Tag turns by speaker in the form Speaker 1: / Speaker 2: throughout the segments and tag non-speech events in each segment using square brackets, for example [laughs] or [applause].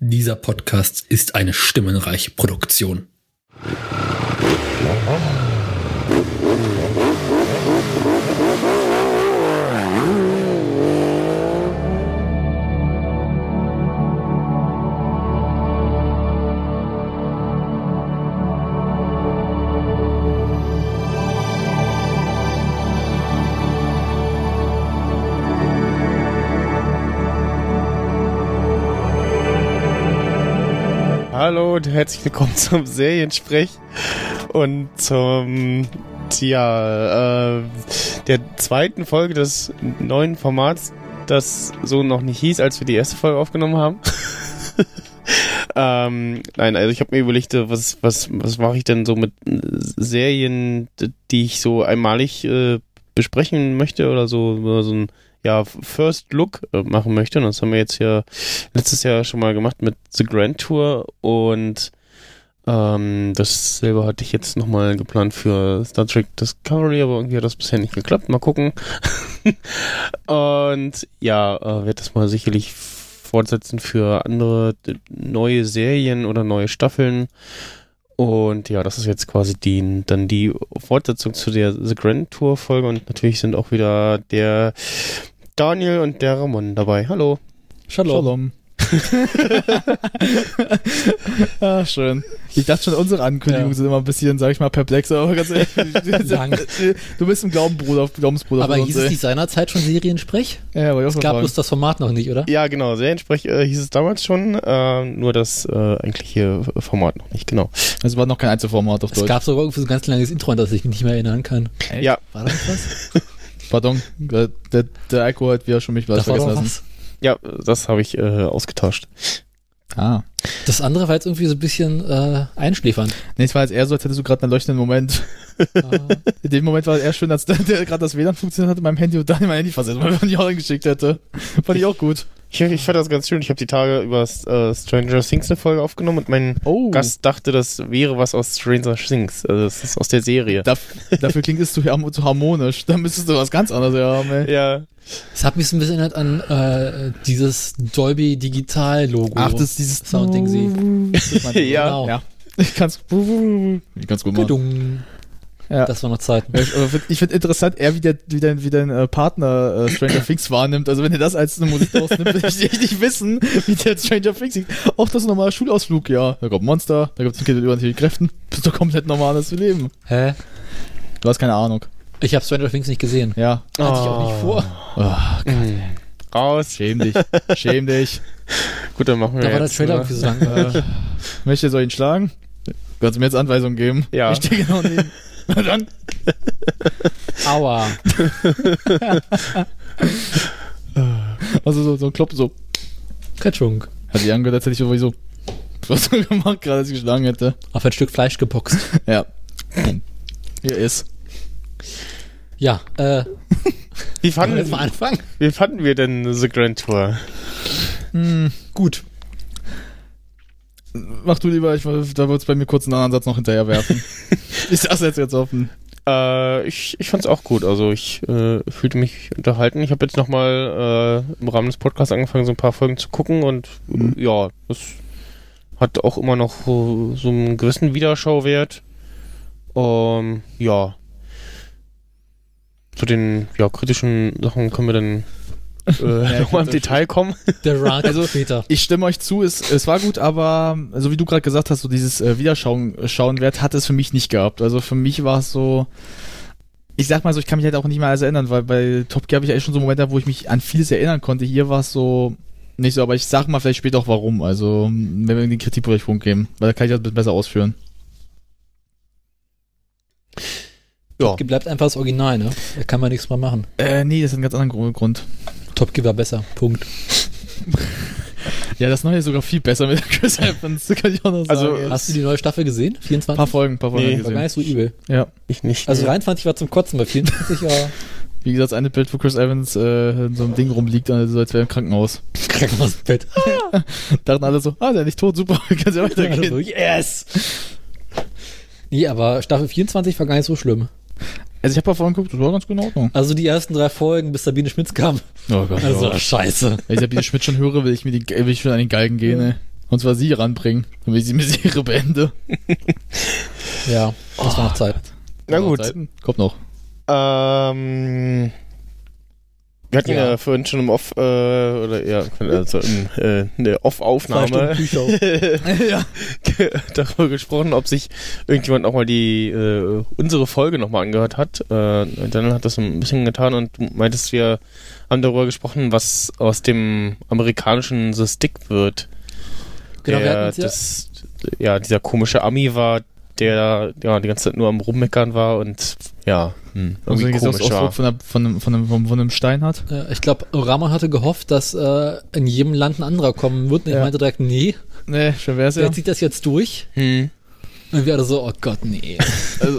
Speaker 1: Dieser Podcast ist eine stimmenreiche Produktion.
Speaker 2: Hallo und herzlich willkommen zum Seriensprech und zum tja, äh, der zweiten Folge des neuen Formats, das so noch nicht hieß, als wir die erste Folge aufgenommen haben. [laughs] ähm, nein, also ich habe mir überlegt, äh, was was was mache ich denn so mit äh, Serien, d- die ich so einmalig äh, besprechen möchte oder so oder so ein ja, First Look äh, machen möchte. Und das haben wir jetzt hier letztes Jahr schon mal gemacht mit The Grand Tour und ähm, dasselbe hatte ich jetzt nochmal geplant für Star Trek Discovery, aber irgendwie hat das bisher nicht geklappt. Mal gucken. [laughs] und ja, äh, werde das mal sicherlich fortsetzen für andere äh, neue Serien oder neue Staffeln. Und ja, das ist jetzt quasi die, dann die Fortsetzung zu der The Grand Tour Folge und natürlich sind auch wieder der Daniel und der Ramon dabei. Hallo.
Speaker 3: [laughs]
Speaker 4: Shalom. ah, schön. Ich dachte schon, unsere Ankündigungen
Speaker 3: Ja.
Speaker 4: sind immer ein bisschen, sag ich mal, perplex, aber
Speaker 3: [laughs]
Speaker 4: ganz ehrlich,
Speaker 3: Lang.
Speaker 4: [laughs] du bist ein Glaubenbruder, Glaubensbruder
Speaker 3: Aber
Speaker 4: von
Speaker 3: hieß
Speaker 4: uns,
Speaker 3: es
Speaker 4: ey.
Speaker 3: nicht seinerzeit schon Seriensprech?
Speaker 4: Ja, wollte ich
Speaker 3: Es
Speaker 4: auch
Speaker 3: gab
Speaker 4: mal
Speaker 3: bloß
Speaker 4: fragen.
Speaker 3: das Format noch nicht, oder?
Speaker 2: Ja, genau. Seriensprech äh, hieß es damals schon, äh, nur das äh, eigentliche Format noch nicht, genau.
Speaker 4: Es war noch kein Einzelformat auf
Speaker 3: Es
Speaker 4: Deutsch.
Speaker 3: gab sogar irgendwie so ein ganz langes Intro, an das ich mich nicht mehr erinnern kann.
Speaker 4: Echt?
Speaker 2: Ja,
Speaker 3: War das
Speaker 4: [laughs]
Speaker 3: was?
Speaker 4: Pardon, der, der, der Alkohol hat wieder schon mich was
Speaker 3: das war
Speaker 4: vergessen
Speaker 3: doch
Speaker 4: lassen.
Speaker 3: was.
Speaker 2: ja, das habe ich äh, ausgetauscht.
Speaker 4: Ah.
Speaker 3: Das andere war jetzt irgendwie so ein bisschen äh,
Speaker 4: [laughs]
Speaker 3: einschläfernd.
Speaker 4: Nee, es war jetzt eher so, als hättest du gerade einen leuchtenden Moment. [laughs]
Speaker 3: Äh,
Speaker 4: In dem Moment war es eher schön, als der, der gerade das WLAN funktioniert hat in meinem Handy und dann in mein Handy versetzt, weil man die auch hingeschickt hätte. Fand ich auch gut.
Speaker 2: Ich, ich fand das ganz schön. Ich habe die Tage über äh, Stranger Things eine Folge aufgenommen und mein
Speaker 4: Oh.
Speaker 2: Gast dachte, das wäre was aus Stranger Things. Also das ist aus der Serie.
Speaker 4: Daf- dafür klingt es zu, harm- zu harmonisch. Da müsstest du was ganz anderes haben, ey.
Speaker 2: ja.
Speaker 3: Es hat mich so ein bisschen erinnert an äh, dieses Dolby Digital Logo.
Speaker 4: Ach, das ist dieses
Speaker 3: Soundding sie.
Speaker 4: Das meinte ich.
Speaker 2: Ja.
Speaker 3: Genau.
Speaker 4: [laughs] Ja. Ich kann's, ich kann's gut machen.
Speaker 3: Gedung.
Speaker 4: Ja.
Speaker 3: Das war noch Zeit.
Speaker 4: Ja, Ich finde find interessant, er wie, der, wie dein, wie dein äh, Partner äh, Stranger Things [laughs] wahrnimmt. Also wenn er das als eine Musik rausnimmt, will ich echt nicht wissen, wie der Stranger Things sieht. Auch das ist ein normaler Schulausflug, ja. Da kommt ein Monster, da gibt's ein Kind mit übernatürlichen Kräften. Das ist doch komplett normales Leben.
Speaker 3: Hä?
Speaker 4: Du hast keine Ahnung.
Speaker 3: Ich habe Stranger Things nicht gesehen.
Speaker 4: Ja.
Speaker 3: Hatte ich auch nicht vor.
Speaker 4: Ah,
Speaker 2: Raus.
Speaker 4: schäm dich. Schäm dich.
Speaker 2: Gut, dann machen wir
Speaker 3: Da war der
Speaker 2: jetzt.
Speaker 3: Trailer
Speaker 2: ne?
Speaker 3: irgendwie so langweilig.
Speaker 4: Möchte soll ich ihn schlagen? Kannst du mir jetzt Anweisungen geben?
Speaker 2: Ja.
Speaker 4: Ich
Speaker 3: [laughs]
Speaker 4: stehe genau neben. Na dann.
Speaker 3: Aua.
Speaker 4: Also so, so ein Klopp, so.
Speaker 3: Katschunk.
Speaker 4: Hat sich angehört, als hätte ich sowieso was [laughs] so gemacht, gerade als ich geschlagen hätte.
Speaker 3: Auf ein Stück Fleisch geboxt.
Speaker 4: Ja. [clears throat] Hier ist.
Speaker 3: Ja, äh,
Speaker 2: Wie
Speaker 3: [laughs] wollen wir jetzt
Speaker 2: fanden,
Speaker 3: mal anfangen?
Speaker 2: wie fanden wir denn The Grand Tour?
Speaker 3: Gut.
Speaker 4: Mach du lieber, ich, da wird's bei mir kurz einen anderen Satz noch hinterher [laughs] werfen. ich saß jetzt jetzt offen.
Speaker 2: Äh, ich ich fand es auch gut. Also ich äh, fühlte mich unterhalten. Ich habe jetzt nochmal äh, im Rahmen des Podcasts angefangen, so ein paar Folgen zu gucken und
Speaker 4: Mhm.
Speaker 2: äh, ja, das hat auch immer noch so, so einen gewissen Wiederschauwert. Ähm, ja. Zu den ja, kritischen Sachen können wir dann äh,
Speaker 4: Ja,
Speaker 2: nochmal im
Speaker 4: kritisch.
Speaker 2: Detail kommen.
Speaker 3: Der Rant also, später.
Speaker 4: Ich stimme euch zu, es, es war gut, aber so wie du gerade gesagt hast, so dieses äh, Wiederschauenwert hat es für mich nicht gehabt. Also für mich war es so. Ich sag mal so, ich kann mich halt auch nicht mehr alles erinnern, weil bei Top Gear habe ich eigentlich schon so Momente, gehabt, wo ich mich an vieles erinnern konnte. Hier war es so nicht so, aber ich sag mal vielleicht später auch warum. Also, wenn wir den Kritikpunkt geben, weil da kann ich das ein bisschen besser ausführen.
Speaker 2: Ja.
Speaker 3: Bleibt einfach das Original, ne? Da kann man nichts mehr machen.
Speaker 4: Äh, nee, das hat einen ganz anderen Gru- Grund.
Speaker 3: Top Gear war besser. Punkt.
Speaker 4: Ja, das neue ist sogar viel besser mit Chris Evans, das kann ich auch noch sagen.
Speaker 2: Also,
Speaker 4: ey.
Speaker 3: Hast du die neue Staffel gesehen?
Speaker 4: ein paar
Speaker 3: 24?
Speaker 4: Folgen, ein paar Folgen
Speaker 2: Nee.
Speaker 3: War gar
Speaker 4: gesehen.
Speaker 3: nicht so übel.
Speaker 2: Ich nicht.
Speaker 3: Also 23 war zum Kotzen, bei 24 war
Speaker 4: Wie gesagt, das eine Bild, wo Chris Evans äh, in so einem Ding rumliegt, also als wäre er im Krankenhaus. [laughs]
Speaker 3: krank aus dem Bett.
Speaker 4: Dachten alle so, ah, der ist nicht tot, super, [laughs] kann's ja weitergehen.
Speaker 3: [laughs] Also, yes! Nee, aber Staffel 24 war gar nicht so schlimm.
Speaker 4: Also ich habe mal vorhin geguckt, das war ganz gut in Ordnung.
Speaker 3: Also die ersten drei Folgen, bis Sabine Schmitz kam.
Speaker 4: Oh Gott,
Speaker 3: Also, scheiße.
Speaker 4: Wenn ich Sabine Schmidt schon höre, will ich mir die, will ich schon an den Galgen gehen, ey. Und zwar sie ranbringen, damit ich sie mit Serie beende.
Speaker 3: Ja, das war noch Zeit.
Speaker 2: Na
Speaker 4: Also,
Speaker 2: gut.
Speaker 4: Zeiten. Kommt noch.
Speaker 2: Ähm, wir hatten ja,
Speaker 3: Ja.
Speaker 2: vorhin schon im Off, äh, oder ja, also im, äh, in der
Speaker 3: Zwei Stunden
Speaker 2: Off-Aufnahme
Speaker 3: Bücher.
Speaker 2: [laughs]
Speaker 4: ja.
Speaker 2: darüber gesprochen, ob sich irgendjemand auch mal die äh, unsere Folge nochmal angehört hat. Äh, dann hat das ein bisschen getan und du meintest, wir haben darüber gesprochen, was aus dem amerikanischen The Stick wird.
Speaker 3: Genau, wir
Speaker 2: der,
Speaker 3: hatten's ja-
Speaker 2: das, ja, dieser komische Ami war, der ja die ganze Zeit nur am rummeckern war und ja, hm,
Speaker 4: Also
Speaker 2: irgendwie
Speaker 4: den
Speaker 2: komisch
Speaker 4: Gesichtsausdruck
Speaker 2: war.
Speaker 4: von, einer, von, einem, von, einem, von, von einem Stein hat.
Speaker 3: Ja, Ich glaube, Rahman hatte gehofft, dass äh, in jedem Land ein anderer kommen wird. Und
Speaker 4: Ja.
Speaker 3: ich meinte direkt, nee,
Speaker 4: Nee, schön wär's
Speaker 3: der
Speaker 4: ja.
Speaker 3: zieht das jetzt durch.
Speaker 2: Hm.
Speaker 3: Und wir alle so, oh Gott,
Speaker 4: [laughs]
Speaker 3: nee.
Speaker 4: Also,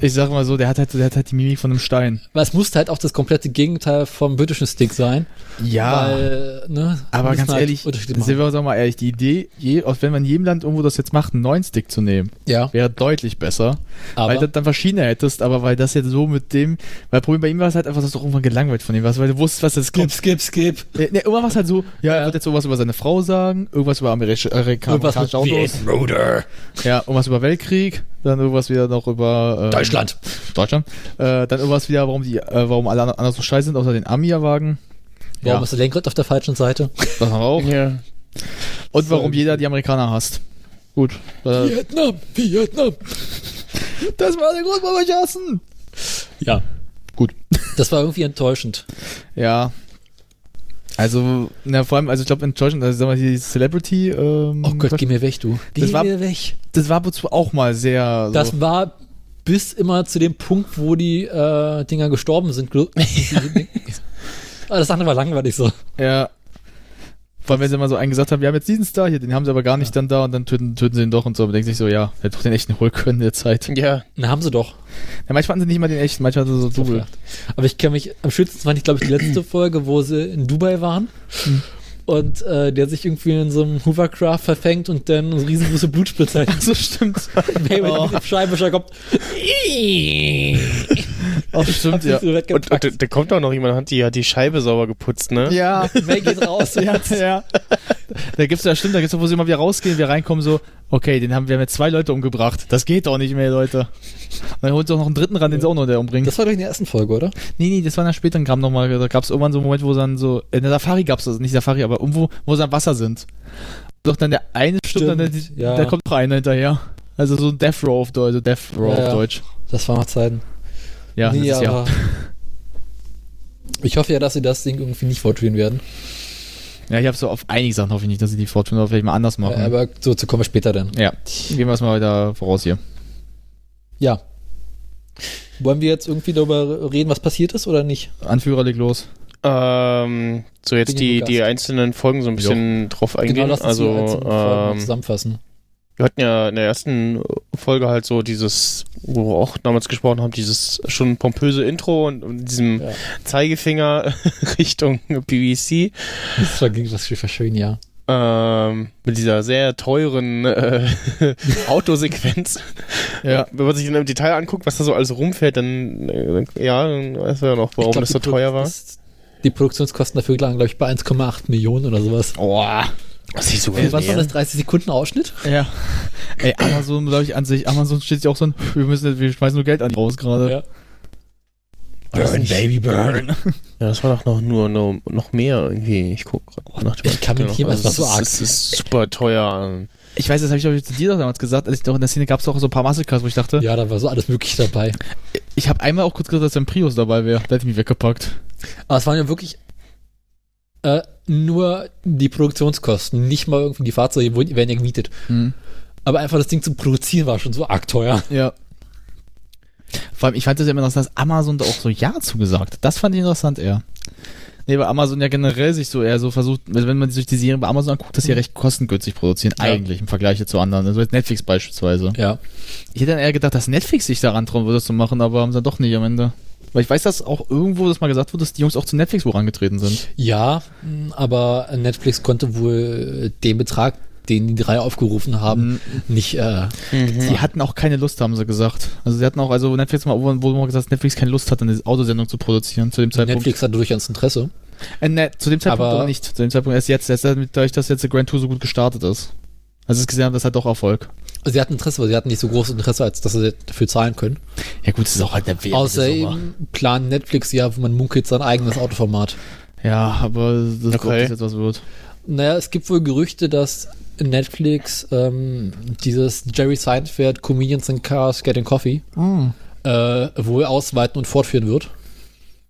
Speaker 4: Ich sag mal so, der hat halt, der hat halt die Mimik von einem Stein.
Speaker 3: Weil es musste halt auch das komplette Gegenteil vom britischen Stick sein. Weil, ne,
Speaker 4: aber
Speaker 3: müssen
Speaker 4: ganz
Speaker 3: halt
Speaker 4: ehrlich,
Speaker 3: Unterschiede
Speaker 4: sind
Speaker 3: machen.
Speaker 4: wir uns auch mal ehrlich, die Idee, je, auch wenn man in jedem Land irgendwo das jetzt macht, einen neuen Stick zu nehmen,
Speaker 3: Ja,
Speaker 4: wäre deutlich besser. weil du
Speaker 3: aber
Speaker 4: dann verschiedene hättest, aber weil das jetzt so mit dem, weil Problem bei ihm war es halt einfach, dass du irgendwann gelangweilt von ihm warst, weil du wusstest, was jetzt
Speaker 3: skip,
Speaker 4: kommt.
Speaker 3: skip, skip.
Speaker 4: Äh, Ne, irgendwann war es halt so, ja, er wird jetzt irgendwas über seine Frau sagen, irgendwas über amerikanische Amerika
Speaker 3: Irgendwas mit
Speaker 4: amerikanische Autos,
Speaker 1: Roder.
Speaker 4: ja, irgendwas über Weltkrieg, dann irgendwas wieder noch über äh,
Speaker 1: Deutschland.
Speaker 4: Deutschland, äh, dann irgendwas wieder, warum die, äh, warum alle an- anders so scheiße sind, außer den Amia-Wagen.
Speaker 3: Warum
Speaker 4: Ja.
Speaker 3: ist der Lenkrad auf der falschen Seite?
Speaker 4: Das haben wir auch.
Speaker 2: Ja.
Speaker 4: Und warum jeder die Amerikaner hasst. Gut. Äh,
Speaker 3: Vietnam, Vietnam.
Speaker 4: das war der Grund, warum wir euch hassen.
Speaker 3: Ja.
Speaker 4: Gut.
Speaker 3: Das war irgendwie enttäuschend.
Speaker 4: Ja. Also, na, vor allem, also ich glaube, in Deutschland, also sagen wir mal, die Celebrity, ähm,
Speaker 3: Oh Gott, geh mir weg, du. Geh
Speaker 4: Das war-
Speaker 3: mir weg.
Speaker 4: das war wozu auch mal sehr. So,
Speaker 3: Das war bis immer zu dem Punkt, wo die äh, Dinger gestorben sind. [laughs] gl- Aber Ah, das andere war langweilig so.
Speaker 4: ja. Vor allem, wenn sie mal so einen gesagt haben, wir haben jetzt diesen Star hier, den haben sie aber gar nicht dann da und dann töten, töten sie ihn doch und so. Man denkt sich so, ja, hätte doch den echten holen können in der Zeit. Ja,
Speaker 2: Ja.
Speaker 3: Na, haben sie doch.
Speaker 4: manchmal hatten sie nicht mal den echten, manchmal hatten sie so Double. [laughs]
Speaker 3: Aber ich kann mich, am schönsten fand ich, glaube ich, die
Speaker 4: [clears throat]
Speaker 3: letzte Folge, wo sie in Dubai waren.
Speaker 4: Hm.
Speaker 3: Und äh, der sich irgendwie in so einem Hovercraft verfängt und dann so riesengroße Blutspritze hat.
Speaker 4: So [laughs] stimmt.
Speaker 3: Baby
Speaker 4: Oh.
Speaker 3: mit dem Scheibenwischer kommt. [laughs]
Speaker 4: Auch stimmt, ja.
Speaker 3: Ja. Und,
Speaker 2: Und, und da- da kommt auch noch jemand, hat die, hat die Scheibe sauber geputzt, ne?
Speaker 4: Ja.
Speaker 3: May geht raus.
Speaker 4: [laughs] Ja, ja. Da gibt's ja stimmt, da gibt's doch, wo sie immer wieder rausgehen, wir reinkommen, so, okay, den haben wir mit zwei Leute umgebracht. Das geht doch nicht mehr, Leute. Und dann holt sie auch noch einen dritten ran, den sie auch noch der umbringt.
Speaker 3: Das war doch in der ersten Folge, oder?
Speaker 4: nee, nee, das war in der späteren Kram nochmal. Da gab's irgendwann so einen Moment, wo sie dann so, in der Safari gab's das, nicht Safari, aber irgendwo, wo sie am Wasser sind. Doch dann der eine stimmt, dann der,
Speaker 3: Stimmt, ja.
Speaker 4: da kommt noch einer hinterher. Also so ein Death Row auf Deutsch, also Death Row
Speaker 3: Ja, ja.
Speaker 4: auf Deutsch.
Speaker 3: Das war noch Zeiten.
Speaker 4: Ja,
Speaker 3: Nee,
Speaker 4: das ist ja.
Speaker 3: aber Ich hoffe ja, dass sie das Ding irgendwie nicht fortführen werden.
Speaker 4: Ja, ich habe so auf einige Sachen hoffe ich nicht, dass sie die Fortune oder vielleicht mal anders machen.
Speaker 3: Äh, Aber so zu kommen wir später dann.
Speaker 4: ja, gehen wir erstmal weiter voraus hier.
Speaker 3: Ja. Wollen wir jetzt irgendwie darüber reden, was passiert ist oder nicht?
Speaker 4: Anführer leg los.
Speaker 2: Ähm, so jetzt
Speaker 3: Bin
Speaker 2: die,
Speaker 3: genug
Speaker 2: die einzelnen Folgen so ein bisschen drauf eingehen.
Speaker 3: Genau, lass uns die
Speaker 2: also,
Speaker 3: einzelnen Folgen
Speaker 2: ähm,
Speaker 3: zusammenfassen.
Speaker 2: wir hatten ja in der ersten Folge halt so dieses, wo wir auch damals gesprochen haben, dieses schon pompöse Intro und, und diesem
Speaker 3: Ja.
Speaker 2: Zeigefinger [laughs] Richtung BBC.
Speaker 3: Das war, ging das war schön, ja.
Speaker 2: Ähm, mit dieser sehr teuren äh, [laughs] Autosequenz. Äh,
Speaker 4: Ja.
Speaker 2: Wenn man sich dann im Detail anguckt, was da so alles rumfährt, dann, äh, ja, dann weiß man ja noch, warum
Speaker 3: Ich glaub,
Speaker 2: das so
Speaker 3: die Produ-
Speaker 2: teuer war.
Speaker 3: das- Die Produktionskosten dafür lagen, glaube ich, bei 1,8 Millionen oder sowas.
Speaker 4: Boah.
Speaker 2: Das ist sogar
Speaker 3: Was war das? 30 Sekunden Ausschnitt?
Speaker 4: Ja. Ey, Amazon, glaube ich, an sich, Amazon steht sich auch so ein, wir müssen, jetzt- wir schmeißen nur Geld an die raus gerade.
Speaker 3: Ja.
Speaker 1: Burn, Baby, burn.
Speaker 2: Ja, das war doch noch, nur, nur noch mehr irgendwie. Ich guck gerade nach dem Genau.
Speaker 3: Ich kann mich nicht
Speaker 2: Artikel noch.
Speaker 3: erinnern, das war so arg.
Speaker 2: Das Also, ist, das ist super teuer.
Speaker 4: Ich weiß, das habe ich, glaube ich, zu dir doch damals gesagt, als ich doch in der Szene gab es auch so ein paar Masterclass, wo ich dachte,
Speaker 3: Ja, da war so alles möglich dabei.
Speaker 4: ich habe einmal auch kurz gesagt, dass ein Prius dabei wäre. Da hätte ich mich weggepackt.
Speaker 3: Aber es waren ja wirklich äh, nur die Produktionskosten, nicht mal irgendwie die Fahrzeuge wurden- werden ja gemietet.
Speaker 4: Mhm.
Speaker 3: Aber einfach das Ding zu produzieren war schon so arg teuer.
Speaker 4: Ja. Vor allem, ich fand das ja immer interessant, dass Amazon da auch so Ja zugesagt hat. Das fand ich interessant eher. Nee, weil Amazon ja generell sich so eher so versucht, also wenn man sich die Serien bei Amazon anguckt, dass sie ja recht kostengünstig produzieren,
Speaker 3: Ja.
Speaker 4: eigentlich im Vergleich jetzt zu anderen. Also jetzt Netflix beispielsweise.
Speaker 3: Ja.
Speaker 4: Ich hätte dann eher gedacht, dass Netflix sich daran trauen würde, das zu machen, aber haben sie dann doch nicht am Ende. Weil ich weiß, dass auch irgendwo das mal gesagt wurde, dass die Jungs auch zu Netflix wohl angetreten sind.
Speaker 3: Ja, mh, aber Netflix konnte wohl äh, den Betrag, den die drei aufgerufen
Speaker 4: Mhm.
Speaker 3: haben, nicht. Äh,
Speaker 4: Die hatten auch keine Lust, haben sie gesagt. Also sie hatten auch, also Netflix mal, wo wurde mal gesagt, dass Netflix keine Lust hat, eine Autosendung zu produzieren zu dem Zeitpunkt.
Speaker 3: Netflix hatte durchaus Interesse.
Speaker 4: Äh, ne, zu dem Zeitpunkt
Speaker 3: Aber-
Speaker 4: aber nicht. Zu dem Zeitpunkt erst jetzt, erst damit- dadurch, dass jetzt der Grand Tour so gut gestartet ist. Also sie gesehen haben, das hat doch Erfolg.
Speaker 3: Also Sie hatten Interesse, aber sie hatten nicht so großes Interesse, als dass sie dafür zahlen können.
Speaker 4: Ja gut, es ist auch halt eine währende Summe.
Speaker 3: Außerdem plant Netflix ja, wo man munkelt, sein eigenes Autoformat.
Speaker 4: Ja, aber das
Speaker 2: Okay.
Speaker 4: okay. jetzt was wird.
Speaker 3: Naja, es gibt wohl Gerüchte, dass Netflix ähm, dieses Jerry Seinfeld Comedians in Cars Getting Coffee äh, wohl ausweiten und fortführen wird.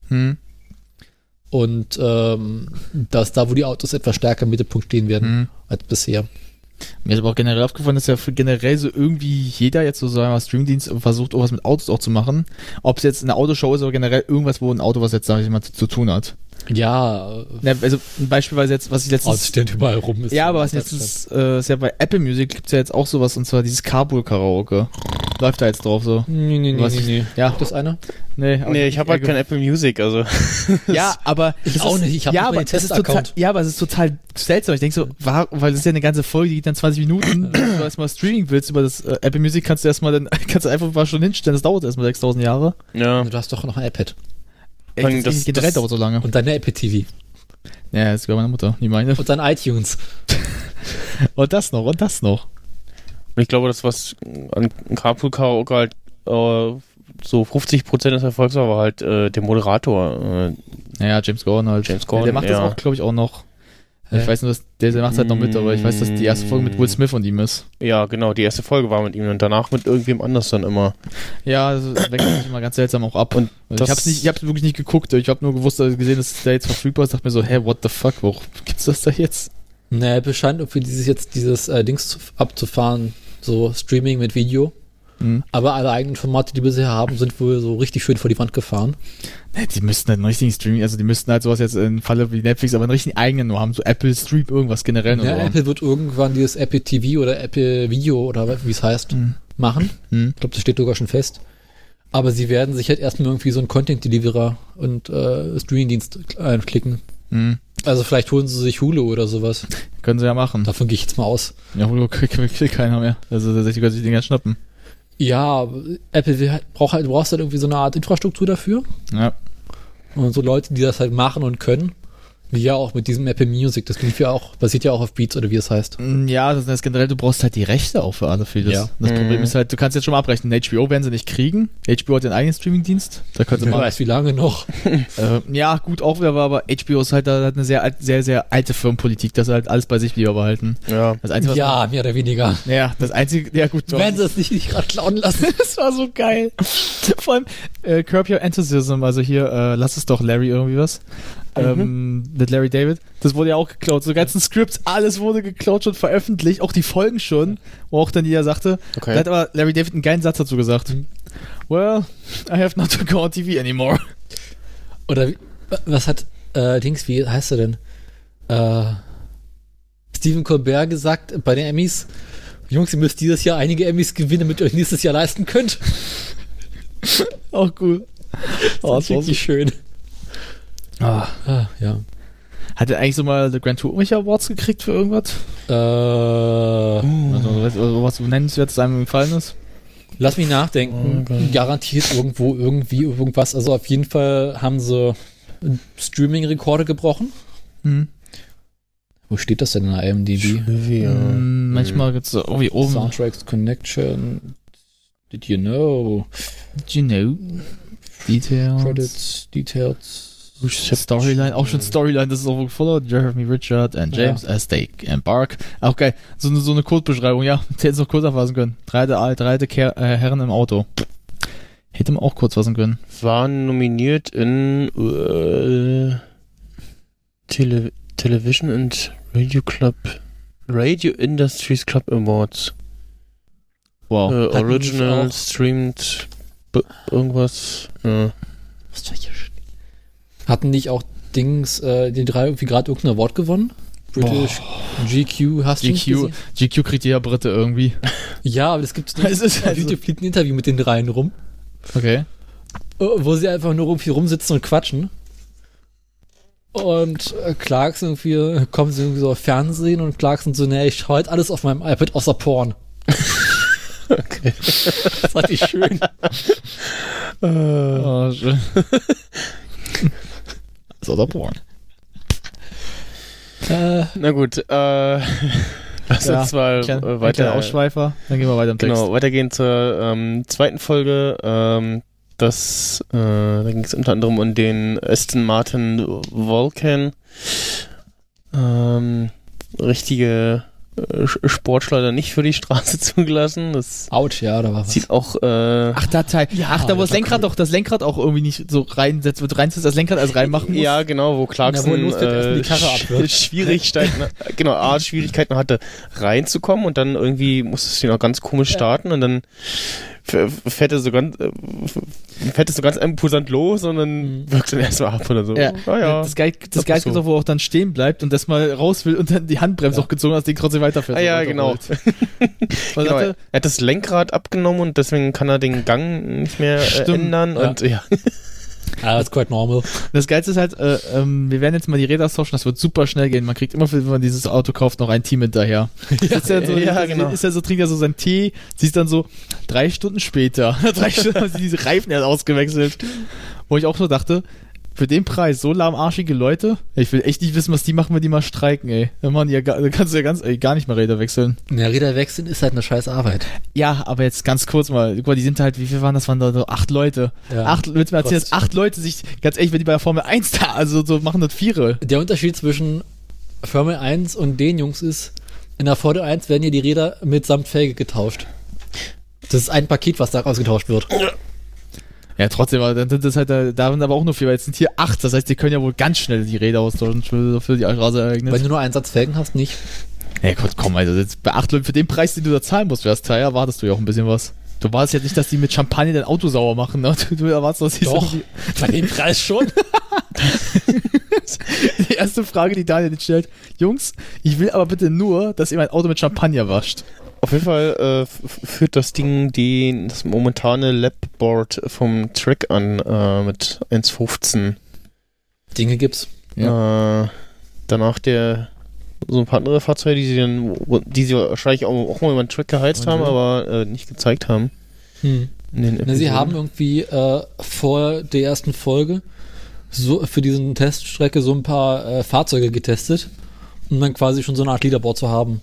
Speaker 4: Hm.
Speaker 3: Und ähm, dass da, wo die Autos etwas stärker im Mittelpunkt stehen werden
Speaker 4: Hm.
Speaker 3: als bisher.
Speaker 4: Mir ist aber auch generell aufgefallen, dass ja für generell so irgendwie jeder jetzt so sagen wir mal, Streamdienst versucht, irgendwas mit Autos auch zu machen. Ob es jetzt eine Autoshow ist oder generell irgendwas, wo ein Auto was jetzt, sag ich mal, zu, zu tun hat.
Speaker 3: Ja,
Speaker 4: Ne, also beispielsweise jetzt, was ich
Speaker 3: Autos
Speaker 4: letztens...
Speaker 3: stehen überall rum. ist
Speaker 4: ja, aber was
Speaker 3: Oh, das
Speaker 4: letztens äh, ist ja bei Apple Music gibt's ja jetzt auch sowas und zwar dieses Carpool-Karaoke. Läuft da jetzt drauf so.
Speaker 3: Nee, nee, nee,
Speaker 4: Was
Speaker 3: nee,
Speaker 4: ich-
Speaker 3: nee.
Speaker 4: Ja.
Speaker 3: Gibt es eine?
Speaker 4: Nee, aber
Speaker 2: Nee, ich habe halt kein Apple Music, also.
Speaker 4: Ja, aber
Speaker 3: Ich
Speaker 4: das
Speaker 3: auch
Speaker 4: ist-
Speaker 3: nicht. Ich hab
Speaker 4: ja,
Speaker 3: nicht mal
Speaker 4: aber
Speaker 3: den
Speaker 4: es ist total,
Speaker 3: Test-Account.
Speaker 4: ja, aber es ist total seltsam. Ich denke so, war, weil es ist ja eine ganze Folge, die geht dann 20 Minuten. Wenn du erstmal Streaming willst über das äh, Apple Music, kannst du erstmal dann [laughs] kannst du einfach mal schon hinstellen. Das dauert erstmal 6000 Jahre.
Speaker 2: Ja.
Speaker 3: Du hast doch noch ein iPad.
Speaker 2: Echt, das
Speaker 4: das,
Speaker 2: das-
Speaker 4: generell
Speaker 2: das-
Speaker 4: dauert so lange.
Speaker 3: Und deine Apple TV.
Speaker 4: Ja, das ist sogar meine Mutter, nie meine.
Speaker 3: Und dein iTunes.
Speaker 4: Und das noch, und das noch.
Speaker 2: Und ich glaube, das, was an Carpool Karaoke halt äh, so 50% des Erfolgs war, war halt äh, der Moderator. Äh,
Speaker 4: Naja, James Gordon halt.
Speaker 2: James Corden,
Speaker 4: ja, der macht
Speaker 2: ja.
Speaker 4: das auch, glaube ich, auch noch.
Speaker 3: Hä?
Speaker 4: Ich weiß nur, dass der, der macht halt noch mit, aber ich weiß, dass die erste Folge mit Will Smith und ihm ist.
Speaker 2: ja, genau, die erste Folge war mit ihm und danach mit irgendwem anders dann immer.
Speaker 4: Ja, also, das wechselt sich immer ganz seltsam auch ab.
Speaker 2: Und
Speaker 4: Also
Speaker 2: das-
Speaker 4: ich hab's nicht, ich hab's wirklich nicht geguckt. Ich hab nur gewusst, also gesehen, dass der jetzt verfügbar ist. Dachte mir so, hä, what the fuck, warum gibt's das da jetzt?
Speaker 3: Naja, Apple scheint irgendwie dieses jetzt dieses äh, Dings zu, abzufahren, so Streaming mit Video.
Speaker 4: Mhm.
Speaker 3: Aber alle eigenen Formate, die wir bisher haben, sind wohl so richtig schön vor die Wand gefahren.
Speaker 4: Ne, die müssten halt einen richtigen Streaming, also die müssten halt sowas jetzt in Falle wie Netflix, aber einen richtigen eigenen nur haben, so Apple Stream irgendwas generell nur
Speaker 3: Ja,
Speaker 4: so haben.
Speaker 3: Apple wird irgendwann dieses Apple TV oder Apple Video oder wie es heißt, machen.
Speaker 4: Mhm.
Speaker 3: Ich glaube, das steht sogar schon fest. Aber sie werden sich halt erstmal irgendwie so einen Content-Deliverer und äh, Streaming-Dienst einklicken.
Speaker 4: Mhm.
Speaker 3: Also vielleicht holen sie sich Hulu oder sowas.
Speaker 4: Können sie ja machen.
Speaker 3: Davon gehe ich jetzt mal aus.
Speaker 4: Ja, Hulu will [laughs] will keiner mehr. Also tatsächlich können sich den ganz schnappen.
Speaker 3: Ja, Apple will halt, braucht halt, du brauchst halt irgendwie so eine Art Infrastruktur dafür.
Speaker 4: Ja.
Speaker 3: Und so Leute, die das halt machen und können. Wie ja auch mit diesem Apple Music. Das lief ja auch, basiert ja auch auf Beats oder wie es heißt. Also
Speaker 4: Mm, Ja, das heißt generell, du brauchst halt die Rechte auch für alle vieles.
Speaker 3: Ja.
Speaker 4: Das Problem
Speaker 2: Mhm.
Speaker 4: ist halt, du kannst jetzt schon mal abrechnen. HBO werden sie nicht kriegen. HBO hat den eigenen Streamingdienst. Da könnte
Speaker 3: Wer
Speaker 4: man
Speaker 3: weiß, wie lange noch.
Speaker 4: Äh, ja, gut, auch wieder war, aber HBO ist halt da hat eine sehr, alt- sehr, sehr alte Firmenpolitik, dass sie halt alles bei sich lieber behalten.
Speaker 2: Ja.
Speaker 4: Das Einzige, was
Speaker 3: Ja, mehr oder weniger.
Speaker 4: Man, ja, das Einzige, ja gut, doch.
Speaker 3: Wenn sie es nicht, nicht gerade klauen lassen.
Speaker 4: [laughs] das war so geil. Vor allem, äh, Curb Your Enthusiasm, also hier, äh, lass es doch Larry irgendwie was.
Speaker 3: Mhm.
Speaker 4: Ähm, mit Larry David. Das wurde ja auch geklaut. So ganzen Scripts, alles wurde geklaut, schon veröffentlicht, auch die Folgen schon, wo auch dann jeder sagte.
Speaker 2: Okay.
Speaker 4: Da hat aber Larry David einen geilen Satz dazu gesagt.
Speaker 3: Mhm.
Speaker 4: Well, I have not to go on TV anymore. [laughs]
Speaker 3: Oder wie, was hat, äh, Dings, wie heißt er denn? Äh, Stephen Colbert gesagt bei den Emmys. Jungs, ihr müsst dieses Jahr einige Emmys gewinnen, damit ihr euch nächstes Jahr leisten könnt.
Speaker 4: Auch cool. Oh,
Speaker 3: das ist wirklich schön.
Speaker 4: Ah.
Speaker 3: Ah, ja.
Speaker 4: Hat er eigentlich so mal The Grand Tour irgendwelche Awards gekriegt für irgendwas?
Speaker 3: Äh,
Speaker 4: Also, was, also was nennenswertes einem gefallen ist?
Speaker 3: lass mich nachdenken. Garantiert irgendwo, irgendwie, irgendwas. Also auf jeden Fall haben sie Streaming-Rekorde gebrochen.
Speaker 4: Hm.
Speaker 3: Wo steht das denn in der IMDb?
Speaker 2: Trivia.
Speaker 4: Hm, manchmal gibt's so irgendwie oben.
Speaker 3: Soundtracks Connection. Did you know?
Speaker 4: You know. Details. Oh,
Speaker 3: Credits, Details.
Speaker 4: Storyline, auch schon Storyline, das ist auch wohl gefolgt. Jeremy Richard and James Estate and Bark. Auch geil. So, eine- so eine Kurzbeschreibung, ja. [laughs] Hätte es noch kurz erfassen können. Drei der, drei der Ker äh, Herren im Auto. Hätte man auch kurz fassen können.
Speaker 2: Waren nominiert in äh, Tele Television and Radio Club. Radio Industries Club Awards.
Speaker 4: Wow.
Speaker 2: Äh,
Speaker 3: Hatten wir
Speaker 2: original
Speaker 3: auch.
Speaker 2: streamed b- irgendwas. Ja.
Speaker 3: Was soll ich hier stehen? Hatten nicht auch Dings, äh, die drei irgendwie gerade irgendein Award gewonnen? British GQ hast du nicht
Speaker 4: GQ,
Speaker 3: gesehen?
Speaker 4: GQ kriegt jeder Britte [laughs] irgendwie.
Speaker 3: Ja, aber das [laughs] gibt's nicht.
Speaker 4: Es [laughs] ist
Speaker 3: Auf
Speaker 4: also-
Speaker 3: YouTube fliegt ein Interview mit den dreien rum.
Speaker 4: Okay.
Speaker 3: Äh, wo sie einfach nur irgendwie rumsitzen und quatschen. Und äh, Clarkson irgendwie, äh, kommen sie irgendwie so auf Fernsehen und Clarkson so, nee, ich schaue halt alles auf meinem iPad außer Porn. [laughs] okay. Das fand ich schön.
Speaker 4: Oh, schön. so der Porn.
Speaker 3: Äh,
Speaker 2: Na gut, äh, [laughs] lass
Speaker 4: Ja,
Speaker 2: uns mal äh,
Speaker 4: Klein, ein kleiner
Speaker 2: weiter
Speaker 4: Ausschweifer, dann gehen wir weiter im Text.
Speaker 2: Genau, weitergehen zur ähm, zweiten Folge. Ähm, das, äh, da ging es unter anderem um den Aston Martin Vulcan. Ähm, richtige äh, Sch- Sportschleuder nicht für die Straße [laughs] zugelassen. Das
Speaker 3: ouch, ja, da war was.
Speaker 2: sieht auch äh,
Speaker 4: Ach, da Teil.
Speaker 3: Ja,
Speaker 4: Ach, da wo
Speaker 3: das
Speaker 4: das
Speaker 3: war
Speaker 4: Lenkrad
Speaker 3: cool.
Speaker 4: doch, das Lenkrad auch irgendwie nicht so reinsetzt, wird reinsetzt, das Lenkrad als reinmachen muss.
Speaker 2: Ja, genau, wo
Speaker 3: Na, wo er
Speaker 2: Clarkson
Speaker 3: losfährt, erst mal
Speaker 2: äh,
Speaker 3: die Karre
Speaker 2: Sch-
Speaker 3: abwirft.
Speaker 2: Schwierigkeiten, genau, A, Schwierigkeiten hatte, reinzukommen und dann irgendwie musste es ihn auch ganz komisch starten und dann f- fährt er so ganz, äh, f- fährt es so ganz imposant los und dann
Speaker 3: Mhm.
Speaker 2: wirkt er erstmal ab oder so.
Speaker 4: Ja.
Speaker 2: Ah, ja.
Speaker 4: Das Geil, das
Speaker 2: Das
Speaker 4: Geil
Speaker 2: ist so.
Speaker 4: ist doch, wo er auch dann stehen bleibt und das mal raus will und dann die Handbremse
Speaker 3: Ja.
Speaker 4: auch gezogen hat, das Ding trotzdem weiterfährt.
Speaker 2: Ah, ja,
Speaker 4: und
Speaker 2: [laughs]
Speaker 4: weiterrollt. Weil
Speaker 2: Genau, er
Speaker 4: sagte,
Speaker 2: hat das Lenkrad abgenommen und deswegen kann er den Gang nicht mehr äh,
Speaker 4: Stimmt,
Speaker 2: ändern
Speaker 3: ja.
Speaker 2: und ja.
Speaker 3: Ah, that's quite normal.
Speaker 4: Das Geilste ist halt, äh, ähm, wir werden jetzt mal die Räder tauschen, das wird super schnell gehen. Man kriegt immer, wenn man dieses Auto kauft, noch ein Team hinterher. [laughs] Sitzt er so,
Speaker 2: [laughs] ja,
Speaker 4: ist,
Speaker 2: genau.
Speaker 4: ist er so, trinkt er so seinen Tee, siehst dann so, drei Stunden später, [laughs] drei Stunden haben sie diese Reifen erst ausgewechselt. Wo ich auch so dachte, für den Preis, so lahmarschige Leute, ich will echt nicht wissen, was die machen, wenn die mal streiken, ey. Dann machen die ja gar, dann kannst du ja ganz, ey, gar nicht mehr Räder wechseln.
Speaker 3: Na, Räder wechseln ist halt eine scheiß Arbeit.
Speaker 4: Ja, aber jetzt ganz kurz mal, guck mal, die sind halt, wie viel waren das? Waren da so acht Leute.
Speaker 3: Ja.
Speaker 4: Acht, willst du mir erzählen, dass acht Leute sich, ganz ehrlich, wenn die bei der Formel 1 da, also so machen das Viere.
Speaker 3: Der Unterschied zwischen Formel 1 und den Jungs ist, in der Formel 1 werden hier die Räder mitsamt Felge getauscht. Das ist ein Paket, was da ausgetauscht wird.
Speaker 4: Ja, trotzdem, aber dann sind das halt, da da sind aber auch nur vier, weil jetzt sind hier acht, das heißt, die können ja wohl ganz schnell die Räder austauschen für für die
Speaker 3: Wenn
Speaker 4: Rasereignis.
Speaker 3: du nur einen Satz Felgen hast, nicht.
Speaker 4: Ja, Gott, komm, also jetzt bei acht Leuten, für den Preis, den du da zahlen musst, wärst teuer, erwartest du ja auch ein bisschen was. Du warst jetzt nicht, dass die mit Champagner dein Auto sauer machen, ne? Du, du erwartest, dass die so-
Speaker 3: Doch, bei dem Preis schon.
Speaker 4: [laughs] Die erste Frage, die Daniel jetzt stellt, Jungs, ich will aber bitte nur, dass ihr mein Auto mit Champagner wascht.
Speaker 2: Auf jeden Fall äh, f- f- führt das Ding die, das momentane Labboard vom Track an äh, mit 1,15.
Speaker 3: [laughs] Dinge gibt's.
Speaker 2: Äh, danach der so ein paar andere Fahrzeuge, die sie dann, die sie wahrscheinlich auch, auch mal über den Track geheizt haben, aber äh, nicht gezeigt haben.
Speaker 3: Hm.
Speaker 2: In den
Speaker 3: Na, sie
Speaker 2: Episoden.
Speaker 3: haben irgendwie äh, vor der ersten Folge so für diesen Teststrecke so ein paar äh, Fahrzeuge getestet, um dann quasi schon so eine Art Leaderboard zu haben.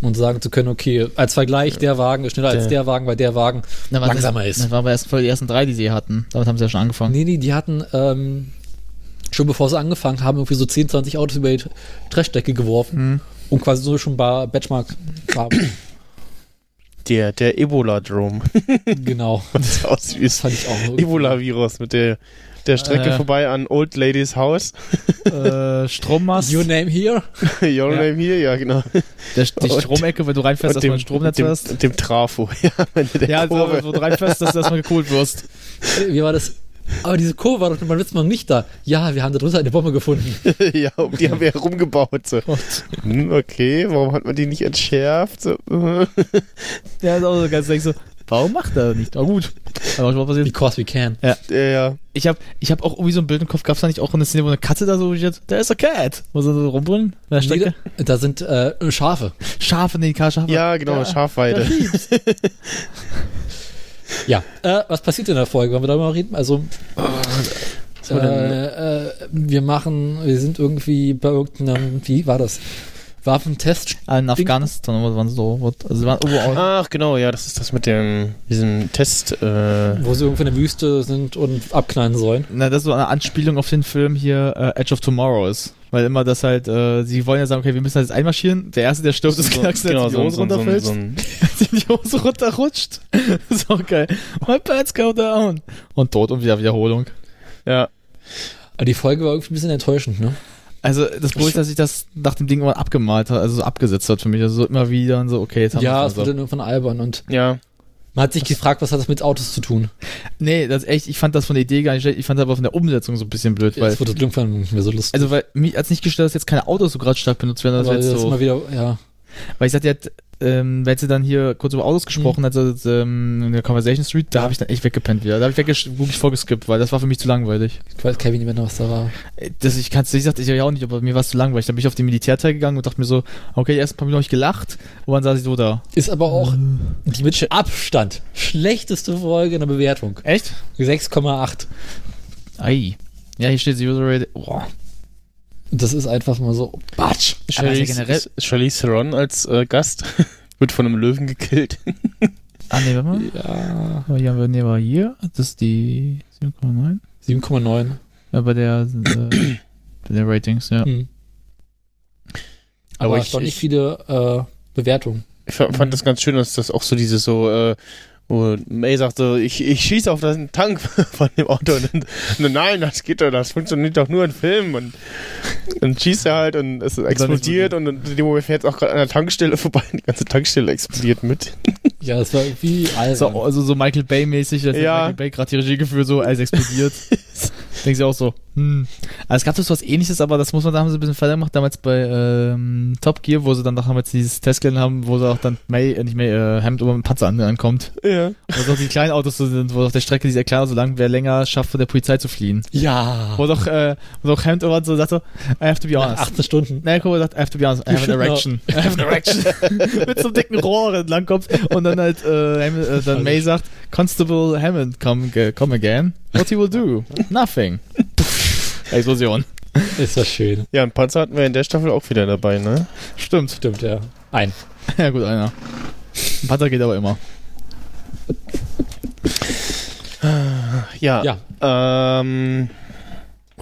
Speaker 3: Und sagen zu können, okay, als Vergleich, der Wagen ist schneller als
Speaker 2: Der-
Speaker 3: der Wagen, weil der Wagen
Speaker 4: Na, warte,
Speaker 3: langsamer ist.
Speaker 4: Das waren aber erst voll die ersten drei, die sie hier hatten. Damit haben sie ja schon angefangen.
Speaker 3: Nee, nee, die hatten ähm, schon bevor sie angefangen haben, irgendwie so 10, 20 Autos über die Trashstrecke geworfen und quasi so schon ein paar Benchmark [coughs] haben.
Speaker 2: Der, der Ebola-Drome.
Speaker 3: genau.
Speaker 2: [laughs] Das aus wie das
Speaker 3: Das fand ich auch.
Speaker 2: Ebola-Virus mit der, der Strecke
Speaker 4: Äh.
Speaker 2: vorbei an Old Ladies House. [laughs]
Speaker 4: äh, Strommast.
Speaker 3: Your name here?
Speaker 2: Your
Speaker 4: Ja.
Speaker 2: name here, ja, genau.
Speaker 4: Der, die
Speaker 2: Und-
Speaker 4: Stromecke, wenn du reinfährst, dass du ein Stromnetz
Speaker 2: dem,
Speaker 4: hast.
Speaker 2: dem Trafo, [laughs] ja, am Ende der
Speaker 4: Ja, also,
Speaker 2: Kurve.
Speaker 4: wenn du reinfährst, dass du erstmal gekohlt wirst.
Speaker 3: Äh, Wie war das? Aber diese Kurve war doch beim letzten Mal nicht da. Ja, wir haben da drunter eine Bombe gefunden.
Speaker 2: [laughs] ja, um die haben wir herumgebaut. So. Hm, okay, warum hat man die nicht entschärft? So. [laughs]
Speaker 4: Ja, ist auch so ganz denk so, warum macht er nicht? Na gut. Aber auch schon mal passiert.
Speaker 3: Because we can.
Speaker 2: ja, ja.
Speaker 4: Ich habe ich hab auch irgendwie so ein Bild im Kopf, gab's da nicht auch eine Szene, wo eine Katze da so jetzt, da ist a cat. Wo sie so rumbrüllen? Da steckt
Speaker 3: Nee, da- da sind äh, Schafe.
Speaker 4: Schafe, nee, keine Schafe.
Speaker 2: ja, genau,
Speaker 3: [laughs]
Speaker 2: Schafweide.
Speaker 3: Ja. Äh, was passiert in der Folge? Wollen wir darüber reden? Also,
Speaker 2: haben wir denn?
Speaker 3: äh, äh, wir machen, wir sind irgendwie bei irgendeinem, wie war das? Waffentest
Speaker 4: [laughs] Ah, In Afghanistan, wo waren sie so, wo- also sie waren überall.
Speaker 2: Ach genau, ja, das ist das mit dem diesem Test. Äh,
Speaker 3: wo sie irgendwo in der Wüste sind und abknallen sollen.
Speaker 4: Na, das ist so eine Anspielung auf den Film hier äh, Edge of Tomorrow ist. Weil immer das halt, äh, sie wollen ja sagen, okay, wir müssen halt jetzt einmarschieren. Der Erste, der stirbt, ist Knacksen,
Speaker 2: genau,
Speaker 4: genau, die Hose runterfällt,
Speaker 2: so ein-
Speaker 4: [laughs] die Hose runterrutscht. [laughs] ist auch geil. My pants go down. Und tot und wieder Wiederholung.
Speaker 2: ja,
Speaker 3: Aber die Folge war irgendwie ein bisschen enttäuschend, ne?
Speaker 4: Also das Problem ist, dass ich das nach dem Ding immer abgemalt hat, also so abgesetzt hat für mich. Also so immer wieder und so, okay, jetzt haben
Speaker 3: Ja,
Speaker 4: wir also.
Speaker 3: es wurde dann irgendwann albern und
Speaker 2: ja.
Speaker 3: man hat sich gefragt, was hat das mit Autos zu tun?
Speaker 4: Nee, das ist echt, ich fand das von der Idee gar nicht schlecht, ich fand das aber von der Umsetzung so ein bisschen blöd, weil.
Speaker 3: Es wurde irgendwann nicht mehr so lustig.
Speaker 4: Also weil mich als nicht gestört, dass jetzt keine Autos so gerade stark benutzt werden, Also, das
Speaker 3: weil
Speaker 4: wäre jetzt
Speaker 3: das
Speaker 4: so.
Speaker 3: immer wieder, ja.
Speaker 4: Weil ich sagte ja, ähm, wenn sie dann hier kurz über Autos
Speaker 3: Mhm.
Speaker 4: gesprochen hat, also, ähm, in der Conversation Street, da habe ich dann echt weggepennt wieder. Da habe ich weggesch- wirklich vorgeskippt, weil das war für mich zu langweilig.
Speaker 3: Ich weiß Kevin nicht mehr, noch, was da war.
Speaker 4: Äh, Das, ich kann's, ich sagte ich ja auch nicht, aber mir war es zu langweilig. Dann bin ich auf den Militärteil gegangen und dachte mir so, okay, erst ein paar Minuten habe ich gelacht und dann saß ich so da.
Speaker 3: Ist aber auch die mit Abstand schlechteste Folge in der Bewertung.
Speaker 4: Echt?
Speaker 3: 6,8.
Speaker 4: Oh. Ei. Ja, hier steht User Rate. Boah.
Speaker 3: Das ist einfach mal so, Batsch.
Speaker 4: Aber ist ja
Speaker 2: Charlize,
Speaker 4: generell-
Speaker 2: Charlize Theron als äh, Gast [laughs] wird von einem Löwen gekillt.
Speaker 4: Ah, nee, warte mal.
Speaker 3: Ja.
Speaker 4: Aber hier haben wir, nee, war hier. Das ist die 7,9.
Speaker 3: 7,9.
Speaker 4: Ja, bei der, äh, bei der Ratings, ja.
Speaker 3: Hm.
Speaker 2: Aber
Speaker 3: Aber,
Speaker 2: ich-
Speaker 3: erstaunlich
Speaker 2: ich-
Speaker 3: viele äh, Bewertungen.
Speaker 2: Ich fa- fand das ganz schön, dass das auch so dieses so, äh, wo May sagte, ich, ich schieße auf den Tank [laughs] von dem Auto. Und dann, und dann, nein, das geht doch, das funktioniert doch nur in Filmen. Und dann schießt er halt und es explodiert und in dem Moment fährt es auch gerade an der Tankstelle [laughs] vorbei. Die ganze Tankstelle explodiert mit.
Speaker 3: Ja, das war irgendwie
Speaker 4: So,
Speaker 3: albern.
Speaker 4: also so Michael Bay-mäßig, dass
Speaker 2: Ja.
Speaker 4: Michael Bay gerade die Regie geführt, so als explodiert. Denkst du auch so, hm. Also es gab das was ähnliches, aber das muss man, da haben sie ein bisschen Fehler gemacht, damals bei ähm, Top Gear, wo sie dann nachher jetzt dieses Testgeln haben, wo sie auch dann May, äh, nicht May, äh, Hemd über den Panzer an, ankommt.
Speaker 2: Ja.
Speaker 4: Wo so die kleinen Autos so sind, wo auf der Strecke dieser kleine, so lang, wer länger schafft, von der Polizei zu fliehen.
Speaker 3: Ja.
Speaker 4: Wo doch, äh, wo doch Hemd über so sagt so, I have to be
Speaker 3: Nach
Speaker 4: honest.
Speaker 3: 18 Stunden.
Speaker 4: Na, guck mal, sagt, I have to be honest, I
Speaker 3: You
Speaker 4: have an [laughs]
Speaker 3: should know.
Speaker 4: erection. I have an erection. [laughs] Mit so einem dicken Rohr entlang und dann halt, äh, Ham- äh, dann May sagt, Constable Hammond, come, ge- come again. What he will do? Nothing. [laughs] Explosion.
Speaker 3: Ist das schön.
Speaker 2: ja, und Panzer hatten wir in der Staffel auch wieder dabei, ne?
Speaker 4: Stimmt. [laughs]
Speaker 3: Stimmt, ja. Ein.
Speaker 4: Ja, gut, einer. Ein Panzer geht aber immer.
Speaker 2: Ja.
Speaker 3: Ja.
Speaker 2: Ähm,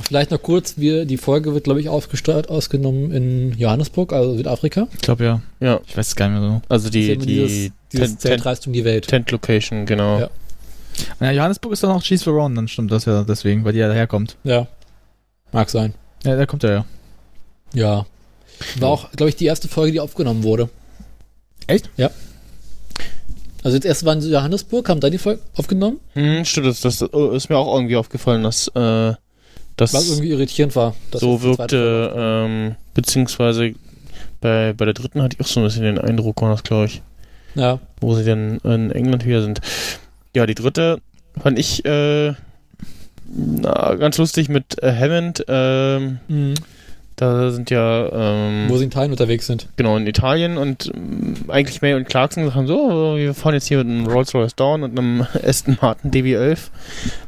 Speaker 3: Vielleicht noch kurz, wir, die Folge wird, glaube ich, aufgesteuert, ausgenommen in Johannesburg, also Südafrika.
Speaker 4: Ich glaube ja.
Speaker 2: ja,
Speaker 4: Ich weiß es gar nicht mehr so.
Speaker 2: also die,
Speaker 3: Sehen wir
Speaker 2: die
Speaker 3: dieses
Speaker 2: Tent-
Speaker 3: Zelt
Speaker 2: Tent-
Speaker 3: reist um die Welt.
Speaker 2: Tent-Location, genau.
Speaker 3: Ja.
Speaker 4: Na, Johannesburg ist dann auch Cheese for Ron, dann stimmt das ja deswegen, weil die ja daherkommt.
Speaker 3: Ja. Mag sein.
Speaker 4: Ja, da kommt er ja.
Speaker 3: Ja. War auch, glaube ich, die erste Folge, die aufgenommen wurde.
Speaker 4: Echt?
Speaker 3: Ja. Also jetzt erst waren sie in Johannesburg, haben dann die Folge aufgenommen,
Speaker 2: Hm, stimmt, das, das oh, ist mir auch irgendwie aufgefallen, dass äh, das
Speaker 3: was irgendwie irritierend war. dass
Speaker 2: so
Speaker 3: jetzt die zweite Folge-
Speaker 2: wirkte, ähm, beziehungsweise bei, bei der dritten hatte ich auch so ein bisschen den Eindruck, war das, glaube ich,
Speaker 3: Ja.
Speaker 2: wo sie dann in England wieder sind. Ja, die dritte fand ich äh, na, ganz lustig mit äh, Hammond. ähm,
Speaker 3: Mhm.
Speaker 2: da sind ja ähm,
Speaker 3: Wo sie in Teilen unterwegs sind.
Speaker 2: genau in Italien und ähm, eigentlich May und Clarkson gesagt haben so, wir fahren jetzt hier mit einem Rolls-Royce Dawn und einem [laughs] Aston Martin DB11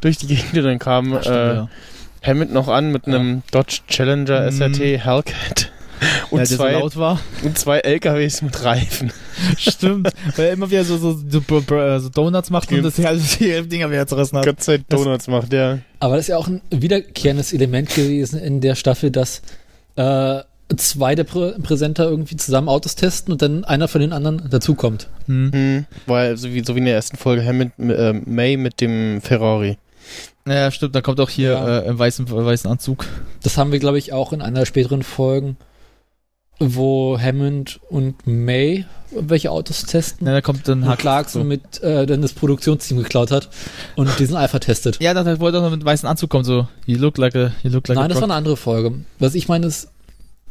Speaker 2: durch die Gegend und dann kam
Speaker 4: Stimmt,
Speaker 2: äh,
Speaker 4: ja.
Speaker 2: Hammond noch an mit einem Dodge Challenger
Speaker 4: Mhm.
Speaker 2: SRT
Speaker 4: [laughs]
Speaker 2: Hellcat und,
Speaker 4: ja, der so
Speaker 2: zwei,
Speaker 4: laut war.
Speaker 2: und zwei LKWs mit
Speaker 4: [laughs]
Speaker 2: Reifen.
Speaker 4: Stimmt. Weil er immer wieder so, so, so, br- br- äh, so Donuts macht und
Speaker 2: Stimmt.
Speaker 4: das [laughs] die halbe die Dinger wieder zerrissen hat.
Speaker 2: Gott sei Dank Donuts macht der.
Speaker 3: Aber das ist ja auch ein wiederkehrendes Element gewesen in der Staffel, dass äh, zwei der Prä Präsenter irgendwie zusammen Autos testen und dann einer von den anderen dazukommt.
Speaker 4: Hm.
Speaker 2: Hm. Weil so wie, so wie in der ersten Folge Hammond äh, May mit dem Ferrari.
Speaker 4: Ja, stimmt, da kommt auch hier
Speaker 3: Ja.
Speaker 4: äh, im weißen, äh, weißen Anzug.
Speaker 3: Das haben wir, glaube ich, auch in einer der späteren Folgen, wo Hammond und May welche Autos testen.
Speaker 4: Ja, da kommt dann
Speaker 3: und
Speaker 4: Hack.
Speaker 3: Clarkson mit äh, dann das Produktionsteam geklaut hat und diesen Alpha testet.
Speaker 4: Ja, da da wollte er noch mit weißen Anzug kommen, so, you look like a, you look like
Speaker 3: nein,
Speaker 4: a
Speaker 3: das war
Speaker 4: croc.
Speaker 3: eine andere Folge. Was ich meine ist,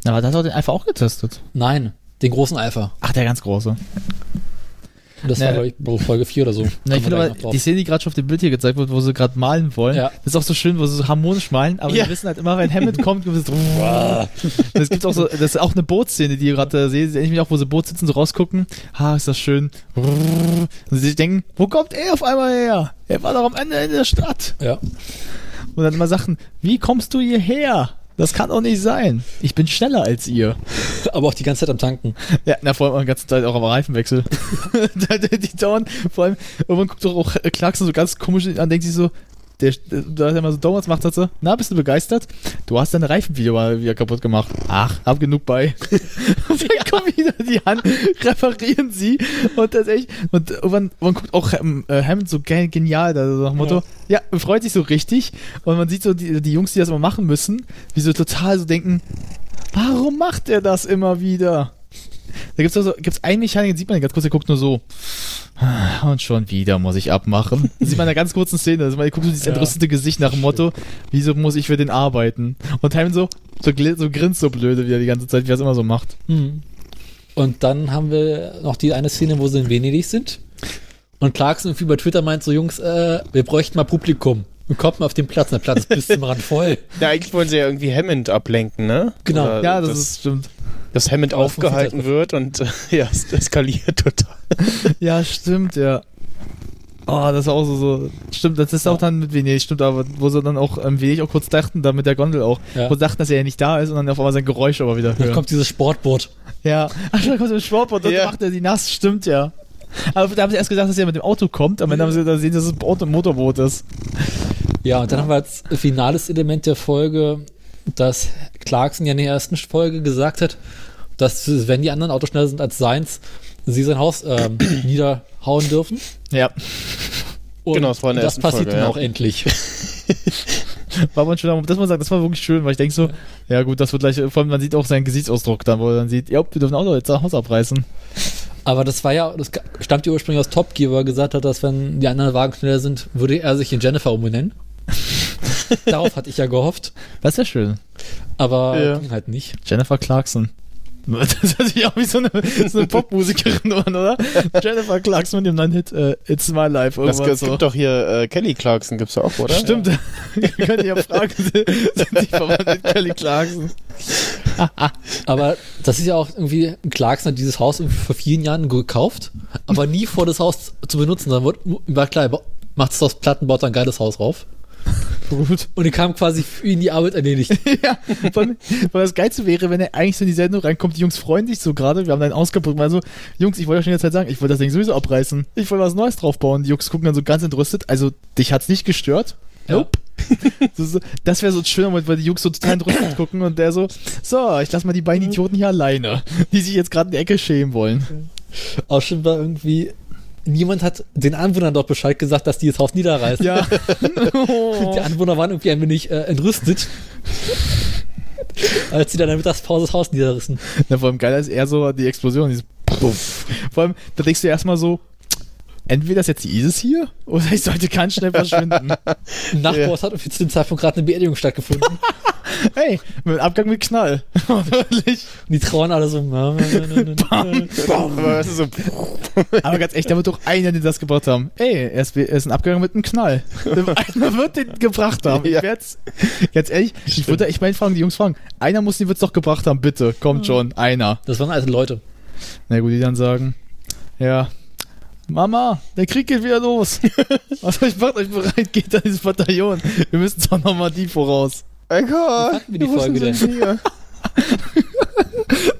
Speaker 4: Na, aber da hat er den einfach auch getestet.
Speaker 3: nein, den großen Alpha.
Speaker 4: Ach, der ganz große.
Speaker 3: Und das war,
Speaker 4: Nee.
Speaker 3: glaube ich, bei Folge 4 oder so.
Speaker 4: [laughs] Na, ich
Speaker 3: Kommen wir gleich
Speaker 4: finde aber,
Speaker 3: noch drauf.
Speaker 4: die Szene, die gerade schon auf dem Bild hier gezeigt wird, wo sie gerade malen wollen,
Speaker 3: Ja.
Speaker 4: das ist auch so schön, wo sie so harmonisch malen, aber
Speaker 2: Ja.
Speaker 4: wir wissen halt immer, wenn Hammond kommt, gibt
Speaker 3: [laughs]
Speaker 4: es so, das gibt auch so, das ist auch eine Bootszene, die ihr gerade äh, seht, sehe ich mich auch, wo sie im Boot sitzen, so rausgucken, ha, ist das schön, und sie sich denken, wo kommt er auf einmal her? Er war doch am Ende in der Stadt.
Speaker 3: Ja. [laughs]
Speaker 4: Und dann immer Sachen, wie kommst du hierher? Das kann doch nicht sein. Ich bin schneller als ihr.
Speaker 3: Aber auch die ganze Zeit am Tanken.
Speaker 4: Ja, na, vor allem auch die ganze Zeit auch am Reifenwechsel. Da- die, die dauern, vor allem, irgendwann guckt doch auch Clarkson so ganz komisch an, denkt sich so, der, da hat er mal so Donuts macht, hat so, na, bist du begeistert? Du hast deine Reifen wieder mal wieder kaputt gemacht. Ach, hab genug bei. und dann kommen wieder die an, reparieren sie und tatsächlich, und irgendwann, irgendwann guckt auch ähm, äh, Hammond so ge- genial, da so nach dem Motto, ja. freut sich so richtig und man sieht so die, die Jungs, die das immer machen müssen, wie so total so denken, warum macht er das immer wieder? Da gibt's also, gibt's einen Mechaniker, den sieht man den ganz kurz, der guckt nur so. "Ah, Und schon wieder muss ich [laughs] abmachen. Das sieht man in einer ganz kurzen Szene. Also man guckt so dieses
Speaker 3: Ja.
Speaker 4: entrüstete Gesicht nach dem Motto, wieso muss ich für den arbeiten? Und Hammond so, so, gl- so grinst so blöde wieder die ganze Zeit, wie er es immer so macht.
Speaker 3: Und dann haben wir noch die eine Szene, wo sie in Venedig sind. Und Clarkson irgendwie bei Twitter meint so, Jungs, äh, wir bräuchten mal Publikum. Und kommt mal auf den Platz. Der Platz ist bis zum Rand voll.
Speaker 4: [laughs]
Speaker 2: Ja, eigentlich wollen sie ja irgendwie Hammond ablenken, ne?
Speaker 3: Genau.
Speaker 2: Oder
Speaker 4: ja, das,
Speaker 2: dass-
Speaker 4: ist stimmt.
Speaker 2: Dass Hammond
Speaker 3: Aber das
Speaker 4: halt
Speaker 2: aufgehalten [laughs]
Speaker 3: funktioniert
Speaker 2: wird und äh, ja, es eskaliert total.
Speaker 4: Ja, stimmt, ja. Oh, das ist auch so, so. Stimmt, das ist auch dann mit Venedig, stimmt, aber wo sie dann auch im Venedig auch kurz dachten, da mit der Gondel auch,
Speaker 3: Ja.
Speaker 4: wo sie dachten, dass er ja nicht da ist und dann auf einmal sein Geräusch aber wieder
Speaker 3: Dann
Speaker 4: hören.
Speaker 3: kommt dieses Sportboot.
Speaker 4: Ja. Ach, da kommt der Sportboot, dann
Speaker 2: Ja.
Speaker 4: macht er die nass, stimmt ja. Aber da haben sie erst gedacht, dass er mit dem Auto kommt, am Ende haben sie dann gesehen, dass es ein Auto ein Motorboot ist.
Speaker 3: Ja, und dann haben wir als finales Element der Folge, dass Clarkson ja in der ersten Folge gesagt hat, dass wenn die anderen Autos schneller sind als seins, sie sein Haus ähm,
Speaker 2: [clears throat]
Speaker 3: niederhauen dürfen.
Speaker 4: Ja.
Speaker 3: Und
Speaker 2: Genau, das war in der
Speaker 3: das
Speaker 2: ersten
Speaker 3: passiert
Speaker 2: Folge,
Speaker 3: dann
Speaker 2: ja.
Speaker 3: auch endlich.
Speaker 4: War man schon, das muss man sagen, das war wirklich schön, weil ich denke so, ja gut, das wird gleich, vor allem man sieht auch seinen Gesichtsausdruck dann, wo er dann sieht, ja, wir dürfen auch noch jetzt das Haus abreißen.
Speaker 3: Aber das war ja, das stammt ja ursprünglich aus Top Gear, wo er gesagt hat, dass wenn die anderen Wagen schneller sind, würde er sich in Jennifer
Speaker 2: [laughs]
Speaker 3: umbenennen. Darauf hatte ich ja gehofft,
Speaker 4: Das ist ja schön.
Speaker 3: aber
Speaker 2: Ja.
Speaker 3: ging halt nicht.
Speaker 4: Jennifer Clarkson. [laughs] Das ist natürlich auch wie so eine, so eine Popmusikerin, an, oder? Jennifer Clarkson mit dem neuen Hit äh, It's My Life.
Speaker 2: Das,
Speaker 4: irgendwas
Speaker 2: es gibt doch hier äh, Kelly Clarkson, gibt's doch auch, oder?
Speaker 4: Stimmt. Könnt [laughs] ihr ja fragen, sind die verwandt mit Kelly Clarkson?
Speaker 3: Aber das ist ja auch irgendwie, Clarkson hat dieses Haus irgendwie vor vielen Jahren gekauft, aber nie vor das Haus zu benutzen. Dann wurde, war klar, macht es aus Platten, baut ein geiles Haus rauf.
Speaker 4: Gut.
Speaker 3: Und die kam quasi für ihn die Arbeit erledigt.
Speaker 4: [laughs] Ja, weil, weil das Geilste wäre, wenn er eigentlich so in die Sendung reinkommt, die Jungs freuen sich so gerade, wir haben einen ausgepackt, also, Jungs, ich wollte euch schon jetzt halt sagen, ich wollte das Ding sowieso abreißen, ich wollte was Neues draufbauen, die Jungs gucken dann so ganz entrüstet, also, dich hat's nicht gestört? Nope. Das, ist so- das wäre so ein schöner Moment, weil die Jungs so total entrüstet gucken und der so, so, ich lass mal die beiden Idioten hier alleine, die sich jetzt gerade in die Ecke schämen wollen.
Speaker 3: Auch schon war irgendwie, niemand hat den Anwohnern dort Bescheid gesagt, dass die das Haus niederreißen.
Speaker 4: Ja.
Speaker 3: Die Anwohner waren irgendwie ein wenig äh, entrüstet. Als sie dann in der Mittagspause das Haus niederrissen.
Speaker 4: [laughs] Na, vor allem geiler ist eher so die Explosion, dieses Puff. Vor allem, da denkst du erstmal so, entweder ist jetzt die ISIS hier oder ich sollte ganz schnell verschwinden.
Speaker 3: Ein Nachbar hat irgendwie zu dem Zeitpunkt gerade eine Beerdigung stattgefunden. Und
Speaker 4: hey, mit Abgang mit Knall. [laughs] Wirklich.
Speaker 3: die trauern alle so. na, na, na, na, na.
Speaker 2: [laughs] Aber weißt du, so,
Speaker 4: Aber ganz echt, da wird doch einer, den das gebracht haben. Ey, er ist, er ist ein Abgang mit einem Knall. [laughs] einer wird den gebracht haben.
Speaker 2: Ja.
Speaker 4: Ich werd's, ganz ehrlich, ich würde ich meine fragen, die Jungs fragen, einer muss den wird's doch gebracht haben, bitte. Kommt schon, einer.
Speaker 3: Das waren alte Leute.
Speaker 4: Na gut, die dann sagen, ja, Mama, der Krieg geht wieder los. Was euch macht euch bereit, geht an dieses Bataillon. Wir müssen doch nochmal die voraus.
Speaker 2: oh Gott,
Speaker 3: hatten wir die Folge denn?
Speaker 2: hier?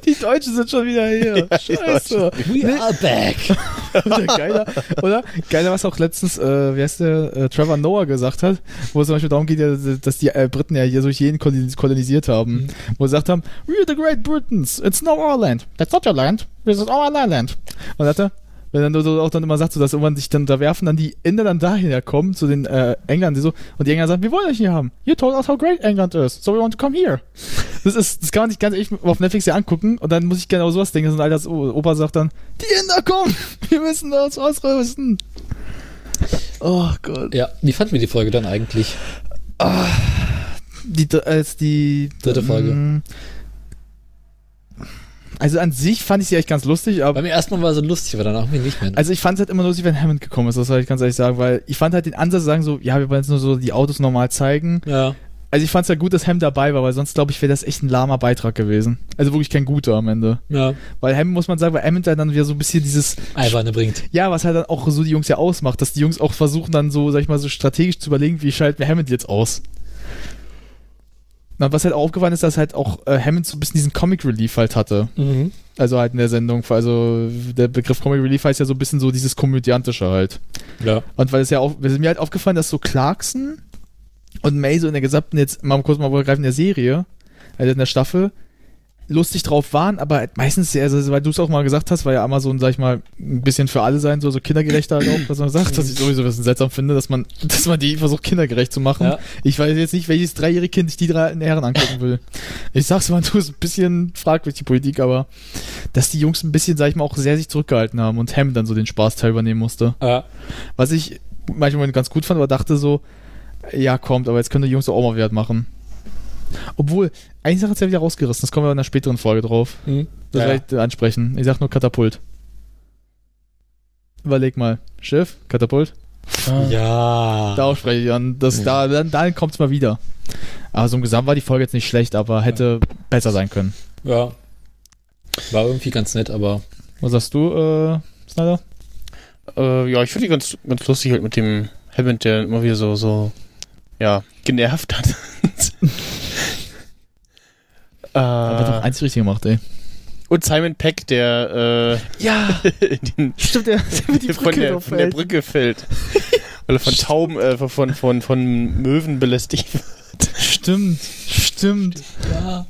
Speaker 4: Die Deutschen sind schon wieder hier. Scheiße.
Speaker 3: We are back.
Speaker 4: Oder [laughs] geiler, oder? Geiler, was auch letztens, äh, wie heißt der, äh, Trevor Noah gesagt hat, wo es zum Beispiel darum geht, ja, dass die äh, Briten ja hier so jeden kolon- kolonisiert haben. Wo sie gesagt haben, we're the great Britons, it's not our land, that's not your land, this is our land. Und dann hat er, wenn dann so auch dann immer sagt, so, dass irgendwann sich dann da werfen, dann die Inder dann daher kommen, zu den äh, Engländern, die so, und die Engländer sagen, wir wollen euch hier haben. You told us how great England is, so we want to come here. Das ist, das kann man sich ganz echt auf Netflix ja angucken und dann muss ich genau sowas denken. So ein alter O- Opa sagt dann, die Inder kommen, wir müssen uns ausrüsten. Oh Gott.
Speaker 3: Ja, wie fanden wir die Folge dann eigentlich?
Speaker 4: Die, dr- als die
Speaker 3: Dritte Folge.
Speaker 4: Mm. Also an sich fand ich sie echt ganz lustig, aber
Speaker 3: Beim ersten Mal war sie lustig, aber dann auch mir nicht mehr.
Speaker 4: Also ich fand es halt immer lustig, wenn Hammond gekommen ist, das soll ich ganz ehrlich sagen, weil ich fand halt den Ansatz sagen so, ja, wir wollen jetzt nur so die Autos normal zeigen.
Speaker 3: ja.
Speaker 4: Also ich fand es ja gut, dass Hammond dabei war, weil sonst glaube ich, wäre das echt ein lahmer Beitrag gewesen. Also wirklich kein guter am Ende.
Speaker 3: ja.
Speaker 4: Weil Hammond muss man sagen, weil Hammond halt dann wieder so ein bisschen dieses,
Speaker 3: Alberne bringt.
Speaker 4: ja, was halt dann auch so die Jungs ja ausmacht, dass die Jungs auch versuchen dann so, sag ich mal, so strategisch zu überlegen, wie schalten wir Hammond jetzt aus. Na, was halt auch aufgefallen ist, dass halt auch äh, Hammond so ein bisschen diesen Comic Relief halt hatte.
Speaker 3: Mhm.
Speaker 4: Also halt in der Sendung, also der Begriff Comic Relief heißt ja so ein bisschen so dieses Komödiantische halt.
Speaker 3: Ja.
Speaker 4: Und weil es ja auch, es ist mir halt aufgefallen, dass so Clarkson und May so in der gesamten, jetzt mal kurz mal übergreifend der Serie, also in der Staffel, lustig drauf waren, aber halt meistens, sehr- also, weil du es auch mal gesagt hast, weil ja Amazon, sag ich mal, ein bisschen für alle sein soll, so kindergerechter halt auch, was man sagt, dass ich sowieso ein bisschen seltsam finde, dass man, [laughs] dass man die versucht, kindergerecht zu machen.
Speaker 3: Ja.
Speaker 4: Ich weiß jetzt nicht, welches dreijährige Kind ich die drei alten Herren angucken will. Ich sag's mal, [laughs] du ist ein bisschen fragwürdig, die Politik, aber dass die Jungs ein bisschen, sag ich mal, auch sehr sich zurückgehalten haben und Ham dann so den Spaßteil übernehmen musste.
Speaker 3: Äh,
Speaker 4: Was ich manchmal ganz gut fand, aber dachte so, ja, kommt, aber jetzt können die Jungs doch auch mal Wert machen. Obwohl, eine Sache hat's ja wieder rausgerissen, das kommen wir in einer späteren Folge drauf.
Speaker 3: mhm.
Speaker 4: Das
Speaker 3: Ja.
Speaker 4: werde ich ansprechen. Ich sag nur Katapult. Überleg mal. Schiff, Katapult.
Speaker 3: ja.
Speaker 4: Da auch spreche ich an. Das, da, dann, dann kommt's mal wieder. Also im Gesamt war die Folge jetzt nicht schlecht, aber hätte besser sein können.
Speaker 3: Ja. War irgendwie ganz nett, aber
Speaker 4: Was sagst du, äh, Snyder?
Speaker 2: Äh, ja, ich finde die ganz, ganz lustig halt mit dem Hammond, der immer wieder so, so, ja, genervt hat. [laughs]
Speaker 4: Aber hat doch
Speaker 2: äh,
Speaker 4: eins richtig gemacht, ey.
Speaker 2: und Simon Peck, der
Speaker 4: Ja,
Speaker 2: äh, in den,
Speaker 4: stimmt, [laughs] der mit
Speaker 2: [laughs]
Speaker 4: die
Speaker 2: von, der,
Speaker 4: drauf
Speaker 2: von der
Speaker 4: fällt.
Speaker 2: Brücke
Speaker 4: [laughs]
Speaker 2: fällt. Weil er von Tauben, äh, von, von, von Möwen belästigt wird.
Speaker 4: Stimmt, stimmt.
Speaker 3: [laughs] Ja.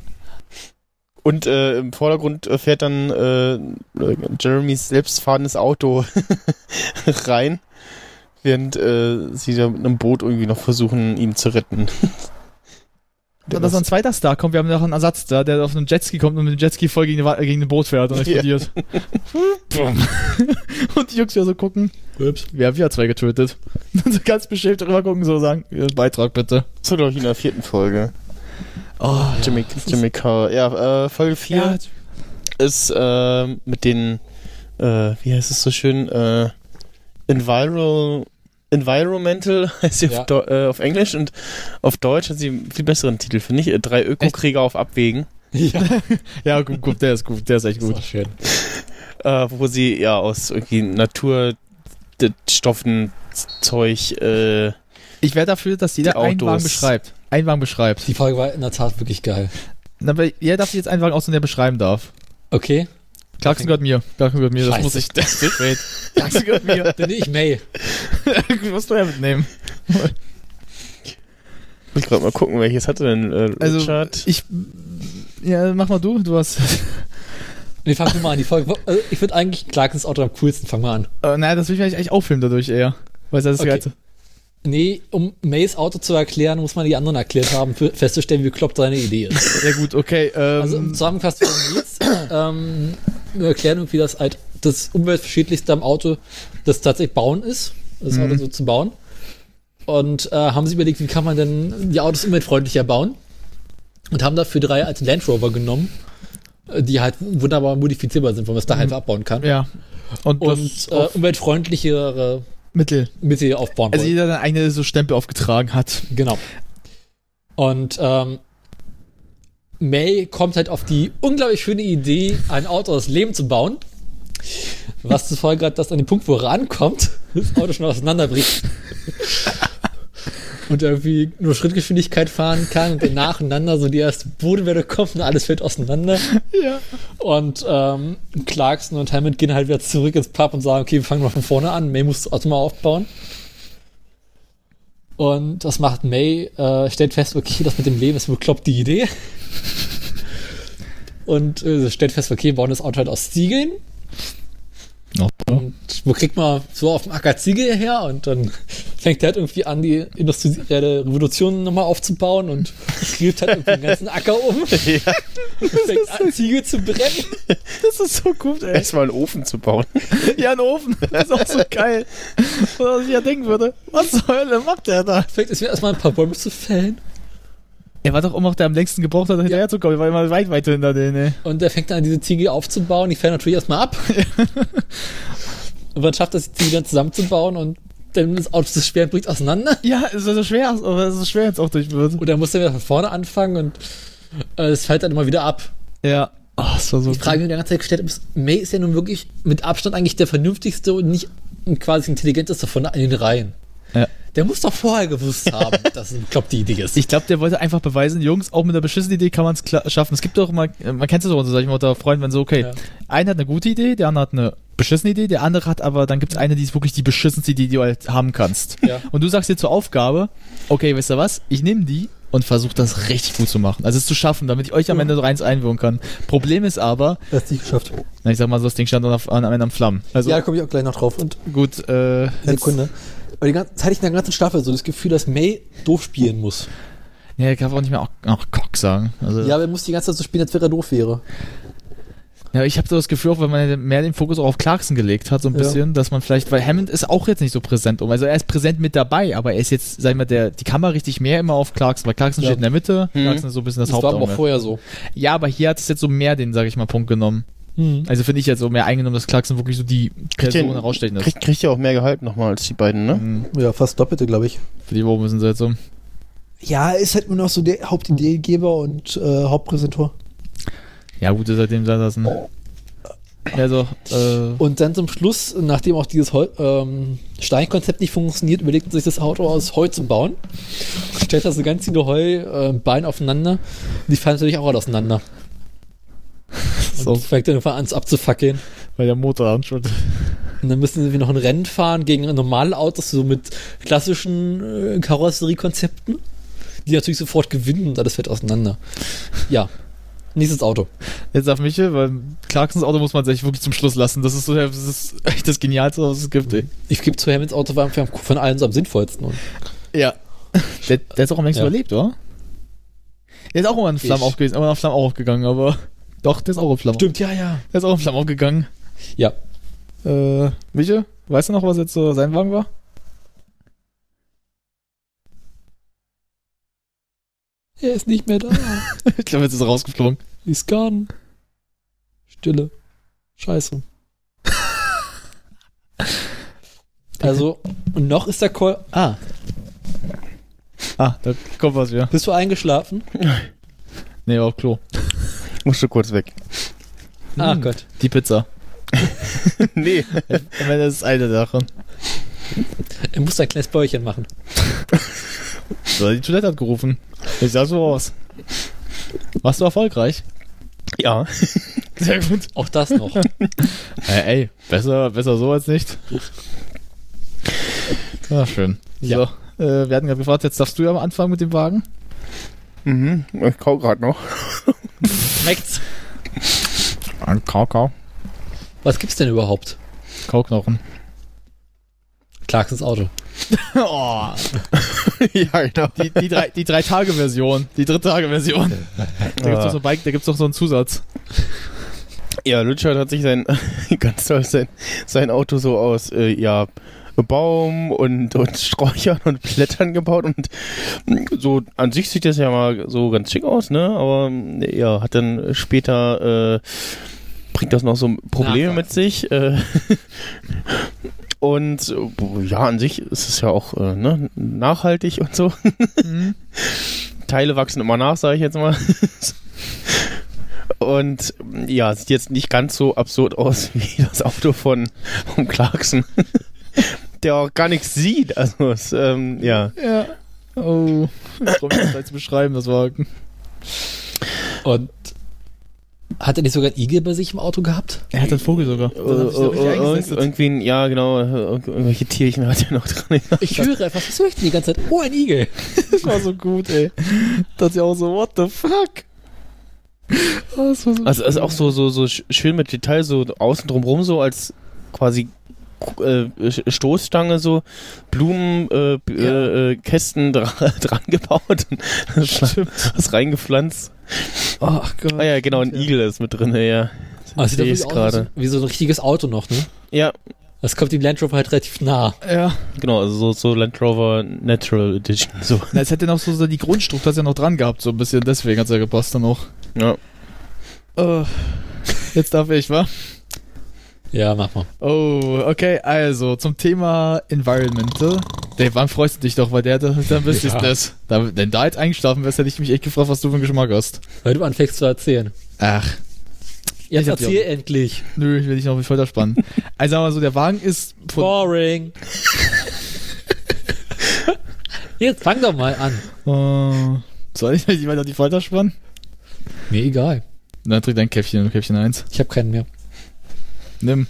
Speaker 2: Und äh, im Vordergrund äh, fährt dann äh, äh, Jeremys selbstfahrendes Auto [laughs] rein, während äh, sie da mit einem Boot irgendwie noch versuchen, ihn zu retten.
Speaker 4: Dann, dass noch ein zweiter Star kommt, wir haben noch einen Ersatz da, der auf einem Jetski kommt und mit dem Jetski voll gegen, die Wa- äh, gegen ein Boot fährt und
Speaker 2: Ja.
Speaker 4: [laughs] explodiert. und die Jungs wieder so gucken,
Speaker 3: Ups.
Speaker 4: wir haben wieder zwei getötet. [laughs] Dann so ganz beschämt drüber gucken, so sagen, "Ja, Beitrag bitte.
Speaker 2: so, glaube ich, in der vierten Folge.
Speaker 4: Oh,
Speaker 2: Jimmy, Jimmy Carr. Ja, äh, Folge 4
Speaker 4: ja,
Speaker 2: ist äh, mit den, äh, wie heißt es so schön, äh, Enviro, Environmental [laughs] heißt sie
Speaker 3: Ja.
Speaker 2: auf, Deu- äh, auf Englisch und auf Deutsch hat sie einen viel besseren Titel, finde ich. Äh, Drei Ökokrieger auf Abwägen.
Speaker 3: Ja,
Speaker 4: ja gut, gut, der ist gut, der ist echt
Speaker 3: gut.
Speaker 4: gut.
Speaker 3: War schön.
Speaker 2: äh, wo sie ja aus irgendwie Naturstoffen Zeug äh,
Speaker 4: Ich wäre dafür, dass jeder
Speaker 2: Die
Speaker 4: einen
Speaker 2: Autos.
Speaker 4: Wagen beschreibt. Einen Wagen beschreibt.
Speaker 3: Die Folge war in der Tat wirklich geil.
Speaker 4: Na, Aber jeder darf sich jetzt einen Wagen aussuchen, der beschreiben darf.
Speaker 3: Okay,
Speaker 4: Clarkson gehört mir. Clarkson gehört mir, das
Speaker 3: Scheiße.
Speaker 4: muss ich.
Speaker 2: [laughs]
Speaker 4: Das tut mir leid. [laughs] Clarkson gehört [laughs] mir.
Speaker 3: dann nehme ich May.
Speaker 4: musst du ja mitnehmen.
Speaker 2: ich muss gerade mal gucken, welches hatte denn äh,
Speaker 4: Also,
Speaker 2: Richard?
Speaker 4: Ich. Ja, mach mal du. Du hast.
Speaker 3: Nee, fang du mal an. Die Folge, also ich finde eigentlich Clarkens Auto am coolsten. Fang mal an.
Speaker 4: Äh, naja, das will ich mir eigentlich auffilmen dadurch eher. Weil das ist halt
Speaker 3: Okay.
Speaker 4: okay.
Speaker 3: Nee, um Mays Auto zu erklären, muss man die anderen erklärt haben, für festzustellen, wie kloppt seine Idee ist.
Speaker 4: Ja, gut, okay. Ähm,
Speaker 3: Also zusammengefasst von Nils,
Speaker 4: [coughs]
Speaker 3: ähm, wir erklären irgendwie, dass halt das umweltschädlichste am Auto das tatsächlich bauen ist, das
Speaker 4: Mhm.
Speaker 3: Auto so zu bauen. Und äh, haben sie überlegt, wie kann man denn die Autos umweltfreundlicher bauen? Und haben dafür drei als Land Rover genommen, äh, die halt wunderbar modifizierbar sind, wo man es da halt abbauen kann.
Speaker 4: Mhm. ja. Und,
Speaker 3: Und
Speaker 4: das
Speaker 3: äh, umweltfreundlichere
Speaker 4: Mittel.
Speaker 3: Mittel aufbauen
Speaker 4: Also
Speaker 3: wollen.
Speaker 4: jeder seine eigene so Stempel aufgetragen hat.
Speaker 3: Genau. Und ähm, May kommt halt auf die unglaublich schöne Idee, ein Auto aus Lehm zu bauen. Was zur Folge hat, dass an dem Punkt, wo er ankommt, [laughs] das Auto schon auseinanderbricht. Und irgendwie nur Schrittgeschwindigkeit fahren kann und dann nacheinander so die erste Bodenwelle kommt und alles fällt auseinander.
Speaker 4: Ja.
Speaker 3: Und ähm, Clarkson und Hammond gehen halt wieder zurück ins Pub und sagen, okay, wir fangen mal von vorne an. May muss das Auto mal aufbauen. Und was macht May? Äh, stellt fest, okay, das mit dem Leben ist eine bekloppte Idee. Und äh, sie stellt fest, okay, wir bauen das Auto halt aus Ziegeln. Und wo kriegt man so auf dem Acker Ziegel her? Und dann [laughs] fängt er halt irgendwie an, die industrielle Revolution nochmal aufzubauen und gräbt halt irgendwie den ganzen Acker um.
Speaker 2: Ja.
Speaker 3: Und fängt an, Ziegel zu brennen.
Speaker 4: Das ist so gut, [laughs] ey.
Speaker 2: Erstmal einen Ofen zu bauen.
Speaker 4: Ja, ein Ofen. Das ist auch so geil. [laughs] Was ich ja denken würde. Was zur Hölle macht der da?
Speaker 3: Vielleicht ist mir erstmal ein paar Bäume zu fällen.
Speaker 4: Er war doch immer auch der am längsten gebraucht hat, um hinterherzukommen. Er war immer weit, weit hinter denen, ey.
Speaker 3: Und der fängt an, diese Ziegel aufzubauen. Die fällt natürlich erstmal [laughs] ab. und dann schafft er es, die Ziegel dann zusammenzubauen und dann das Auto zu schwer und bricht auseinander.
Speaker 4: Ja, es ist so schwer, aber es ist so schwer, wenn es auch durch wird.
Speaker 3: Und dann muss er wieder von vorne anfangen und äh, es fällt dann immer wieder ab.
Speaker 4: Ja. Oh, es war so
Speaker 3: Die Frage, die mir die ganze Zeit gestellt habe, ist, May ist ja nun wirklich mit Abstand eigentlich der vernünftigste und nicht und quasi intelligenteste von allen Reihen.
Speaker 4: Ja.
Speaker 3: Der muss doch vorher gewusst haben, [laughs] dass es eine bekloppte Idee ist.
Speaker 4: Ich glaube, der wollte einfach beweisen, Jungs, auch mit einer beschissenen Idee kann man es schaffen. Es gibt doch mal, äh, man kennt es auch unter, sag ich mal, unter Freunden, wenn so, okay,
Speaker 3: Ja.
Speaker 4: einer hat eine gute Idee, der andere hat eine beschissene Idee, der andere hat aber, dann gibt es eine, die ist wirklich die beschissenste Idee, die du halt haben kannst.
Speaker 3: Ja.
Speaker 4: Und du sagst dir zur Aufgabe, okay, wisst ihr was, ich nehme die und versuche das richtig gut zu machen. Also es zu schaffen, damit ich euch am Ende so eins einwirken kann. Problem ist aber,
Speaker 3: das ist nicht geschafft.
Speaker 4: na, ich sag mal so, das Ding stand dann auf, am Ende am Flammen. Also
Speaker 3: Ja, da komme ich auch gleich noch drauf. Und
Speaker 4: gut, äh,
Speaker 3: Sekunde. Aber die ganze, das hatte ich in der ganzen Staffel so das Gefühl, dass May doof spielen muss.
Speaker 4: ja, ich darf auch nicht mehr auch, auch Cock sagen. Also,
Speaker 3: Ja, aber er muss die ganze Zeit so spielen, als wäre er doof wäre.
Speaker 4: Ja, ich habe so das Gefühl, auch wenn man mehr den Fokus auch auf Clarkson gelegt hat, so ein
Speaker 3: Ja.
Speaker 4: bisschen, dass man vielleicht, weil Hammond ist auch jetzt nicht so präsent um. Also er ist präsent mit dabei, aber er ist jetzt, sag ich mal, der, die Kamera richtig mehr immer auf Clarkson, weil Clarkson
Speaker 3: Ja.
Speaker 4: steht in der Mitte, Clarkson ist so ein bisschen das,
Speaker 3: Das, war aber auch
Speaker 4: Hauptauge.
Speaker 3: vorher so.
Speaker 4: Ja, aber hier hat es jetzt so mehr den, sag ich mal, Punkt genommen. Also finde ich jetzt so mehr eingenommen, dass Clarkson wirklich so die Person herausstechend ist.
Speaker 2: kriegt, kriegt ja auch mehr Gehalt nochmal als die beiden, ne?
Speaker 3: Ja, fast doppelte, glaube ich.
Speaker 4: Für die Woche müssen sie jetzt so.
Speaker 5: Ja, ist halt nur noch so der Hauptideengeber und äh, Hauptpräsentor.
Speaker 4: Ja, gut, dass er dem da lassen. Also, äh,
Speaker 3: Und dann zum Schluss, nachdem auch dieses Hol ähm, Steinkonzept nicht funktioniert, überlegt man sich das Auto aus Heu zu bauen. Stellt da so ganz viele Heu, äh, Beine aufeinander. Die fallen natürlich auch alle auseinander.
Speaker 4: So.
Speaker 3: Und fängt dann irgendwann an, es abzufackeln.
Speaker 4: weil der Motor an schon.
Speaker 3: Und dann müssen wir noch ein Rennen fahren gegen normale Autos, so mit klassischen äh, Karosseriekonzepten, die natürlich sofort gewinnen und alles fällt auseinander. Ja. Nächstes Auto.
Speaker 4: Jetzt auf Michel, weil Clarksons Auto muss man sich wirklich zum Schluss lassen. Das ist so, das ist echt das Genialste, was es gibt, ey.
Speaker 3: Ich gebe zu, Hammonds Auto war am- von allen so am sinnvollsten. Und
Speaker 4: Ja. Der, der ist auch am längsten
Speaker 3: Ja.
Speaker 4: überlebt, oder? Der ist auch immer in Flammen
Speaker 3: Ich-
Speaker 4: aufgegangen, aber in Flammen auch aufgegangen, aber. Doch, der ist auch in Flammen.
Speaker 3: Stimmt, ja, ja.
Speaker 4: Der ist auch in Flammen aufgegangen.
Speaker 3: Ja.
Speaker 4: Äh, Michel, weißt du noch, was jetzt so sein Wagen war? [laughs]
Speaker 3: Er ist nicht mehr da. [laughs]
Speaker 4: Ich glaube, jetzt ist er rausgeflogen.
Speaker 3: Ist gone. Stille. Scheiße. [laughs] also, und noch ist der Call. Ah,
Speaker 4: Ah, da kommt was wieder.
Speaker 3: bist du eingeschlafen?
Speaker 4: Nee, war auf Klo.
Speaker 2: Musste kurz weg.
Speaker 3: Ah
Speaker 4: Hm.
Speaker 3: Gott.
Speaker 4: Die Pizza.
Speaker 2: [laughs] nee.
Speaker 4: Ich meine, das ist eine Sache.
Speaker 3: Er muss ein kleines Bäuerchen machen.
Speaker 4: So, die Toilette hat gerufen. Ich sah so aus. Warst du erfolgreich?
Speaker 2: Ja.
Speaker 4: [laughs] Sehr gut.
Speaker 3: Auch das noch. [laughs]
Speaker 4: Äh, Ey, ey besser, besser so als nicht. Ah, schön.
Speaker 3: Ja.
Speaker 4: So, äh, wir hatten gerade gefragt, jetzt darfst du ja am Anfang mit dem Wagen.
Speaker 2: Mhm. Ich kau gerade noch.
Speaker 3: Schmeckt's.
Speaker 2: Kau, kau.
Speaker 3: Was gibt's denn überhaupt?
Speaker 4: Kauknochen.
Speaker 3: Clarksons Auto.
Speaker 4: [laughs] Oh,
Speaker 2: [laughs] ja, genau.
Speaker 4: die, die, drei, die drei Tage Version, die dritte Tage [laughs] Version. Da gibt's doch so ein Bike, da gibt's doch so einen Zusatz.
Speaker 2: Ja, Lutschert hat sich sein, [laughs] ganz toll, sein, sein Auto so aus, äh, ja, Baum und, und Sträuchern und Blättern gebaut und so an sich sieht das ja mal so ganz schick aus, ne? Aber ja, hat dann später, äh, bringt das noch so Probleme mit sich. Äh, [laughs] und äh, ja, an sich ist es ja auch äh, ne, nachhaltig und so. [laughs] Teile wachsen immer nach, sage ich jetzt mal. Und ja, sieht jetzt nicht ganz so absurd aus [laughs] wie das Auto von, von Clarkson, [laughs] der auch gar nichts sieht. Also, es, ähm, ja.
Speaker 4: Ja. Oh, ich freue mich, das gleich zu beschreiben, das Wagen.
Speaker 3: Und hat er nicht sogar einen Igel bei sich im Auto gehabt?
Speaker 4: Er hat einen Vogel sogar.
Speaker 2: Äh, äh,
Speaker 4: oh,
Speaker 2: irgend- irgendwie, ein- ja, genau, irgend- irgendwelche Tierchen hat er noch dran.
Speaker 3: Ich höre einfach, was höre ich denn die ganze Zeit? Oh, ein Igel.
Speaker 4: Das war so gut, ey. Das ist ja auch so, what the fuck? Oh, das war so
Speaker 2: [laughs] Also, ist auch so, so, so sch- schön mit Detail, so außen drumrum, so als quasi äh, Stoßstange, so Blumen, äh, b- äh, äh, Kästen dra [laughs] dran gebaut und [laughs] was reingepflanzt.
Speaker 4: Ach Gott.
Speaker 2: Ah ja, genau, ein Igel ist mit drin, ja.
Speaker 3: Ah, sieht doch
Speaker 2: Sehe ich's
Speaker 3: wirklich aus
Speaker 2: gerade.
Speaker 3: wie so ein richtiges Auto noch, ne?
Speaker 2: Ja,
Speaker 3: Das kommt dem Land Rover halt relativ nah.
Speaker 4: Ja.
Speaker 2: genau, also so, so Land Rover Natural Edition, [laughs] so.
Speaker 4: Na, es hätte noch so, so die Grundstruktur hat's ja noch dran gehabt, so ein bisschen. Deswegen hat's ja gepasst dann auch.
Speaker 2: Ja.
Speaker 4: Äh, jetzt darf ich, wa?
Speaker 3: Ja, mach mal.
Speaker 4: Oh, okay, also zum Thema Environment. äh. Dave, wann freust du dich doch, weil der, der dann wüsste ich
Speaker 3: Ja.
Speaker 4: das. Da, wenn da jetzt eingeschlafen wärst, hätte ich mich echt gefragt, was du für einen Geschmack hast.
Speaker 3: Weil du anfängst zu erzählen.
Speaker 4: Ach,
Speaker 3: Jetzt
Speaker 4: hab die
Speaker 3: erzähl endlich.
Speaker 4: nö, ich will dich noch auf die Folter spannen. Also sagen wir mal so, der Wagen ist von
Speaker 3: Boring. Jetzt fang doch mal an.
Speaker 4: Äh, soll ich nicht weiter die Folter spannen?
Speaker 3: Mir egal.
Speaker 4: Dann trink dein Käffchen, Käffchen 1.
Speaker 3: Ich habe keinen mehr.
Speaker 4: Nimm.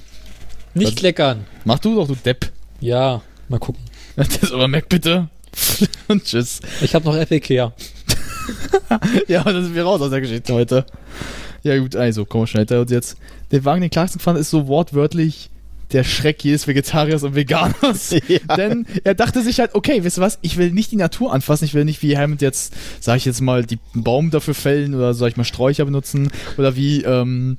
Speaker 3: Nicht
Speaker 4: Was?
Speaker 3: kleckern.
Speaker 4: Mach du doch, du Depp. [laughs]
Speaker 3: Ja, mal gucken.
Speaker 4: Das aber Mac bitte. [laughs] Und tschüss.
Speaker 3: Ich habe noch Epic Care.
Speaker 4: [laughs] Ja, und dann sind wir raus aus der Geschichte heute. Ja gut, also, komm schnell hinter uns jetzt. Der Wagen, den Clarkson gefahren ist so wortwörtlich der Schreck jedes Vegetariers und Veganers. Denn er dachte sich halt, okay, wisst ihr was, ich will nicht die Natur anfassen, ich will nicht wie Hammond jetzt, sag ich jetzt mal, die einen Baum dafür fällen oder sag ich mal Sträucher benutzen oder wie ähm,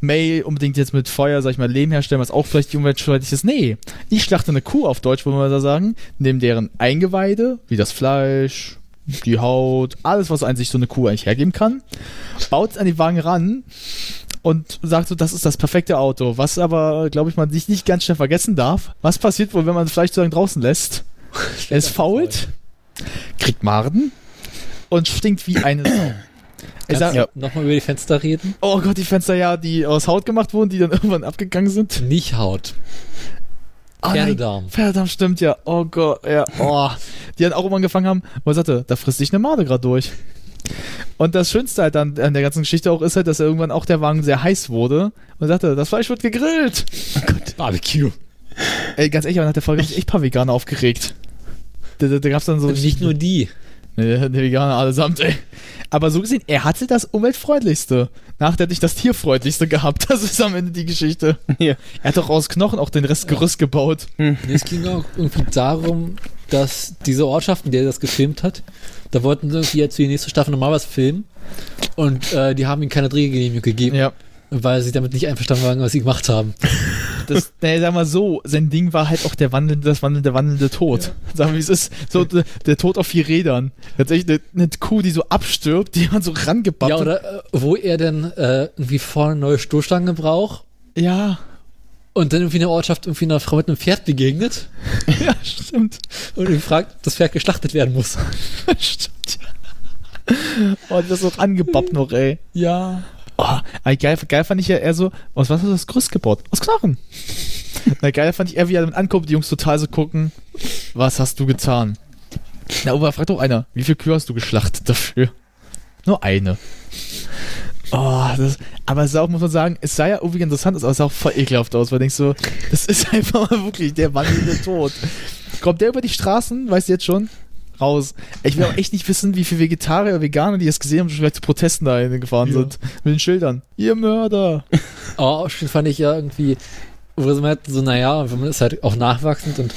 Speaker 4: May unbedingt jetzt mit Feuer, sag ich mal, Lehm herstellen, was auch vielleicht die umweltschädlich ist. Nee, ich schlachte eine Kuh auf Deutsch, wollen wir da sagen, nehme deren Eingeweide, wie das Fleisch, die Haut, alles, was eigentlich so eine Kuh eigentlich hergeben kann, baut an den Wagen ran und sagt so, das ist das perfekte Auto. Was aber, glaube ich, man sich nicht ganz schnell vergessen darf. Was passiert wohl, wenn man das Fleisch zu lange draußen lässt? Es fault, kriegt Marden und stinkt wie eine Sau.
Speaker 3: Kannst
Speaker 4: sag-
Speaker 3: du
Speaker 2: Ja.
Speaker 3: nochmal über die Fenster reden?
Speaker 4: Oh Gott, die Fenster ja, die aus Haut gemacht wurden, die dann [laughs] irgendwann abgegangen sind.
Speaker 3: Nicht Haut.
Speaker 4: Ah, nein.
Speaker 3: Pferdedarm.
Speaker 4: Pferdedarm stimmt ja. Oh Gott, ja.
Speaker 3: Oh,
Speaker 4: Die dann auch immer angefangen haben, wo er sagte, da frisst sich eine Made gerade durch. Und das Schönste halt an, an der ganzen Geschichte auch ist halt, dass irgendwann auch der Wagen sehr heiß wurde und sagte, das Fleisch wird gegrillt.
Speaker 3: Barbecue.
Speaker 4: Ey, ganz ehrlich, aber nach der Folge haben sich echt paar Veganer aufgeregt. Da, da, da gab's dann so.
Speaker 3: Nicht nur die.
Speaker 4: Nee, die Veganer allesamt, ey. Aber so gesehen, er hatte das umweltfreundlichste. Nachher hätte ich das tierfreundlichste gehabt. Das ist am Ende die Geschichte.
Speaker 2: Ja.
Speaker 4: Er hat doch aus Knochen auch den Rest Gerüst gebaut.
Speaker 3: Nee, es ging auch irgendwie darum, dass diese Ortschaften, der das gefilmt hat, da wollten sie irgendwie jetzt für die nächste Staffel nochmal was filmen. Und äh, die haben ihm keine Drehgenehmigung gegeben,
Speaker 4: Ja.
Speaker 3: weil sie damit nicht einverstanden waren, was sie gemacht haben.
Speaker 4: Das, naja, sag mal so, sein Ding war halt auch der wandelnde, das wandelnde, wandelnde Tod. Sagen wir, wie es ist. So, der, der Tod auf vier Rädern. Tatsächlich eine, eine Kuh, die so abstirbt, die man so rangebappt.
Speaker 3: Ja, oder äh, wo er dann äh, irgendwie vorne eine neue Stoßstange braucht
Speaker 4: Ja,
Speaker 3: und dann irgendwie in der Ortschaft irgendwie einer Frau mit einem Pferd begegnet
Speaker 4: ja, stimmt. [laughs]
Speaker 3: und ihn fragt, ob das Pferd geschlachtet werden muss.
Speaker 4: stimmt. ja. Oh, das ist auch angebappt noch, ey.
Speaker 3: Ja.
Speaker 4: Oh, aber geil, geil fand ich ja eher so, aus was hast du das Gerüst gebaut? Aus Knochen. Na geil fand ich eher, wie er damit ankommt, die Jungs total so gucken, was hast du getan? Na, aber fragt doch einer, wie viel Kühe hast du geschlachtet dafür? Nur eine. Oh, das, aber es sah auch, muss man sagen, es sah ja irgendwie interessant aus, aber es sah auch voll ekelhaft aus, weil du denkst so, das ist [laughs] einfach mal wirklich der wandelnde Tod. Kommt der über die Straßen, weißt du jetzt schon? Raus. Ich will auch echt nicht wissen, wie viele Vegetarier, Veganer, die das gesehen haben, schon vielleicht zu Protesten da hingefahren
Speaker 3: Ja.
Speaker 4: sind. Mit den Schildern. Ihr [laughs] Mörder.
Speaker 3: Aber auch Ah, schön fand ich ja irgendwie, wo man halt so, naja, wenn man ist halt auch nachwachsend und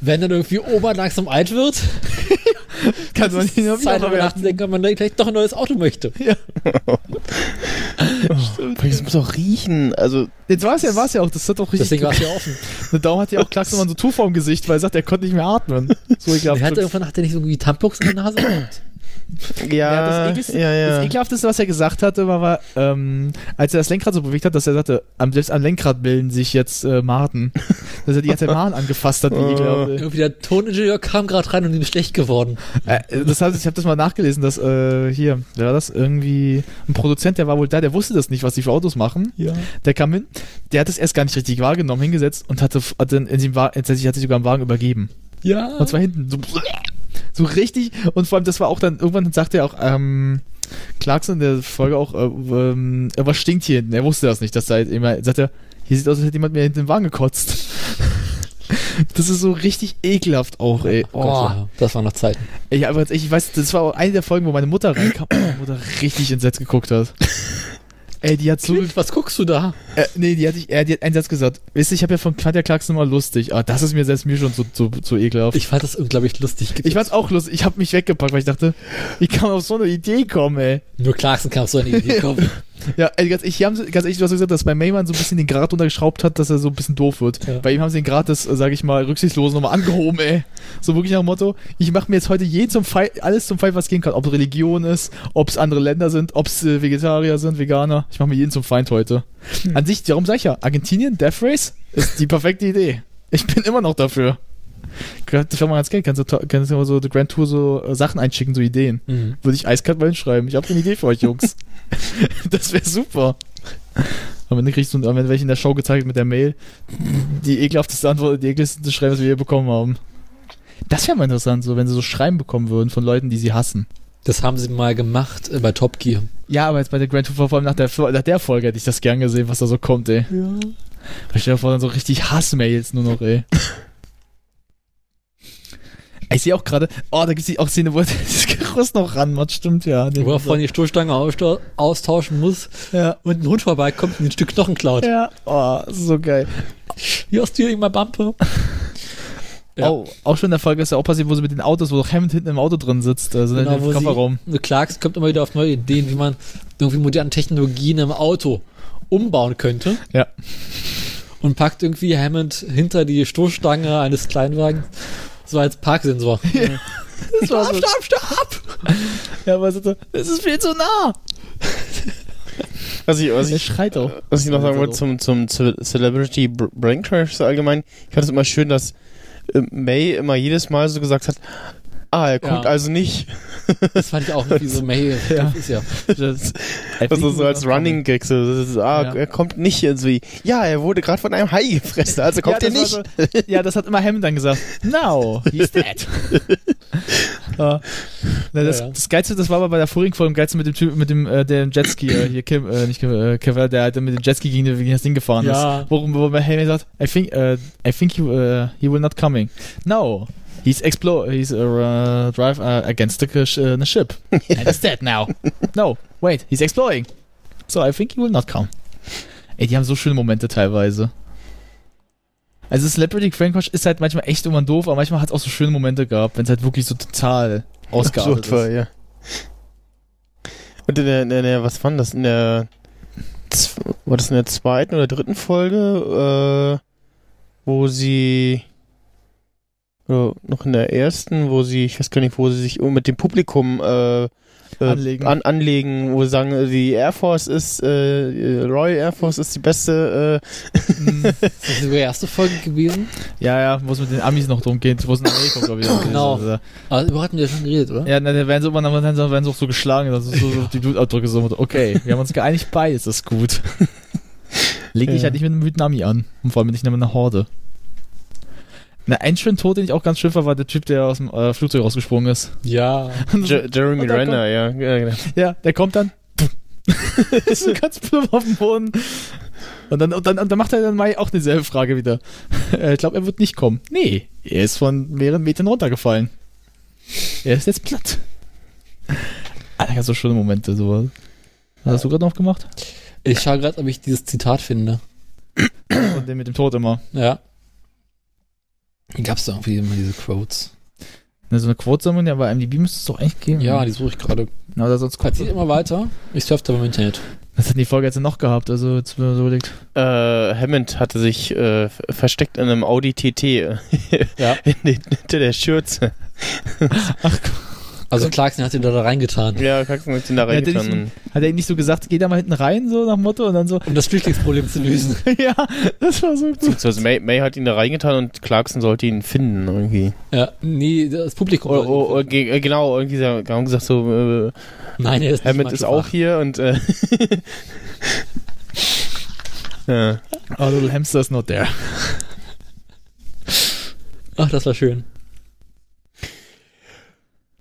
Speaker 3: wenn dann irgendwie Oma langsam alt
Speaker 4: [laughs]
Speaker 3: wird,
Speaker 4: Kannst du nicht mehr
Speaker 3: Zeit darüber
Speaker 4: wieder
Speaker 3: nachzudenken, ob man vielleicht doch ein neues Auto möchte.
Speaker 2: Das muss auch riechen. Also,
Speaker 4: Jetzt war es ja, war es ja auch, das hat auch richtig.
Speaker 3: Deswegen war es ja offen.
Speaker 4: Der Daumen hat ja auch Klaxon so Tuch vorm Gesicht, weil er sagt, er konnte nicht mehr atmen. So ekelhaft.
Speaker 3: Er hat irgendwann hat er nicht so irgendwie Tampons in der Nase
Speaker 4: [clears throat]
Speaker 3: gehabt.
Speaker 4: Ja,
Speaker 2: ja,
Speaker 4: das Ekelste-
Speaker 2: ja,
Speaker 4: Das
Speaker 2: ja.
Speaker 4: ekelhafteste, was er gesagt hatte, war, war ähm, als er das Lenkrad so bewegt hat, dass er sagte, am, selbst am Lenkrad bilden sich jetzt äh, [laughs] Maden. Dass er die ganze Zeit Maden angefasst hat, wie ekelhaft.
Speaker 3: Irgendwie der Toningenieur kam gerade rein und ihm ist schlecht geworden.
Speaker 4: Äh, das hab, ich habe das mal nachgelesen, dass äh, hier, wer war das? Irgendwie ein Produzent, der war wohl da, der wusste das nicht, was die für Autos machen.
Speaker 3: Ja.
Speaker 4: Der kam hin, der hat es erst gar nicht richtig wahrgenommen, hingesetzt und hatte, f- hat dann in dem Wagen, tatsächlich hat sich sogar im Wagen übergeben.
Speaker 3: Ja.
Speaker 4: Und zwar hinten. So, so richtig. Und vor allem, das war auch dann, irgendwann sagte er auch, ähm, Clarkson in der Folge auch, äh, ähm, was stinkt hier hinten? Er wusste das nicht, dass da halt immer, sagt er, hier sieht aus, als hätte jemand mir hinten im Wagen gekotzt. [laughs] Das ist so richtig ekelhaft auch, ey.
Speaker 3: Oh, Gott, ja. das waren noch Zeiten.
Speaker 4: Ich, aber jetzt- ich weiß, das war auch eine der Folgen, wo meine Mutter reinkam und meine Mutter richtig entsetzt geguckt hat. Ey, die hat so.
Speaker 3: Kind, was guckst du da?
Speaker 4: Äh, nee, die hat, ich, äh, die hat einen Satz gesagt. Wisst ihr, ich habe ja von Katja Clarkson immer lustig. Ah, das ist mir selbst mir schon so, so, so ekelhaft.
Speaker 3: Ich fand das unglaublich lustig.
Speaker 4: Ich fand's auch lustig. Ich hab mich weggepackt, weil ich dachte, wie kann man auf so eine Idee kommen, ey?
Speaker 3: Nur Clarkson kam auf so eine Idee kommen.
Speaker 4: [laughs] Ja, ey, ganz ehrlich, hier haben sie, ganz ehrlich, du hast gesagt, dass bei Mayman so ein bisschen den Grad untergeschraubt hat, dass er so ein bisschen doof wird.
Speaker 3: Ja.
Speaker 4: Bei ihm haben sie den Grad des, äh, sag ich mal, Rücksichtslosen nochmal angehoben, ey. So wirklich nach dem Motto, ich mache mir jetzt heute jeden zum Fall, alles zum Feind, was gehen kann. Ob es Religion ist, ob es andere Länder sind, ob es äh, Vegetarier sind, Veganer. Ich mache mir jeden zum Feind heute. An sich, darum sag ich ja, Argentinien, Death Race ist die perfekte Idee. Ich bin immer noch dafür. Das wäre mal ganz geil. Kannst du, kannst du mal so die Grand Tour so äh, Sachen einschicken, so Ideen
Speaker 3: Mhm.
Speaker 4: würde ich eiskalt mal hinschreiben. Ich habe eine Idee für euch, [laughs] Jungs. das wäre super. Am Ende kriegst du, am Ende werde ich in der Show gezeigt mit der Mail, die ekelhafteste Antwort, die ekelhafteste Schreiben, was wir hier bekommen haben. Das wäre mal interessant, so, wenn sie so Schreiben bekommen würden von Leuten, die sie hassen.
Speaker 3: Das haben sie mal gemacht äh, bei Top Gear.
Speaker 4: Ja, aber jetzt bei der Grand Tour, vor allem nach der, nach der Folge hätte ich das gern gesehen, was da so kommt, ey.
Speaker 3: Ja.
Speaker 4: Ich stelle mir vor, dann so richtig Hassmails nur noch, ey. Ich sehe auch gerade, oh, da gibt es auch Szene, wo er [laughs] das Gerüst noch ranmacht, stimmt ja.
Speaker 3: Wo er vorhin die Stoßstange aussta- austauschen muss
Speaker 4: ja.
Speaker 3: und ein Hund vorbeikommt und ein Stück Knochen klaut.
Speaker 4: Ja, oh, so geil.
Speaker 3: Hier hast du hier immer Bumpe. Ja.
Speaker 4: Oh, auch schon in der Folge ist ja auch passiert, wo sie mit den Autos, wo doch Hammond hinten im Auto drin sitzt, also
Speaker 3: Genau,
Speaker 4: in
Speaker 3: wo
Speaker 4: dem
Speaker 3: sie-
Speaker 4: Kofferraum.
Speaker 3: Und Clarks kommt immer wieder auf neue Ideen, wie man irgendwie moderne Technologien im Auto umbauen könnte.
Speaker 4: Ja.
Speaker 3: Und packt irgendwie Hammond hinter die Stoßstange eines Kleinwagens, so als Parksensor.
Speaker 4: Stopp, stopp, stopp! [laughs] ja, aber so, das ist viel zu nah!
Speaker 2: Was ich, was
Speaker 4: Er
Speaker 2: ich [laughs]
Speaker 4: schreit auch.
Speaker 2: Was ich noch sagen wollte
Speaker 4: Also-
Speaker 2: zum, zum Ce- Celebrity Br- Brain Crash so allgemein, ich fand es immer schön, dass äh, May immer jedes Mal so gesagt hat, Ah, er guckt
Speaker 3: Ja.
Speaker 2: also nicht.
Speaker 3: Das fand ich auch irgendwie so, hey,
Speaker 4: Ja.
Speaker 3: ja. ist ja.
Speaker 2: Das, das ist so als Running Gag. So. Das ist, ah,
Speaker 4: Ja.
Speaker 2: er kommt nicht irgendwie. Ja, er wurde gerade von einem Hai gefressen, also kommt er
Speaker 4: das war
Speaker 2: nicht.
Speaker 4: So, ja, das hat immer Hammond dann gesagt. Now, he's dead. ja. Na, das,
Speaker 3: Ja, ja.
Speaker 4: das Geilste, das war aber bei der vorigen Folge, am geilsten mit dem Typ, mit dem, äh, der im Jetski, äh, hier Kim, äh, nicht Kim, äh, Kevlar, der halt mit dem Jetski gegen, gegen das Ding gefahren
Speaker 3: Ja.
Speaker 4: ist. Worum, worum Hammond sagt, I think, äh, I think you, äh, he will not coming. No. He's explode, he's uh, drive uh, against the, sh- uh, the ship. And he's dead now. No, wait, he's exploring. So I think he will not come. Ey, die haben so schöne Momente teilweise. Also Celebrity Frankwatch ist halt manchmal echt immer doof, aber manchmal hat es auch so schöne Momente gehabt, wenn es halt wirklich so total ausgeartet
Speaker 2: Absurd war,
Speaker 4: ist.
Speaker 2: ja. Und in der, in der- in der, was war denn das? In der, zw- war das in der zweiten oder dritten Folge, äh, wo sie, oder noch in der ersten, wo sie, ich weiß gar nicht, wo sie sich um, mit dem Publikum, äh, äh,
Speaker 4: Anlegen.
Speaker 2: An, anlegen, wo sie sagen, äh, die Air Force ist, äh, Royal Air Force ist die beste, äh,
Speaker 4: Mm,
Speaker 3: Ist das sogar die erste Folge gewesen?
Speaker 4: ja, ja, wo es mit den Amis noch drum geht, wo es in Amerika glaube ich. auch
Speaker 3: Genau.
Speaker 4: ist. Also,
Speaker 3: Aber darüber hatten wir ja schon geredet, oder?
Speaker 4: Ja, na, da werden sie immer dann werden sie auch so geschlagen, also so, so die Blutabdrücke so. Okay, wir haben uns geeinigt, beides ist gut. Leg dich
Speaker 2: Ja.
Speaker 4: halt nicht mit einem wütenden Ami an. Und vor allem nicht mit einer Horde. Na, ein schönen Tod, den ich auch ganz schön fand, war der Typ, der aus dem äh, Flugzeug rausgesprungen ist.
Speaker 3: Ja.
Speaker 2: äh, Je Jeremy
Speaker 4: Und da
Speaker 2: Renner, ja. ja genau.
Speaker 4: Ja, der kommt [laughs] dann. ist so ganz plump auf dem Boden. Und dann, und dann, und dann macht er dann Mai auch dieselbe Frage wieder. [laughs] Äh, Ich glaube, er wird nicht kommen. Nee, er ist von mehreren Metern runtergefallen. Er ist jetzt platt. Alter, ganz so schöne Momente, sowas. Hast du gerade noch gemacht?
Speaker 3: Ich schaue gerade, ob ich dieses Zitat finde.
Speaker 4: Und den mit dem Tod immer.
Speaker 3: Ja. Gab's da irgendwie immer diese Quotes?
Speaker 4: Ne, so eine Quote-Sammlung, ja, bei MDB müsste es doch echt geben.
Speaker 3: Ja, die suche ich gerade.
Speaker 4: Na, oder sonst
Speaker 3: Es geht
Speaker 4: Quote.
Speaker 3: immer weiter. Ich surfe da im Internet.
Speaker 4: Was hat denn die Folge jetzt noch gehabt? Also, jetzt wenn man so überlegt.
Speaker 2: Äh, Hammond hatte sich äh, f- versteckt in einem Audi TT äh,
Speaker 3: Ja.
Speaker 2: [laughs] in den, hinter der Schürze.
Speaker 3: Also Clarkson hat ihn da, da reingetan.
Speaker 2: Ja, Kaxen hat ihn da
Speaker 4: Ja, den ich-
Speaker 2: reingetan.
Speaker 4: Hat er ihm nicht so gesagt, geh da mal hinten rein, so nach dem Motto, und dann so,
Speaker 3: Um das Flüchtlingsproblem zu lösen.
Speaker 4: [laughs] ja, das war so gut.
Speaker 2: Beziehungsweise May, May hat ihn da reingetan und Clarkson sollte ihn finden irgendwie.
Speaker 3: Ja, nee, das Publikum.
Speaker 2: Oder, oder, oder, Oh, ge- äh, genau, irgendwie so- haben gesagt so, äh,
Speaker 3: Nein, er ist nicht
Speaker 2: Hammond ist auch hier und äh, [laughs] ja.
Speaker 4: Our little hamster is not there.
Speaker 3: Ach, das war schön.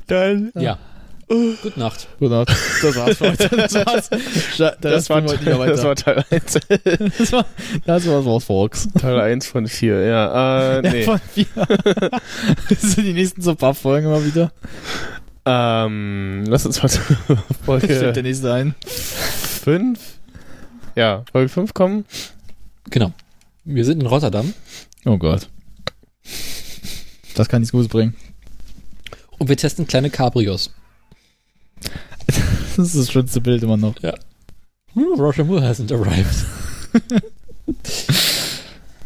Speaker 2: Dann,
Speaker 3: Ja. Gute Nacht.
Speaker 4: Gute Nacht. Genau, Das war's für heute. Das war's. Da,
Speaker 2: das, war,
Speaker 4: heute nicht mehr weiter.
Speaker 2: das war Teil 1,
Speaker 4: das war, das war's, war's folks.
Speaker 2: [laughs] Teil 1 von 4, ja. Äh, nee.
Speaker 4: Ja, [laughs] von vier. das sind die nächsten so paar Folgen immer wieder.
Speaker 2: ähm, lass uns mal zur
Speaker 4: Stellt der
Speaker 2: Folge
Speaker 4: nächste ein.
Speaker 2: 5. Ja, Folge 5 kommen.
Speaker 3: Genau. Wir sind in Rotterdam
Speaker 4: Oh Gott. Das kann nichts Gutes bringen.
Speaker 3: und wir testen kleine Cabrios.
Speaker 4: Das ist das schönste Bild immer noch.
Speaker 3: Hm, Roger Moore hasn't [laughs] arrived.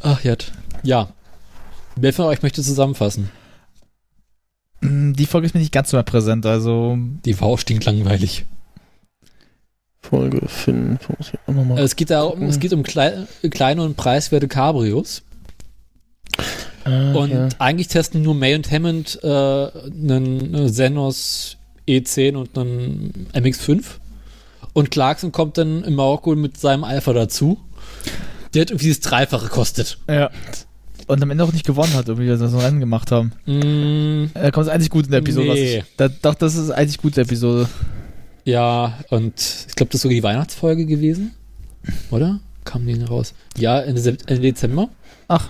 Speaker 3: Ach, Jad. Ja. Wer von euch möchte zusammenfassen?
Speaker 4: Mm, Die Folge ist mir nicht ganz so mehr präsent, also.
Speaker 3: Die war auch stinklangweilig.
Speaker 2: Folge 5. Muss ich auch noch mal-
Speaker 3: Es geht darum, es geht um klei kleine und preiswerte Cabrios.
Speaker 2: Ah,
Speaker 3: Und
Speaker 2: ja.
Speaker 3: eigentlich testen nur May und Hammond äh, einen Zenos E10 und einen MX5. Und Clarkson kommt dann in Marokko mit seinem Alpha dazu. Der hat irgendwie das Dreifache kostet.
Speaker 4: Ja. Und am Ende auch nicht gewonnen hat, irgendwie, dass wir so ein Rennen gemacht haben. Äh,
Speaker 3: Mm,
Speaker 4: Da kommt es eigentlich gut in der Episode. Was
Speaker 3: Nee.
Speaker 4: ich, da, doch, das ist eigentlich gut, die Episode.
Speaker 3: ja, und ich glaube, das ist sogar die Weihnachtsfolge gewesen. Oder? Kam die denn raus? Ja, Ende, Sep- Ende Dezember.
Speaker 4: Ach.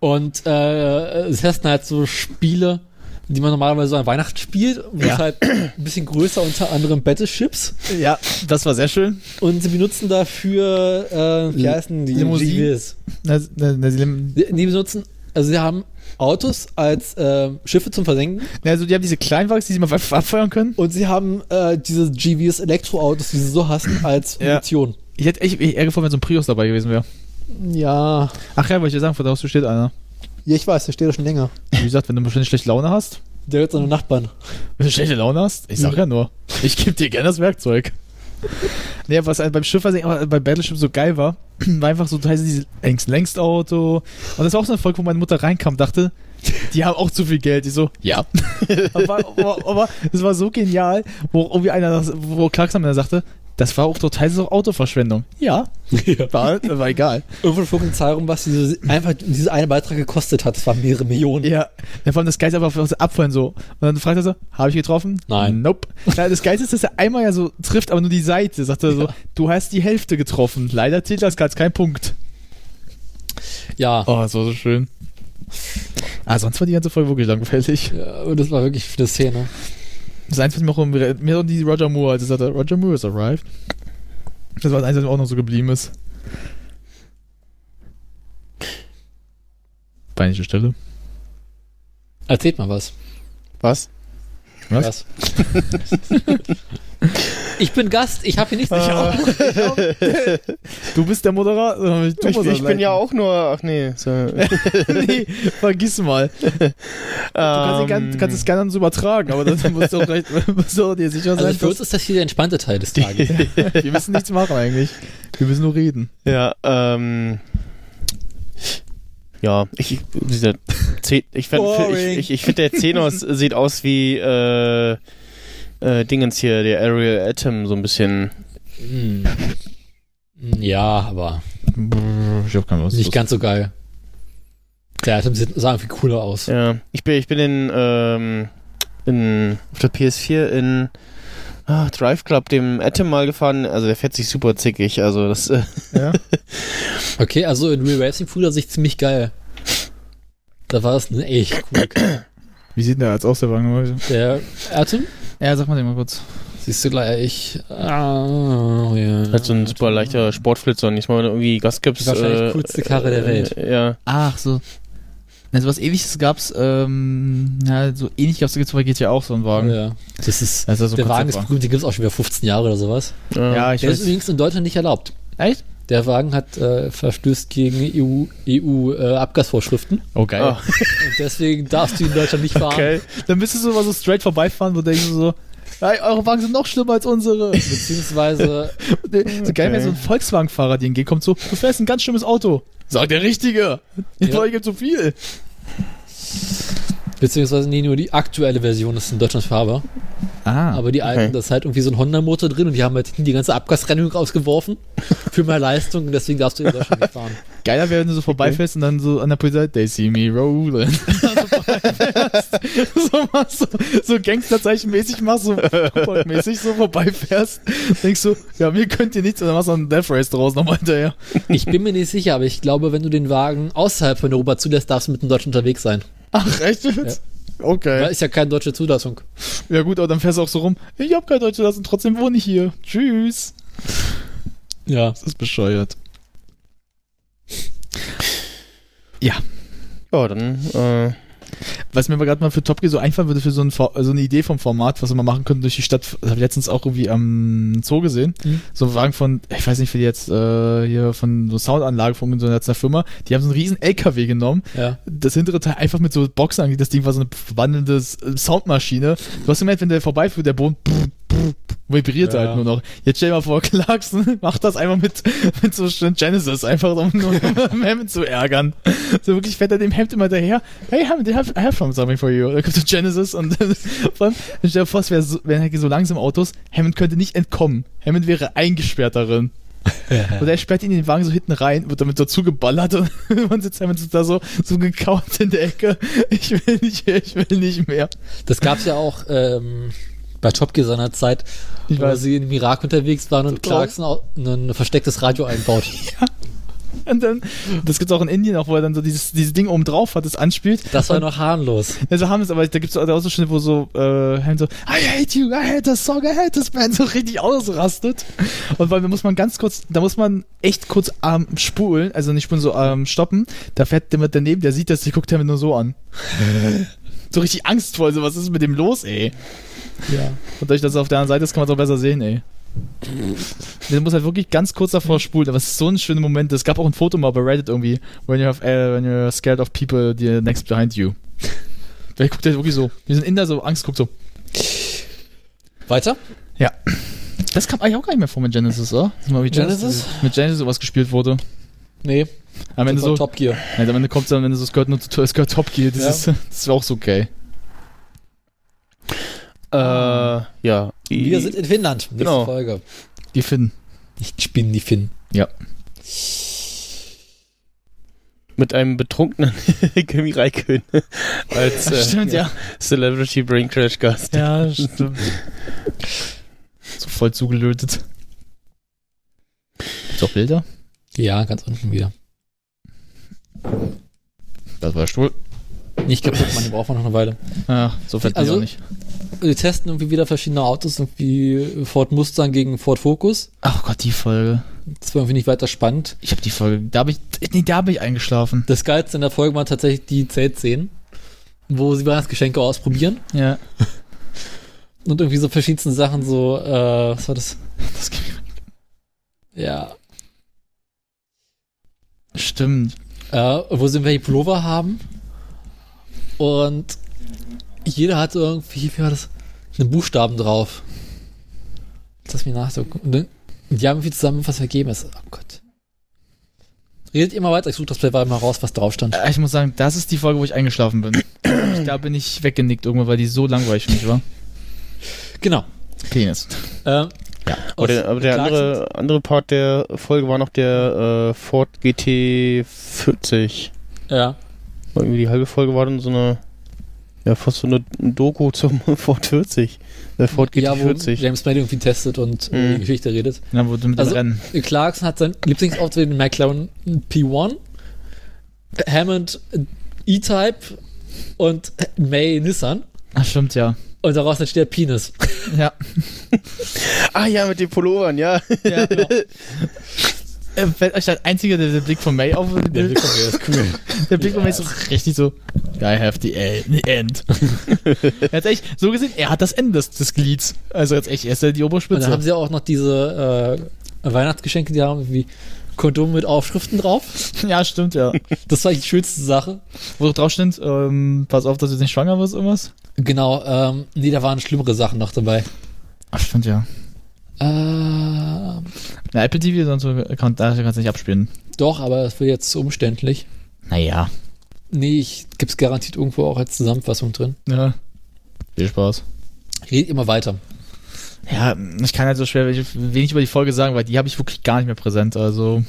Speaker 3: Und äh, es testen halt so Spiele, die man normalerweise so an Weihnachten spielt. Und das
Speaker 4: Ja.
Speaker 3: ist halt ein bisschen größer, unter anderem Battleships.
Speaker 4: Ja, das war sehr schön.
Speaker 3: Und sie benutzen dafür, äh, wie
Speaker 4: Li-
Speaker 3: heißen die?
Speaker 4: Limousinen?
Speaker 3: GVs.
Speaker 4: Na, na, na, sie nehmen-
Speaker 3: Die, die benutzen, also sie haben Autos als äh, Schiffe zum Versenken
Speaker 4: Na, also die haben diese Kleinwachs, die sie mal ab- abfeuern können.
Speaker 3: und sie haben äh, diese GVs Elektroautos, die sie so hassen, als
Speaker 4: Ja.
Speaker 3: Munition.
Speaker 4: Ich hätte echt eher gefallen, wenn so ein Prius dabei gewesen wäre.
Speaker 3: Ja.
Speaker 4: Ach ja, wollte ich dir sagen, vor der Haustür steht einer.
Speaker 3: ja, ich weiß, der steht da schon länger.
Speaker 4: Wie gesagt, wenn du bestimmt schlechte Laune hast,
Speaker 3: Der hört seine Nachbarn.
Speaker 4: wenn du schlechte Laune hast, ich sag ja nur, ich gebe dir gerne das Werkzeug. [laughs] Nee, was halt beim Schiff, was ich- aber bei Battleship so geil [clears throat] war, war einfach so teilweise dieses längst längst Auto. Und das war auch so eine Folge, wo meine Mutter reinkam, und dachte, die haben auch zu viel Geld. Ich so, [laughs] ja. aber, aber, aber das war so genial, wo irgendwie einer, wo Clarkson mir sagte, das war auch total so Autoverschwendung. Ja,
Speaker 3: [laughs] Ja.
Speaker 4: war, war egal.
Speaker 3: Irgendwo flog eine Zahl rum, was diese, einfach dieser eine Beitrag gekostet hat. Das waren mehrere Millionen.
Speaker 4: Ja, ja vor allem das Geilste aber auf das Abfallen so. Und dann fragt er so, habe ich getroffen?
Speaker 3: Nein.
Speaker 4: Nope. Ja, das Geilste ist, dass er einmal ja so trifft, aber nur die Seite. Sagt er so, du hast die Hälfte getroffen. Leider zählt das ganz kein Punkt.
Speaker 3: Ja.
Speaker 4: Oh, das war so schön. Ah, sonst war die ganze Folge wirklich langweilig.
Speaker 3: ja. Und das war wirklich eine Szene.
Speaker 4: Das Einzige, was mir auch mehr die Roger Moore, als er sagte, Roger Moore is arrived. Das war das Einzige, was mir auch noch so geblieben ist. Peinliche Stelle.
Speaker 3: Erzählt mal was.
Speaker 2: [laughs] Was?
Speaker 4: Was?
Speaker 3: [laughs] ich bin Gast, ich habe hier nichts.
Speaker 4: Ah. Du bist der Moderator. äh, du
Speaker 2: Ich,
Speaker 4: musst das
Speaker 2: ich bin
Speaker 4: leiten.
Speaker 2: ja auch nur. Ach nee. So, [laughs]
Speaker 4: [laughs] nee, vergiss mal. Du kannst, ihn gern-
Speaker 2: Ähm,
Speaker 4: kannst es gerne an uns übertragen, aber dann musst du auch, recht, [laughs] musst du auch dir sicher sein.
Speaker 3: Also für uns ist das hier der entspannte Teil des Tages.
Speaker 4: dass, wir müssen nichts machen eigentlich. Wir müssen nur reden.
Speaker 2: Ja, ähm. Ja, ich, dieser Zeh- ich, fand,
Speaker 3: Boring.
Speaker 2: ich, ich, ich finde, der [laughs] Zenos sieht aus wie äh, äh, Dingens hier, der Ariel Atom, so ein bisschen.
Speaker 3: Hm. ja, aber
Speaker 4: Ich hab keine Lust.
Speaker 3: nicht ganz so geil. Der Atom sieht- sah irgendwie cooler aus.
Speaker 2: Ja, ich bin, ich bin in, ähm, in, auf der PS4 in ah, Drive Club, dem Atom mal gefahren. Also der fährt sich super zickig. Also das, äh,
Speaker 4: Ja?
Speaker 3: Okay, also in Real Racing fühlt er sich ziemlich geil. Da war es eine echt coole Karte.
Speaker 4: Wie sieht denn der jetzt aus, der Wagen?
Speaker 3: Der Atom?
Speaker 4: Ja, sag mal den mal kurz.
Speaker 3: Siehst du gleich. Ah, ja.
Speaker 2: [laughs] halt so ein super leichter Sportflitzer. Und jetzt mal wenn du irgendwie Gas gibst.
Speaker 3: Wahrscheinlich
Speaker 2: äh,
Speaker 3: coolste Karre der Welt.
Speaker 2: Äh, ja.
Speaker 4: Ach so. Also was ähnliches gab's, ähm, ja, so ähnlich gab's jetzt bei GTA auch so einen Wagen.
Speaker 3: ja. Das ist.
Speaker 4: Also so ein
Speaker 3: der Wagen ist
Speaker 4: Konzeptwagen.
Speaker 3: berühmt, den gibt es auch schon wieder 15 Jahre oder sowas.
Speaker 2: ja.
Speaker 4: Ja, ich
Speaker 3: Der ist
Speaker 4: weiß.
Speaker 3: übrigens in Deutschland nicht erlaubt.
Speaker 4: Echt?
Speaker 3: Der Wagen hat äh, verstößt gegen E EU-Abgasvorschriften.
Speaker 4: Oh geil.
Speaker 2: Ah.
Speaker 3: äh, und deswegen darfst du ihn in Deutschland nicht fahren.
Speaker 2: Okay.
Speaker 4: Dann bist du so mal so straight vorbeifahren, wo denkst du so, hey, eure Wagen sind noch schlimmer als unsere.
Speaker 3: Beziehungsweise,
Speaker 4: Nee, So geil wäre so ein Volkswagen-Fahrer, dir entgegenkommt, so, du fährst ein ganz schlimmes Auto. Sag der Richtige. Ich
Speaker 3: Ja.
Speaker 4: ja. gibt so viel.
Speaker 3: beziehungsweise nee, nur die aktuelle Version ist in Deutschland fahrbar.
Speaker 4: Ah.
Speaker 3: Aber die alten,
Speaker 2: Okay.
Speaker 3: da ist halt irgendwie so ein Honda-Motor drin und die haben halt hinten die ganze Abgasrennung rausgeworfen für mehr Leistung und deswegen darfst du in Deutschland nicht fahren.
Speaker 4: geiler wäre, wenn du so vorbeifährst und dann so an der Polizei, they see me rolling. [laughs] Also so, machst, so, so Gangsterzeichenmäßig machst, so mäßig so vorbeifährst. Denkst du, ja, mir könnt ihr nichts, und dann machst du einen Death Race draus nochmal hinterher.
Speaker 3: Ich bin mir nicht sicher, aber ich glaube, wenn du den Wagen außerhalb von Europa zulässt, darfst du mit dem Deutschen unterwegs sein.
Speaker 4: Ach, echt jetzt?
Speaker 3: Da
Speaker 4: Okay.
Speaker 3: ist ja keine deutsche Zulassung.
Speaker 4: Ja gut, aber dann fährst du auch so rum, ich hab kein Deutsch lassen, trotzdem wohne ich hier. Tschüss.
Speaker 3: Ja.
Speaker 4: Das ist bescheuert.
Speaker 2: Ja, dann, äh,
Speaker 4: Was mir aber gerade mal für Top Gear so einfallen würde, für so, ein, For- so eine Idee vom Format, was wir mal machen könnten durch die Stadt, das habe ich letztens auch irgendwie am Zoo gesehen.
Speaker 3: Mhm.
Speaker 4: So ein Wagen von, ich weiß nicht, wie die jetzt äh, hier von so Soundanlage von so einer letzten Firma, die haben so einen riesen LKW genommen,
Speaker 3: Ja.
Speaker 4: das hintere Teil einfach mit so Boxen angeht, das Ding war so eine wandelnde S- äh, Soundmaschine. Du hast gemerkt, wenn der vorbeiführt, der Boden brr, brr, vibriert
Speaker 3: Ja.
Speaker 4: halt nur noch. Jetzt stell dir mal vor, [laughs] Clarkson macht das einfach mit, mit so schön Genesis, einfach um nur [laughs] Hammond zu ärgern. So wirklich fährt er dem Hemd immer daher. Hey Hammond, I have, I have something for you. Da kommt so Genesis und [laughs] vor allem, stell dir vor, es wäre so, wären halt so langsam Autos, Hammond könnte nicht entkommen. Hammond wäre eingesperrt darin. Und er sperrt ihn in den Wagen so hinten rein, wird damit so zugeballert und [laughs] man sitzt einfach so da so, so gekaut in der Ecke. Ich will nicht mehr, ich will nicht mehr.
Speaker 3: Das gab's ja auch ähm, bei Top Gear seiner Zeit,
Speaker 4: Ich
Speaker 3: wo
Speaker 4: weiß.
Speaker 3: sie im Irak unterwegs waren und Clarkson auch ein verstecktes Radio einbaut.
Speaker 4: Und dann, das gibt's auch in Indien, auch wo er dann so dieses, dieses Ding oben drauf hat, das anspielt.
Speaker 3: Das war noch harmlos.
Speaker 4: Also haben es, aber da gibt's auch auch so Schnitte, wo so, äh, Hammond so, I hate you, I hate this song, I hate this band, so richtig ausrastet. Und weil da muss man ganz kurz, da muss man echt kurz ähm, spulen, also nicht spulen, so ähm, stoppen. Da fährt jemand daneben, der sieht das, der guckt Hammond nur so an. so richtig angstvoll, so was ist mit dem los, ey?
Speaker 3: Ja.
Speaker 4: Und dadurch, dass er auf der anderen Seite ist, kann man es auch besser sehen, ey. Der muss halt wirklich ganz kurz davor spulen, aber es ist so ein schöner Moment. Es gab auch ein Foto mal bei Reddit irgendwie. When, you have, äh, when you're scared of people, the next behind you. Der guckt halt wirklich so. Wir sind Inder, so Angst guckt so.
Speaker 3: Weiter?
Speaker 4: Das kam eigentlich auch gar nicht mehr vor mit Genesis, oder? Das ist mal wie
Speaker 3: Genesis?
Speaker 4: Mit Genesis sowas gespielt wurde.
Speaker 3: Nee.
Speaker 4: Am Ende so,
Speaker 3: Von Top Gear.
Speaker 4: nein, am Ende kommt dann, wenn so, es gehört nur zu, es gehört Top Gear, das,
Speaker 3: Ja.
Speaker 4: ist, das ist auch so geil.
Speaker 2: Äh, ja.
Speaker 3: Ähm, Wir sind in Finnland. Nächste
Speaker 2: Genau.
Speaker 3: Folge.
Speaker 4: Die Finn.
Speaker 3: Ich bin die Finn.
Speaker 4: Ja.
Speaker 2: mit einem betrunkenen [laughs] Kimi Räikkönen [laughs] als äh,
Speaker 4: ja.
Speaker 2: Celebrity Brain Crash Gast.
Speaker 4: Ja, stimmt. [laughs] so voll zugelötet. Gibt's auch Bilder?
Speaker 3: Ja, ganz unten wieder.
Speaker 4: Das war Stuhl.
Speaker 3: Nicht kaputt, man, den braucht man noch eine Weile.
Speaker 4: Ah, so fett
Speaker 3: Also-
Speaker 4: also, auch nicht.
Speaker 3: Wir testen irgendwie wieder verschiedene Autos, irgendwie Ford Mustang gegen Ford Focus.
Speaker 4: Ach oh Gott, die Folge.
Speaker 3: Das war irgendwie nicht weiter spannend.
Speaker 4: Ich habe die Folge, da habe ich, nee, da bin ich eingeschlafen.
Speaker 3: Das Geilste in der Folge waren tatsächlich die Zeltszenen, wo sie Weihnachtsgeschenke ausprobieren
Speaker 4: Ja.
Speaker 3: und irgendwie so verschiedensten Sachen so, äh, was war das?
Speaker 4: Das ging
Speaker 3: Ja.
Speaker 4: Stimmt.
Speaker 3: Äh, wo sie irgendwelche Pullover haben und jeder hat irgendwie, wie war das? Einen Buchstaben drauf. Lass mich nachgucken. Und dann, und die haben irgendwie zusammen was vergeben ist. Oh Gott. Redet immer weiter, ich suche das Playboy mal raus, was drauf stand.
Speaker 4: Äh, Ich muss sagen, das ist die Folge, wo ich eingeschlafen bin. Ich, da bin ich weggenickt irgendwann, weil die so langweilig für mich war.
Speaker 3: Genau.
Speaker 4: Penis.
Speaker 3: Ähm,
Speaker 4: Ja.
Speaker 3: aus
Speaker 2: Oder, aber der
Speaker 3: Clarkson-
Speaker 2: andere, andere Part der Folge war noch der äh, Ford GT 40.
Speaker 3: Ja.
Speaker 2: War Irgendwie die halbe Folge war dann so eine, ja, fast so eine Doku zum [laughs] Ford 40. Der Ford GT
Speaker 3: ja, wo
Speaker 2: 40.
Speaker 3: James May irgendwie testet und äh,
Speaker 2: Mhm.
Speaker 3: die Geschichte redet.
Speaker 4: Na, wo du mit
Speaker 3: Also-
Speaker 4: dem Rennen.
Speaker 3: Clarkson hat sein Lieblingsauto, den McLaren P1. Hammond äh, E-Type und May Nissan.
Speaker 4: Ach, stimmt, ja.
Speaker 3: Und daraus entsteht der Penis.
Speaker 4: Ja.
Speaker 2: Ah ja, mit den Pullovern, ja.
Speaker 4: ja Äh, fällt euch das einzige, der, der Blick von May auf dem
Speaker 3: Der
Speaker 4: Bild?
Speaker 3: Blick von May ist cool.
Speaker 4: [laughs] Der Blick von May ist so richtig so, I have the e- the [laughs] end. er hat echt, so gesehen, er hat das Ende des, des Glieds. Also jetzt echt, er ist ja die
Speaker 3: Und dann haben
Speaker 4: Oberspitze.
Speaker 3: sie auch noch diese äh, Weihnachtsgeschenke, die haben irgendwie Kondome mit Aufschriften drauf.
Speaker 4: [laughs] Ja, stimmt, ja.
Speaker 3: Das war eigentlich die schönste Sache.
Speaker 4: Wo drauf steht, ähm, pass auf, dass du jetzt nicht schwanger wirst, irgendwas.
Speaker 3: Genau, ähm, nee, da waren schlimmere Sachen noch dabei.
Speaker 4: Ach, stimmt, ja.
Speaker 3: Ähm,
Speaker 4: Na, Apple TV, sonst so, kann, da kannst du nicht abspielen.
Speaker 3: doch, aber das wird jetzt zu umständlich.
Speaker 4: Naja.
Speaker 3: Nee, ich gibt's garantiert irgendwo auch als Zusammenfassung drin.
Speaker 4: Ja. Viel Spaß.
Speaker 3: Red immer weiter.
Speaker 4: Ja, ich kann halt so schwer wenig über die Folge sagen, weil die habe ich wirklich gar nicht mehr präsent. Also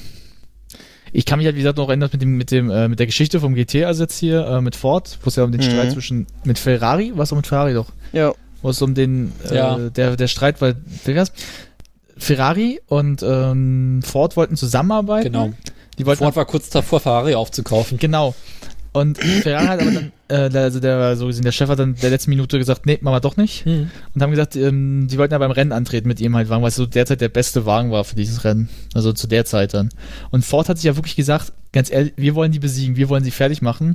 Speaker 4: ich kann mich halt wie gesagt noch erinnern mit dem mit dem äh, mit der Geschichte vom GT also jetzt hier äh, mit Ford, wo es ja um den
Speaker 2: Mhm.
Speaker 4: Streit zwischen mit Ferrari, was auch mit Ferrari doch,
Speaker 2: Ja,
Speaker 4: wo es um den äh,
Speaker 3: Ja.
Speaker 4: der der Streit weil wie war's? Ferrari und ähm, Ford wollten zusammenarbeiten.
Speaker 3: Genau.
Speaker 4: Die wollten
Speaker 3: Ford war kurz davor, Ferrari aufzukaufen.
Speaker 4: Genau. Und Ferrari hat aber dann, äh, der- also der, so gesehen, der Chef hat dann der letzten Minute gesagt, nee, machen wir doch nicht.
Speaker 3: Hm.
Speaker 4: Und haben gesagt, ähm, die wollten ja beim Rennen antreten mit ihrem halt Wagen, weil es so derzeit der beste Wagen war für dieses Rennen. Also zu der Zeit dann. Und Ford hat sich ja wirklich gesagt, ganz ehrlich, wir wollen die besiegen, wir wollen sie fertig machen.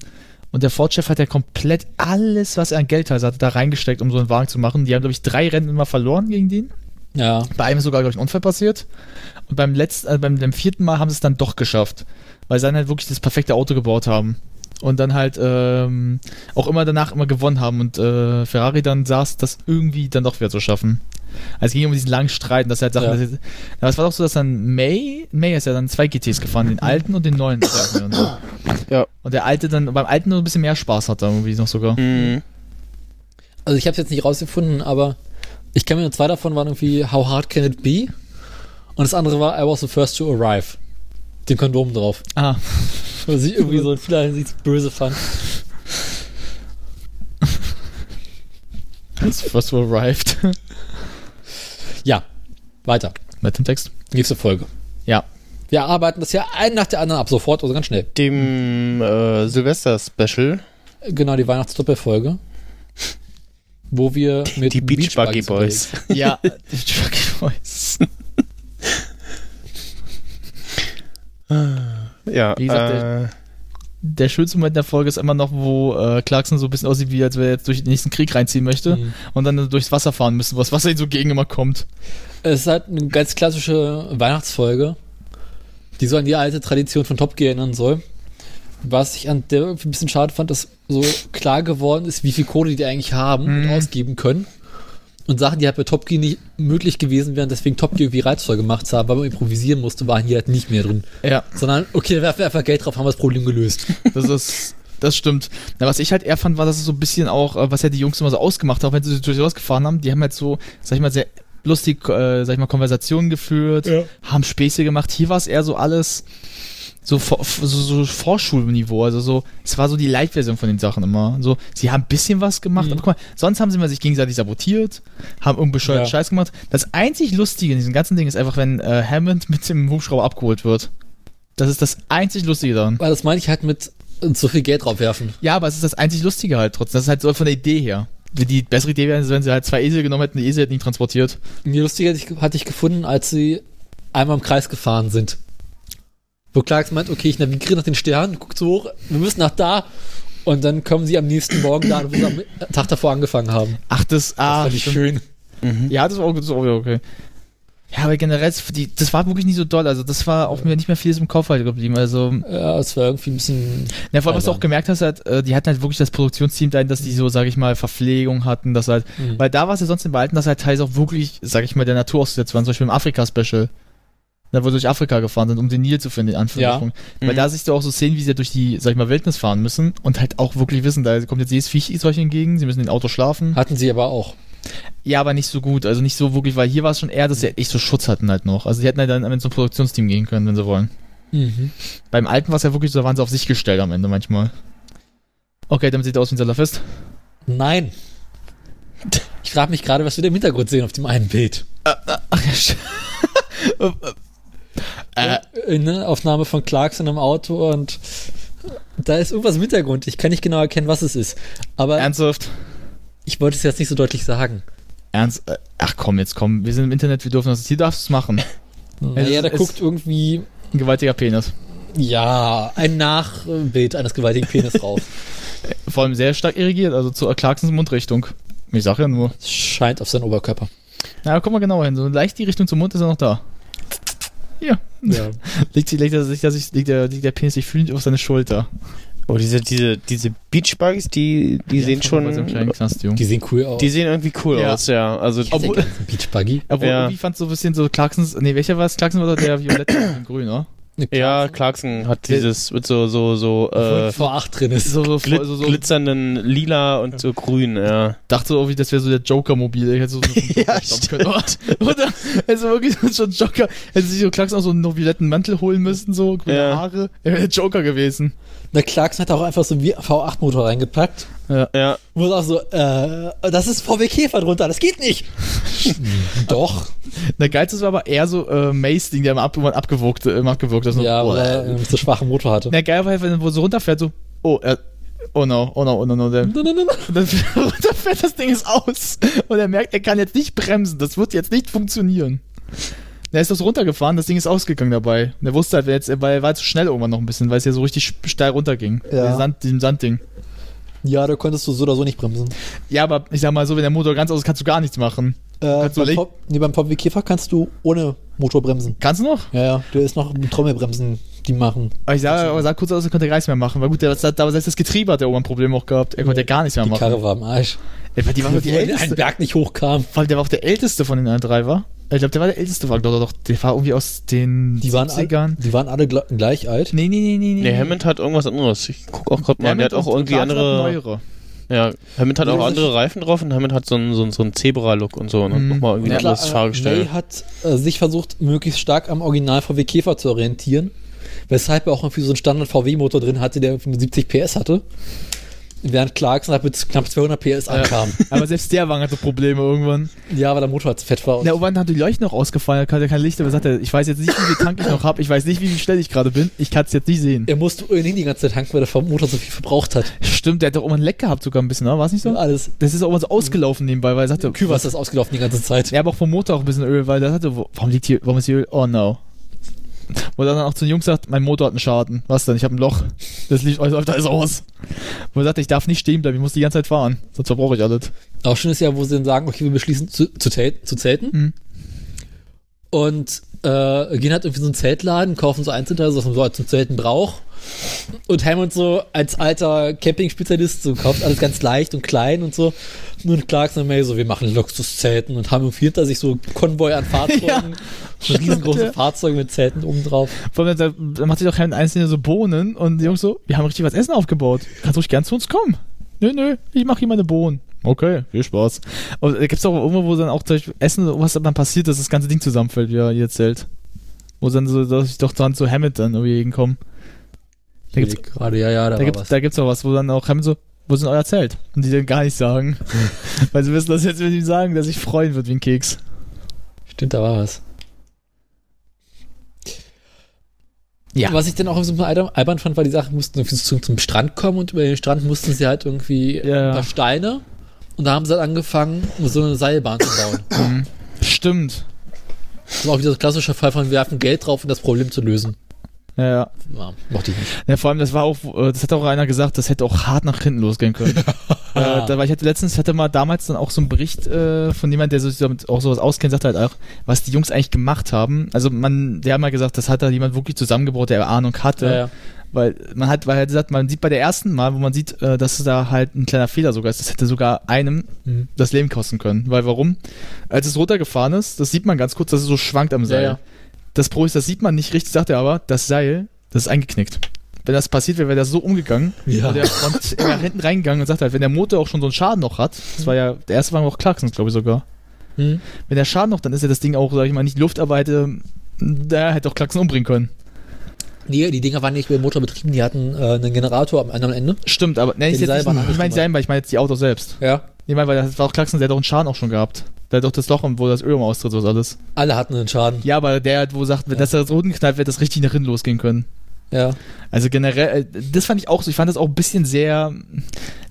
Speaker 4: Und der Ford-Chef hat ja komplett alles, was er an Geld hatte, da reingesteckt, um so einen Wagen zu machen. Die haben, glaube ich, drei Rennen immer verloren gegen den.
Speaker 3: Ja.
Speaker 4: Bei einem ist sogar, glaube ich, ein Unfall passiert. Und beim letzten, äh, beim, beim vierten Mal haben sie es dann doch geschafft. Weil sie dann halt wirklich das perfekte Auto gebaut haben. Und dann halt ähm, auch immer danach immer gewonnen haben. Und äh, Ferrari dann saß, das irgendwie dann doch wieder zu schaffen. Also es ging um diesen langen Streit, und dass er halt Sachen.
Speaker 3: Ja.
Speaker 4: dass jetzt- Aber es war doch so, dass dann May, May ist ja dann zwei GTs gefahren, den alten und den neuen. und, so.
Speaker 2: [clears throat] Ja.
Speaker 4: und der alte dann, beim alten nur ein bisschen mehr Spaß hatte, irgendwie noch sogar.
Speaker 2: mhm.
Speaker 3: Also ich habe jetzt nicht rausgefunden, aber ich kann mir nur zwei davon waren irgendwie How Hard Can It Be? Und das andere war I Was the First to Arrive. Den Kondom drauf.
Speaker 4: Ah,
Speaker 3: [laughs] Was ich irgendwie so in vieler Hinsicht böse fand.
Speaker 4: was so arrived. [laughs]
Speaker 3: Ja. Weiter.
Speaker 4: Mit dem Text.
Speaker 3: Nächste Folge.
Speaker 4: Ja.
Speaker 3: Wir arbeiten das ja ein nach der anderen ab, sofort, also ganz schnell.
Speaker 2: Dem äh, Silvester-Special.
Speaker 3: Genau, die Weihnachtsdoppelfolge. Wo wir mit
Speaker 2: Die Beach Buggy
Speaker 3: Beachbuggies
Speaker 2: Boys.
Speaker 3: unterwegs-
Speaker 4: Ja, [laughs] ich weiß.
Speaker 2: [laughs] Ja,
Speaker 4: Wie gesagt,
Speaker 2: äh,
Speaker 4: der schönste Moment der Folge ist immer noch, wo äh, Clarkson so ein bisschen aussieht, wie als wäre er jetzt durch den nächsten Krieg reinziehen möchte
Speaker 3: Mhm.
Speaker 4: und dann durchs Wasser fahren müssen, wo das Wasser ihm so gegen immer kommt.
Speaker 3: Es ist halt eine ganz klassische Weihnachtsfolge, die so an die alte Tradition von Top Gear erinnern soll. Was ich an der irgendwie ein bisschen schade fand, dass so klar geworden ist, wie viel Kohle die eigentlich haben und
Speaker 4: Mhm.
Speaker 3: ausgeben können. Und Sachen, die halt bei Top Gear nicht möglich gewesen wären, deswegen Top Gear irgendwie reizvoll gemacht haben, weil man improvisieren musste, waren hier halt nicht mehr drin.
Speaker 4: Ja,
Speaker 3: Sondern, okay, dann werfen wir einfach Geld drauf, haben wir das Problem gelöst.
Speaker 4: das ist. Das stimmt. Na, was ich halt eher fand, war, dass es so ein bisschen auch, äh, was ja die Jungs immer so ausgemacht haben, wenn sie durch rausgefahren haben, die haben halt so, sag ich mal, sehr lustig, äh, sag ich mal, Konversationen geführt, haben Späße gemacht. Hier war es eher so alles so, vor- f- so, so Vorschulniveau, also so, es war so die Light-Version von den Sachen immer. So, sie haben ein bisschen was gemacht,
Speaker 3: Mhm.
Speaker 4: aber guck mal, sonst haben sie mal sich gegenseitig sabotiert, haben irgendeinen bescheuerten
Speaker 3: Ja.
Speaker 4: Scheiß gemacht. Das einzig Lustige in diesem ganzen Ding ist einfach, wenn äh, Hammond mit dem Hubschrauber abgeholt wird. Das ist das einzig Lustige daran.
Speaker 3: Weil das meine ich halt mit äh, so viel Geld draufwerfen.
Speaker 4: Ja, aber es ist das einzig Lustige halt trotzdem. Das ist halt so von der Idee her. Wenn die bessere Idee wäre, wenn sie halt zwei Esel genommen hätten, die Esel hätten ihn transportiert.
Speaker 3: Mir lustiger hatte ich- hatte ich gefunden, als sie einmal im Kreis gefahren sind. Wo Clarks meint, okay, ich navigiere nach den Sternen, guck so hoch, wir müssen nach da. Und dann kommen sie am nächsten Morgen da, wo sie am Tag davor angefangen haben.
Speaker 4: Ach, das,
Speaker 3: Das
Speaker 4: ah,
Speaker 3: fand ich
Speaker 4: stimmt.
Speaker 3: schön.
Speaker 4: Ja, das war auch, das war auch wieder okay. Ja, aber generell, das- die- das war wirklich nicht so doll. Also, das war auch mir nicht mehr vieles im Kopf halt geblieben. Also,
Speaker 3: Ja, es war irgendwie ein bisschen.
Speaker 4: na, vor allem, was du
Speaker 3: Also.
Speaker 4: auch gemerkt hast, halt, äh, die hatten halt wirklich das Produktionsteam dahin, dass die so, sag ich mal, Verpflegung hatten, dass halt,
Speaker 3: Mhm.
Speaker 4: weil da war es ja sonst im Behalten, dass halt teils auch wirklich, sag ich mal, der Natur ausgesetzt waren. Zum Beispiel im Afrika-Special. Da, wo sie durch Afrika gefahren sind, um den Nil zu finden, in Anführungszeichen. Weil
Speaker 2: Mhm.
Speaker 4: da siehst du auch so Szenen, wie sie durch die, sag ich mal, Wildnis fahren müssen und halt auch wirklich wissen, da kommt jetzt jedes Viech euch entgegen, sie müssen in Auto schlafen.
Speaker 3: Hatten sie aber auch.
Speaker 4: Ja, aber nicht so gut, also nicht so wirklich, weil hier war es schon eher, dass sie halt echt so Schutz hatten halt noch. Also die hätten halt dann am Ende zum Produktionsteam gehen können, wenn sie wollen.
Speaker 3: Mhm.
Speaker 4: Beim alten war es ja wirklich so, da waren sie auf sich gestellt am Ende manchmal. Okay, damit sieht er aus wie ein Salafist.
Speaker 3: Nein. Ich frage mich gerade, was wir da im Hintergrund sehen auf dem einen Bild.
Speaker 4: Ach ja, sch- [laughs] Äh.
Speaker 3: Äh, ne? Aufnahme von Clarks in einem Auto und äh, da ist irgendwas im Hintergrund. Ich kann nicht genau erkennen, was es ist. Aber
Speaker 4: Ernsthaft?
Speaker 3: ich wollte es jetzt nicht so deutlich sagen.
Speaker 4: Ernst? Äh, Ach komm, jetzt komm, wir sind im Internet, wir dürfen das. Hier darfst du es machen.
Speaker 3: Naja, da
Speaker 4: es-
Speaker 3: guckt irgendwie,
Speaker 4: Ein gewaltiger Penis.
Speaker 3: ja, ein Nachbild eines gewaltigen
Speaker 4: [laughs]
Speaker 3: Penis drauf.
Speaker 4: Vor allem sehr stark irrigiert, also zu Clarksons Mundrichtung. Ich sag ja nur.
Speaker 3: Es Scheint auf seinen Oberkörper.
Speaker 4: Na, guck mal genauer hin. So leicht die Richtung zum Mund ist er noch da. Hier.
Speaker 3: Ja.
Speaker 4: Liegt, sie- liegt, er sich, dass ich, liegt, der, liegt der Penis sich fühlend auf seine Schulter.
Speaker 2: Oh, diese, diese, diese Beachbuggies, die, die sehen
Speaker 4: Bei seinem kleinen
Speaker 2: schon.
Speaker 4: Knast, Junge.
Speaker 3: Die sehen cool aus.
Speaker 2: Die sehen irgendwie cool
Speaker 4: Ja.
Speaker 2: aus, ja. Also
Speaker 4: Obwohl-
Speaker 3: Beach Buggy.
Speaker 4: Obwohl,
Speaker 2: Ja.
Speaker 4: irgendwie fand so ein bisschen so Clarksons. Nee, welcher war es? Clarkson war doch der violette
Speaker 2: [clears throat]
Speaker 4: mit dem Grün, oder?
Speaker 2: Ja, Clarkson hat dieses mit so, so, so, äh,
Speaker 3: vor acht drin ist.
Speaker 4: So, so,
Speaker 2: glit
Speaker 4: also so, so,
Speaker 2: glitzernden Lila und so grün, ja.
Speaker 4: dachte so irgendwie, das wäre so der Joker-Mobil. Ich hätte so ja, können. [laughs] Oder? Also wirklich so schon Joker. Hätte sich so Clarkson auch so einen violetten Mantel holen müssen, so grüne
Speaker 2: Ja.
Speaker 4: Haare. Er wäre der Joker gewesen.
Speaker 3: Na, Clarkson hat auch einfach so einen V8-Motor reingepackt.
Speaker 2: Ja.
Speaker 3: Wo es auch so, äh, das ist VW Käfer drunter, das geht
Speaker 4: [laughs]
Speaker 3: nicht. Doch.
Speaker 4: Der geilste war aber eher so äh, Mace-Ding, der immer ab, immer abgewürgt, immer abgewürgt ist.
Speaker 3: Ja,
Speaker 4: Oh, Boah.
Speaker 3: weil er einen so schwachen Motor hatte.
Speaker 4: Na geil war halt, wenn er wo so runterfährt, so, oh, er, oh no, oh no, oh no, no. Der,
Speaker 3: Nein, nein, nein, nein.
Speaker 4: und dann [laughs] fährt er runter, fährt das Ding ist aus. Und er merkt, er kann jetzt nicht bremsen. Das wird jetzt nicht funktionieren. Er ist das runtergefahren, das Ding ist ausgegangen dabei. Und er wusste halt, wenn jetzt, weil er war zu schnell irgendwann noch ein bisschen, weil es ja so richtig steil runterging.
Speaker 3: Ja.
Speaker 4: Diesem Sand, diesem Sandding.
Speaker 3: Ja, da konntest du so oder so nicht bremsen.
Speaker 4: Ja, aber ich sag mal so, wenn der Motor ganz aus ist, kannst du gar nichts machen.
Speaker 3: Äh,
Speaker 4: Kannst du
Speaker 3: beim,
Speaker 4: leg-
Speaker 3: Pop, nee, beim VW Käfer kannst du ohne Motor bremsen.
Speaker 4: Kannst du noch?
Speaker 3: Ja, ja, du ist noch mit Trommelbremsen, die machen.
Speaker 4: Aber ich sah, aber sah kurz aus, er konnte gar nichts mehr machen. Weil gut, der, da, selbst das Getriebe hat er irgendwann ein Problem auch gehabt. Er konnte ja gar nichts mehr
Speaker 3: Die
Speaker 4: machen.
Speaker 3: Karre war am Arsch.
Speaker 4: Ey, weil die war doch die
Speaker 3: Wo er einen
Speaker 4: älteste.
Speaker 3: Berg nicht hochkam.
Speaker 4: Vor allem, der war auch der älteste von den allen drei, war? Ich glaube, der war der älteste, war doch, doch, der war irgendwie aus den
Speaker 3: Die waren, alle,
Speaker 4: 70ern.
Speaker 3: die waren alle gl- gleich alt.
Speaker 4: Nee, nee, nee, nee, nee.
Speaker 2: Nee, Hammond hat irgendwas anderes. Ich guck auch gerade mal.
Speaker 4: Mhm. Hammond
Speaker 2: der hat auch
Speaker 4: und
Speaker 2: irgendwie
Speaker 4: Clarkson hatten
Speaker 2: andere.
Speaker 4: Neuere.
Speaker 2: Ja, Hammond hat
Speaker 3: Ja,
Speaker 2: auch
Speaker 3: das
Speaker 2: andere
Speaker 3: ist-
Speaker 2: Reifen drauf und Hammond hat so einen, so einen, so einen Zebra-Look und so und
Speaker 4: Mhm.
Speaker 2: hat nochmal irgendwie ein
Speaker 3: Klar,
Speaker 2: anderes
Speaker 3: äh,
Speaker 2: Fahrgestell.
Speaker 3: May hat äh, sich versucht, möglichst stark am Original VW Käfer zu orientieren, weshalb er auch irgendwie so einen Standard VW Motor drin hatte, der irgendwie nur 70 PS hatte, während Clarkson halt mit knapp 200 PS ankam.
Speaker 4: [laughs]
Speaker 3: [laughs]
Speaker 4: Aber selbst der Wagen hatte Probleme irgendwann.
Speaker 3: Ja, weil der Motor halt zu fett war.
Speaker 4: Na, irgendwann hat die Leuchte noch ausgefallen, er hatte kein Licht, aber sagt er, ich weiß jetzt nicht, wie viel Tank ich noch habe, ich weiß nicht, wie viel schnell ich gerade bin, ich kann es jetzt nicht sehen.
Speaker 3: er musste ohnehin die ganze Zeit tanken, weil der vom Motor so viel verbraucht hat.
Speaker 4: Stimmt, der hat doch irgendwann ein Leck gehabt sogar ein bisschen, ne? war es nicht so?
Speaker 3: Alles
Speaker 4: Das ist auch irgendwann so ausgelaufen nebenbei, weil er sagte,
Speaker 3: Kühlwasser ist ausgelaufen die ganze Zeit.
Speaker 4: Ja, aber auch vom Motor auch ein bisschen Öl, weil der hatte, wo- warum liegt hier, warum ist hier Öl? Oh no. Wo er dann auch zu den Jungs sagt, mein Motor hat einen Schaden. Was denn? Ich habe ein Loch. Das Licht läuft alles aus. Wo er sagt, ich darf nicht stehen bleiben, ich muss die ganze Zeit fahren. Sonst verbrauche ich alles.
Speaker 3: Auch schön ist ja, wo sie dann sagen, okay, wir beschließen zu, zu, tel- zu zelten.
Speaker 4: Mhm.
Speaker 3: Und äh, gehen halt irgendwie so einen Zeltladen, kaufen so Einzelteile, was man so halt zum Zelten braucht. Und Hammond so als alter Camping-Spezialist so kauft alles ganz leicht und klein und so. Und Clarkson und May so, wir machen Luxuszelten und haben irgendwie hinter sich so einen Konvoi an Fahrzeugen.
Speaker 4: [laughs]
Speaker 3: so
Speaker 4: Ja.
Speaker 3: riesengroße Fahrzeuge mit Zelten oben drauf.
Speaker 4: Vor allem, da, da macht sich doch kein einzelner so Bohnen und die Jungs so, wir haben richtig was Essen aufgebaut. Kannst ruhig gern zu uns kommen. Nö, nö, ich mache hier meine Bohnen. Okay, viel Spaß. Und äh, gibt's auch irgendwo, wo dann auch durch Essen, was dann passiert, dass das ganze Ding zusammenfällt, wie er ihr erzählt. Wo dann so, dass ich doch dann zu Hammett dann irgendwie hinkommen. Da gibt's,
Speaker 3: gerade, ja, ja, da,
Speaker 4: da
Speaker 3: war
Speaker 4: gibt's,
Speaker 3: was.
Speaker 4: da gibt's auch was, wo dann auch Hammett so, wo sind euer Zelt? Und die dann gar nicht [laughs] sagen. Weil sie wissen, dass jetzt, wenn sie ihm sagen, dass ich freuen wird wie ein Keks.
Speaker 3: Stimmt, da war was. Ja. Was ich dann auch so ein bisschen albern- albern fand, war, die Sachen mussten irgendwie zum, zum Strand kommen und über den Strand mussten sie halt irgendwie
Speaker 4: Ja.
Speaker 3: ein paar Steine und da haben sie halt angefangen, so eine Seilbahn zu bauen.
Speaker 4: Stimmt.
Speaker 3: Das war auch wieder so ein klassischer Fall von, wir werfen Geld drauf, um das Problem zu lösen.
Speaker 4: Ja, ja.
Speaker 3: Ja, mochte ich nicht.
Speaker 4: Ja, vor allem, das war auch, äh, das hat auch einer gesagt, das hätte auch hart nach hinten losgehen können. äh, da, weil ich hatte letztens, hatte mal damals dann auch so einen Bericht äh, von jemand, der sich damit auch sowas auskennt, sagte halt auch, was die Jungs eigentlich gemacht haben. Also man, der hat mal gesagt, das hat da jemand wirklich zusammengebaut, der Ahnung
Speaker 3: ne?
Speaker 4: hatte. Weil man hat, weil er gesagt, man sieht bei der ersten Mal, wo man sieht, äh, dass da halt ein kleiner Fehler sogar ist, das hätte sogar einem
Speaker 3: Mhm.
Speaker 4: das Leben kosten können. Weil warum? Als es runtergefahren ist, das sieht man ganz kurz, dass es so schwankt am Seil.
Speaker 3: ja.
Speaker 4: Das Pro ist, das sieht man nicht richtig, sagt er aber, das Seil, das ist eingeknickt. Wenn das passiert wäre, wäre das so umgegangen.
Speaker 3: Ja.
Speaker 4: Und er
Speaker 3: [laughs]
Speaker 4: ist immer hinten reingegangen und sagt halt, wenn der Motor auch schon so einen Schaden noch hat, das war ja, der erste Wagen war auch Clarksons, glaube ich sogar.
Speaker 3: Hm?
Speaker 4: Wenn der Schaden noch, dann ist ja das Ding auch, sag ich mal, nicht Luft, aber hätte, da hätte auch Clarkson umbringen können.
Speaker 3: Nee, die Dinger waren nicht mit dem Motor betrieben, die hatten äh, einen Generator am anderen Ende.
Speaker 4: Stimmt, aber ne,
Speaker 3: die
Speaker 4: ich, jetzt nicht,
Speaker 3: Seilbahn hat
Speaker 4: ich meine die
Speaker 3: nicht
Speaker 4: Seilbahn, ich meine jetzt die Autos selbst.
Speaker 3: Ja.
Speaker 4: Ich meine, weil das war auch Clarkson, der hat doch einen Schaden auch schon gehabt. Der hat doch das Loch, wo das Öl im austritt, sowas alles.
Speaker 3: Alle hatten einen Schaden.
Speaker 4: Ja, aber der, wo sagt, wenn das da so knallt, wird das richtig nach hinten losgehen können.
Speaker 3: Ja.
Speaker 4: Also generell, äh, das fand ich auch so, ich fand das auch ein bisschen sehr,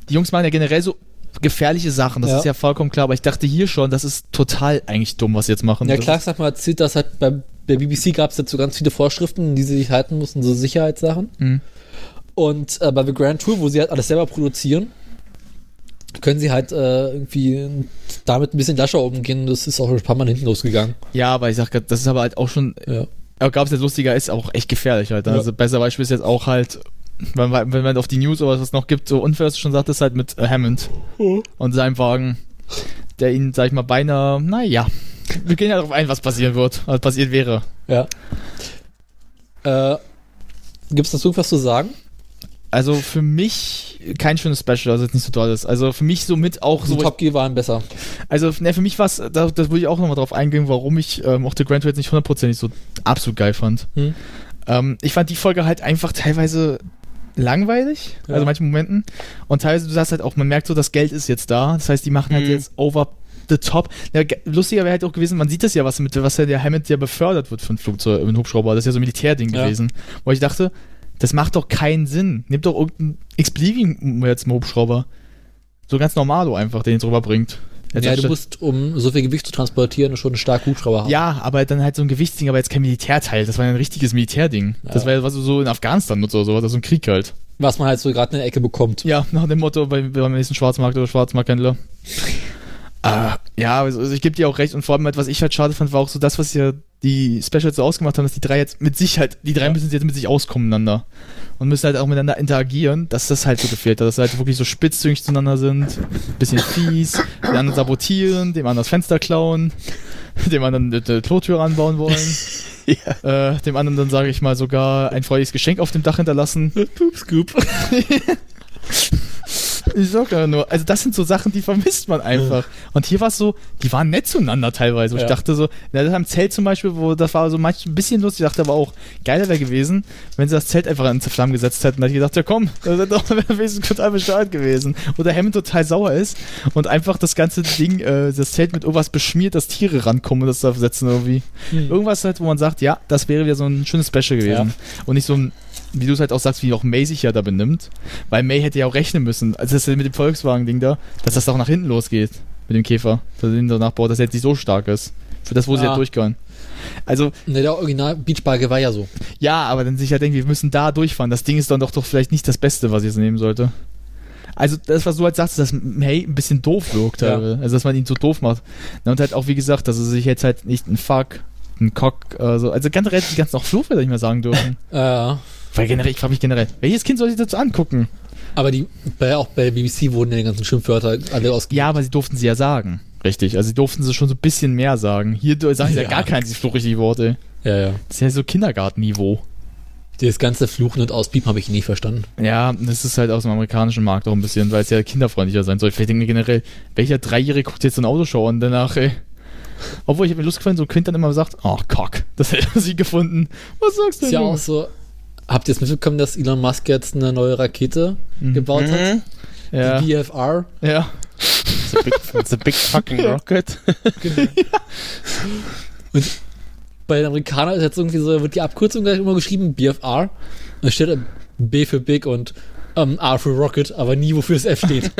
Speaker 4: die Jungs machen ja generell so gefährliche Sachen, das
Speaker 3: Ja.
Speaker 4: ist ja vollkommen klar, aber ich dachte hier schon, das ist total eigentlich dumm, was sie jetzt machen.
Speaker 3: Ja,
Speaker 4: Das
Speaker 3: Clark hat mal erzählt, dass halt bei der BBC gab es dazu ganz viele Vorschriften, die sie sich halten mussten, so Sicherheitssachen.
Speaker 4: Mhm.
Speaker 3: Und äh, bei The Grand Tour, wo sie halt alles selber produzieren, können sie halt äh, irgendwie damit ein bisschen lascher umgehen. Das ist auch ein paar Mal hinten losgegangen.
Speaker 4: Ist, ja, aber ich sag grad, das ist aber halt auch schon,
Speaker 3: Ja.
Speaker 4: aber gab es jetzt lustiger, ist auch echt gefährlich halt.
Speaker 3: Ja.
Speaker 4: Also besser Beispiel ist jetzt auch halt, wenn, man- wenn man auf die News oder was es noch gibt, so unfair, was du schon sagtest, halt mit äh, Hammond
Speaker 3: Mhm.
Speaker 4: und seinem Wagen, der ihn, sag ich mal, beinahe, naja, wir gehen ja darauf ein, was passieren wird, was passiert wäre.
Speaker 3: Ja. Äh, Gibt es dazu irgendwas zu sagen?
Speaker 4: Also für mich kein schönes Special, also jetzt nicht so tolles. Also für mich somit auch
Speaker 3: Die
Speaker 4: so.
Speaker 3: Top Gear waren besser.
Speaker 4: also ne, für mich war es, da, das würde ich auch nochmal drauf eingehen, warum ich ähm, auch The Grand Tour jetzt nicht hundertprozentig so absolut geil fand.
Speaker 3: Hm.
Speaker 4: Ähm, ich fand die Folge halt einfach teilweise langweilig,
Speaker 3: Ja.
Speaker 4: also in manchen Momenten. Und teilweise, du sagst halt auch, man merkt so, das Geld ist jetzt da. Das heißt, die machen halt
Speaker 2: Mhm.
Speaker 4: jetzt over the top. Ja, ge- lustiger wäre halt auch gewesen, man sieht das ja, was mit was ja der Hammett ja befördert wird von Flugzeug, mit Hubschrauber. Das ist ja so ein Militärding
Speaker 3: Ja.
Speaker 4: gewesen. Wo ich dachte, das macht doch keinen Sinn. Nimm doch irgendeinen Expediting jetzt einen Hubschrauber. So ganz normalo einfach, den es rüberbringt. Jetzt
Speaker 3: Ja, du
Speaker 4: anstatt-
Speaker 3: musst, um so viel Gewicht zu transportieren, schon einen starken Hubschrauber haben.
Speaker 4: ja, aber dann halt so ein Gewichtsding, aber jetzt kein Militärteil. Das war ein richtiges Militärding. Das
Speaker 3: Ja.
Speaker 4: war ja was du so in Afghanistan nutzt oder sowas, also ein Krieg halt.
Speaker 3: Was man halt so gerade in der Ecke bekommt.
Speaker 4: Ja, nach dem Motto bei, beim nächsten Schwarzmarkt oder Schwarzmarkthändler. Ah, ja, also also ich gebe dir auch recht und vor allem halt, was ich halt schade fand, war auch so das, was ja die Specials so ausgemacht haben, dass die drei jetzt mit sich halt, die drei müssen jetzt mit sich auskommen miteinander und müssen halt auch miteinander interagieren, dass das halt so gefehlt hat, dass sie halt wirklich so spitzzüngig zueinander sind, bisschen fies, den anderen sabotieren, dem anderen das Fenster klauen, [laughs] dem anderen eine, eine Klotür anbauen wollen, [laughs] äh, dem anderen dann sage ich mal sogar ein freudiges Geschenk auf dem Dach hinterlassen.
Speaker 3: Poop Scoop.
Speaker 4: [laughs] Ich sag ja nur, also das sind so Sachen, die vermisst man einfach. Und hier war es so, die waren nett zueinander teilweise. Und Ich
Speaker 3: Ja.
Speaker 4: dachte so, na, das am Zelt zum Beispiel, wo das war so manch ein bisschen lustig, ich dachte aber auch, geiler wäre gewesen, wenn sie das Zelt einfach in Flammen gesetzt hätten. Da hätte ich gedacht, ja komm, [laughs] das wäre doch wär wenigstens total bescheuert gewesen. Oder Hammond total sauer ist und einfach das ganze Ding, äh, das Zelt mit irgendwas beschmiert, dass Tiere rankommen und das da setzen irgendwie.
Speaker 3: Mhm. Hm.
Speaker 4: Irgendwas halt, wo man sagt, ja, das wäre wieder so ein schönes Special gewesen. Und nicht so ein, wie du es halt auch sagst, wie auch May sich ja da benimmt. Weil May hätte ja auch rechnen müssen, also das mit dem Volkswagen-Ding da, dass das auch nach hinten losgeht mit dem Käfer, dass er ihn so nachbaut, dass er jetzt nicht so stark ist. Für das, wo sie
Speaker 3: Ja.
Speaker 4: halt durchgehen. Also,
Speaker 3: Ne, der Original Beachbarge war ja so.
Speaker 4: ja, aber dann sich halt denken, wir müssen da durchfahren. Das Ding ist dann doch, doch vielleicht nicht das Beste, was ich jetzt nehmen sollte. Also, das, was du halt sagst, dass May ein bisschen doof wirkt.
Speaker 3: Ja.
Speaker 4: teilweise. Also, dass man ihn so doof macht. Na, und halt auch, wie gesagt, dass er sich jetzt halt nicht ein Fuck, ein Cock, äh, so. also generell die ganzen auch Fluchwörter nicht mehr sagen dürfen.
Speaker 3: Äh,
Speaker 4: [laughs] Weil generell, ich frage mich generell, welches Kind soll sich dazu angucken?
Speaker 3: Aber die, bei, auch bei der BBC wurden ja die ganzen Schimpfwörter alle ausgegeben.
Speaker 4: Ja, aber sie durften sie ja sagen. Richtig, also sie durften sie schon so ein bisschen mehr sagen. Hier sagen sie ja,
Speaker 3: Ja.
Speaker 4: gar kein fluchrichtige Worte.
Speaker 3: Ja, ja.
Speaker 4: Das ist ja so Kindergartenniveau.
Speaker 3: Das ganze Fluchen und Auspiepen habe ich nie verstanden.
Speaker 4: Ja, das ist halt aus dem amerikanischen Markt auch ein bisschen, weil es ja kinderfreundlicher sein soll. Vielleicht denke ich generell, welcher Dreijährige guckt jetzt so eine Autoshow und danach, ey. Obwohl, ich habe mir Lust gefallen, so ein Kind dann immer sagt, oh, Cock, [laughs] das hätte er sie gefunden. Was sagst du
Speaker 3: Ist
Speaker 4: denn?
Speaker 3: ja
Speaker 4: Junge?
Speaker 3: auch so. Habt ihr jetzt mitbekommen, dass Elon Musk jetzt eine neue Rakete gebaut hat?
Speaker 4: Mhm.
Speaker 2: Mhm.
Speaker 4: ja,
Speaker 3: Die BFR.
Speaker 4: ja.
Speaker 2: It's a big, it's a big fucking
Speaker 4: [laughs]
Speaker 2: rocket.
Speaker 3: Und bei den Amerikanern ist jetzt irgendwie so, wird die Abkürzung gleich immer geschrieben, BFR. Da steht äh, B für Big und ähm, R für Rocket, aber nie wofür das F
Speaker 4: [laughs]
Speaker 3: steht.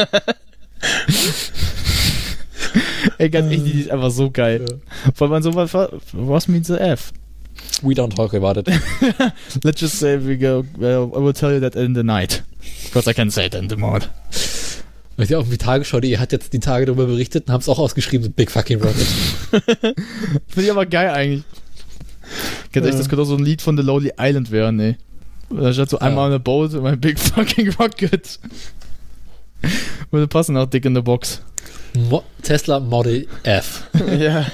Speaker 4: Ey, ganz ehrlich, die ist einfach so geil. Vor allem an sowas, war- was means the F?
Speaker 3: We don't talk about it.
Speaker 4: Let's just say we go, well, I will tell you that in the night. Because I can say it in the morning.
Speaker 3: Und ja, auch die Tagesschau.de hat jetzt die Tage darüber berichtet und haben es auch ausgeschrieben, so Big fucking Rocket.
Speaker 4: Finde ich aber geil eigentlich. Ganz ehrlich, das könnte auch so ein Lied von The Lonely Island werden, ey. Da statt so einmal in a boat und ein big [laughs] fucking rocket. Würde passen nach Dick in the Box.
Speaker 3: Mo Tesla Model F.
Speaker 2: ja. [laughs]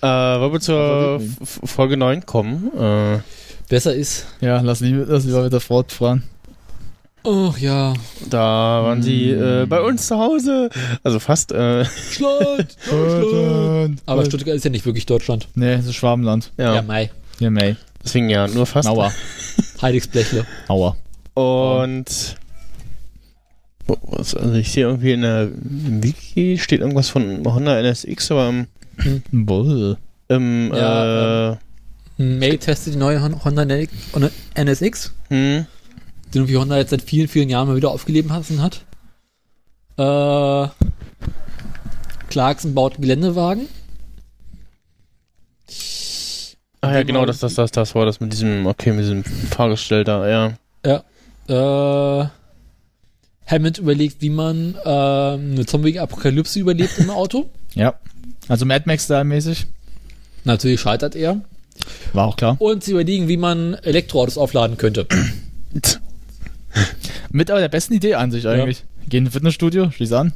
Speaker 2: äh, wollen wir zur F Folge 9 kommen? Äh,
Speaker 3: Besser ist.
Speaker 4: Ja, lass lieber, lass lieber mit der Fraud fahren.
Speaker 3: Oh ja.
Speaker 2: da waren sie äh, bei uns zu Hause. Also fast. Äh, [laughs]
Speaker 3: Schland, Deutschland. [laughs] Aber Stuttgart ist ja nicht wirklich Deutschland.
Speaker 4: Nee, das ist Schwabenland.
Speaker 2: ja.
Speaker 3: Ja, Mai.
Speaker 4: Ja, May.
Speaker 2: Deswegen ja, nur fast.
Speaker 4: Aua.
Speaker 3: Heiligsblechle.
Speaker 4: Aua.
Speaker 2: Und Wo- was, also ich sehe irgendwie in der im Wiki steht irgendwas von Honda NSX, aber im,
Speaker 4: Bull.
Speaker 2: im äh,
Speaker 3: Ja, Hm, May testet die neue Hon- Honda NX NSX,
Speaker 2: hm,
Speaker 3: die irgendwie Honda jetzt seit vielen, vielen Jahren mal wieder aufgelebt lassen hat. Äh, Clarkson baut einen Geländewagen.
Speaker 2: Ach ja, genau, das, das, das, das war das mit diesem, okay, mit diesem Fahrgestell da, ja.
Speaker 3: Äh, Hammond überlegt, wie man äh, eine Zombie-Apokalypse überlebt im [laughs] Auto.
Speaker 4: Ja. Also Mad Max-Style-mäßig.
Speaker 3: Natürlich scheitert er.
Speaker 4: War auch klar.
Speaker 3: Und sie überlegen, wie man Elektroautos aufladen könnte.
Speaker 4: Mit aber der besten Idee an sich eigentlich. Geh in ein Fitnessstudio, schließ an.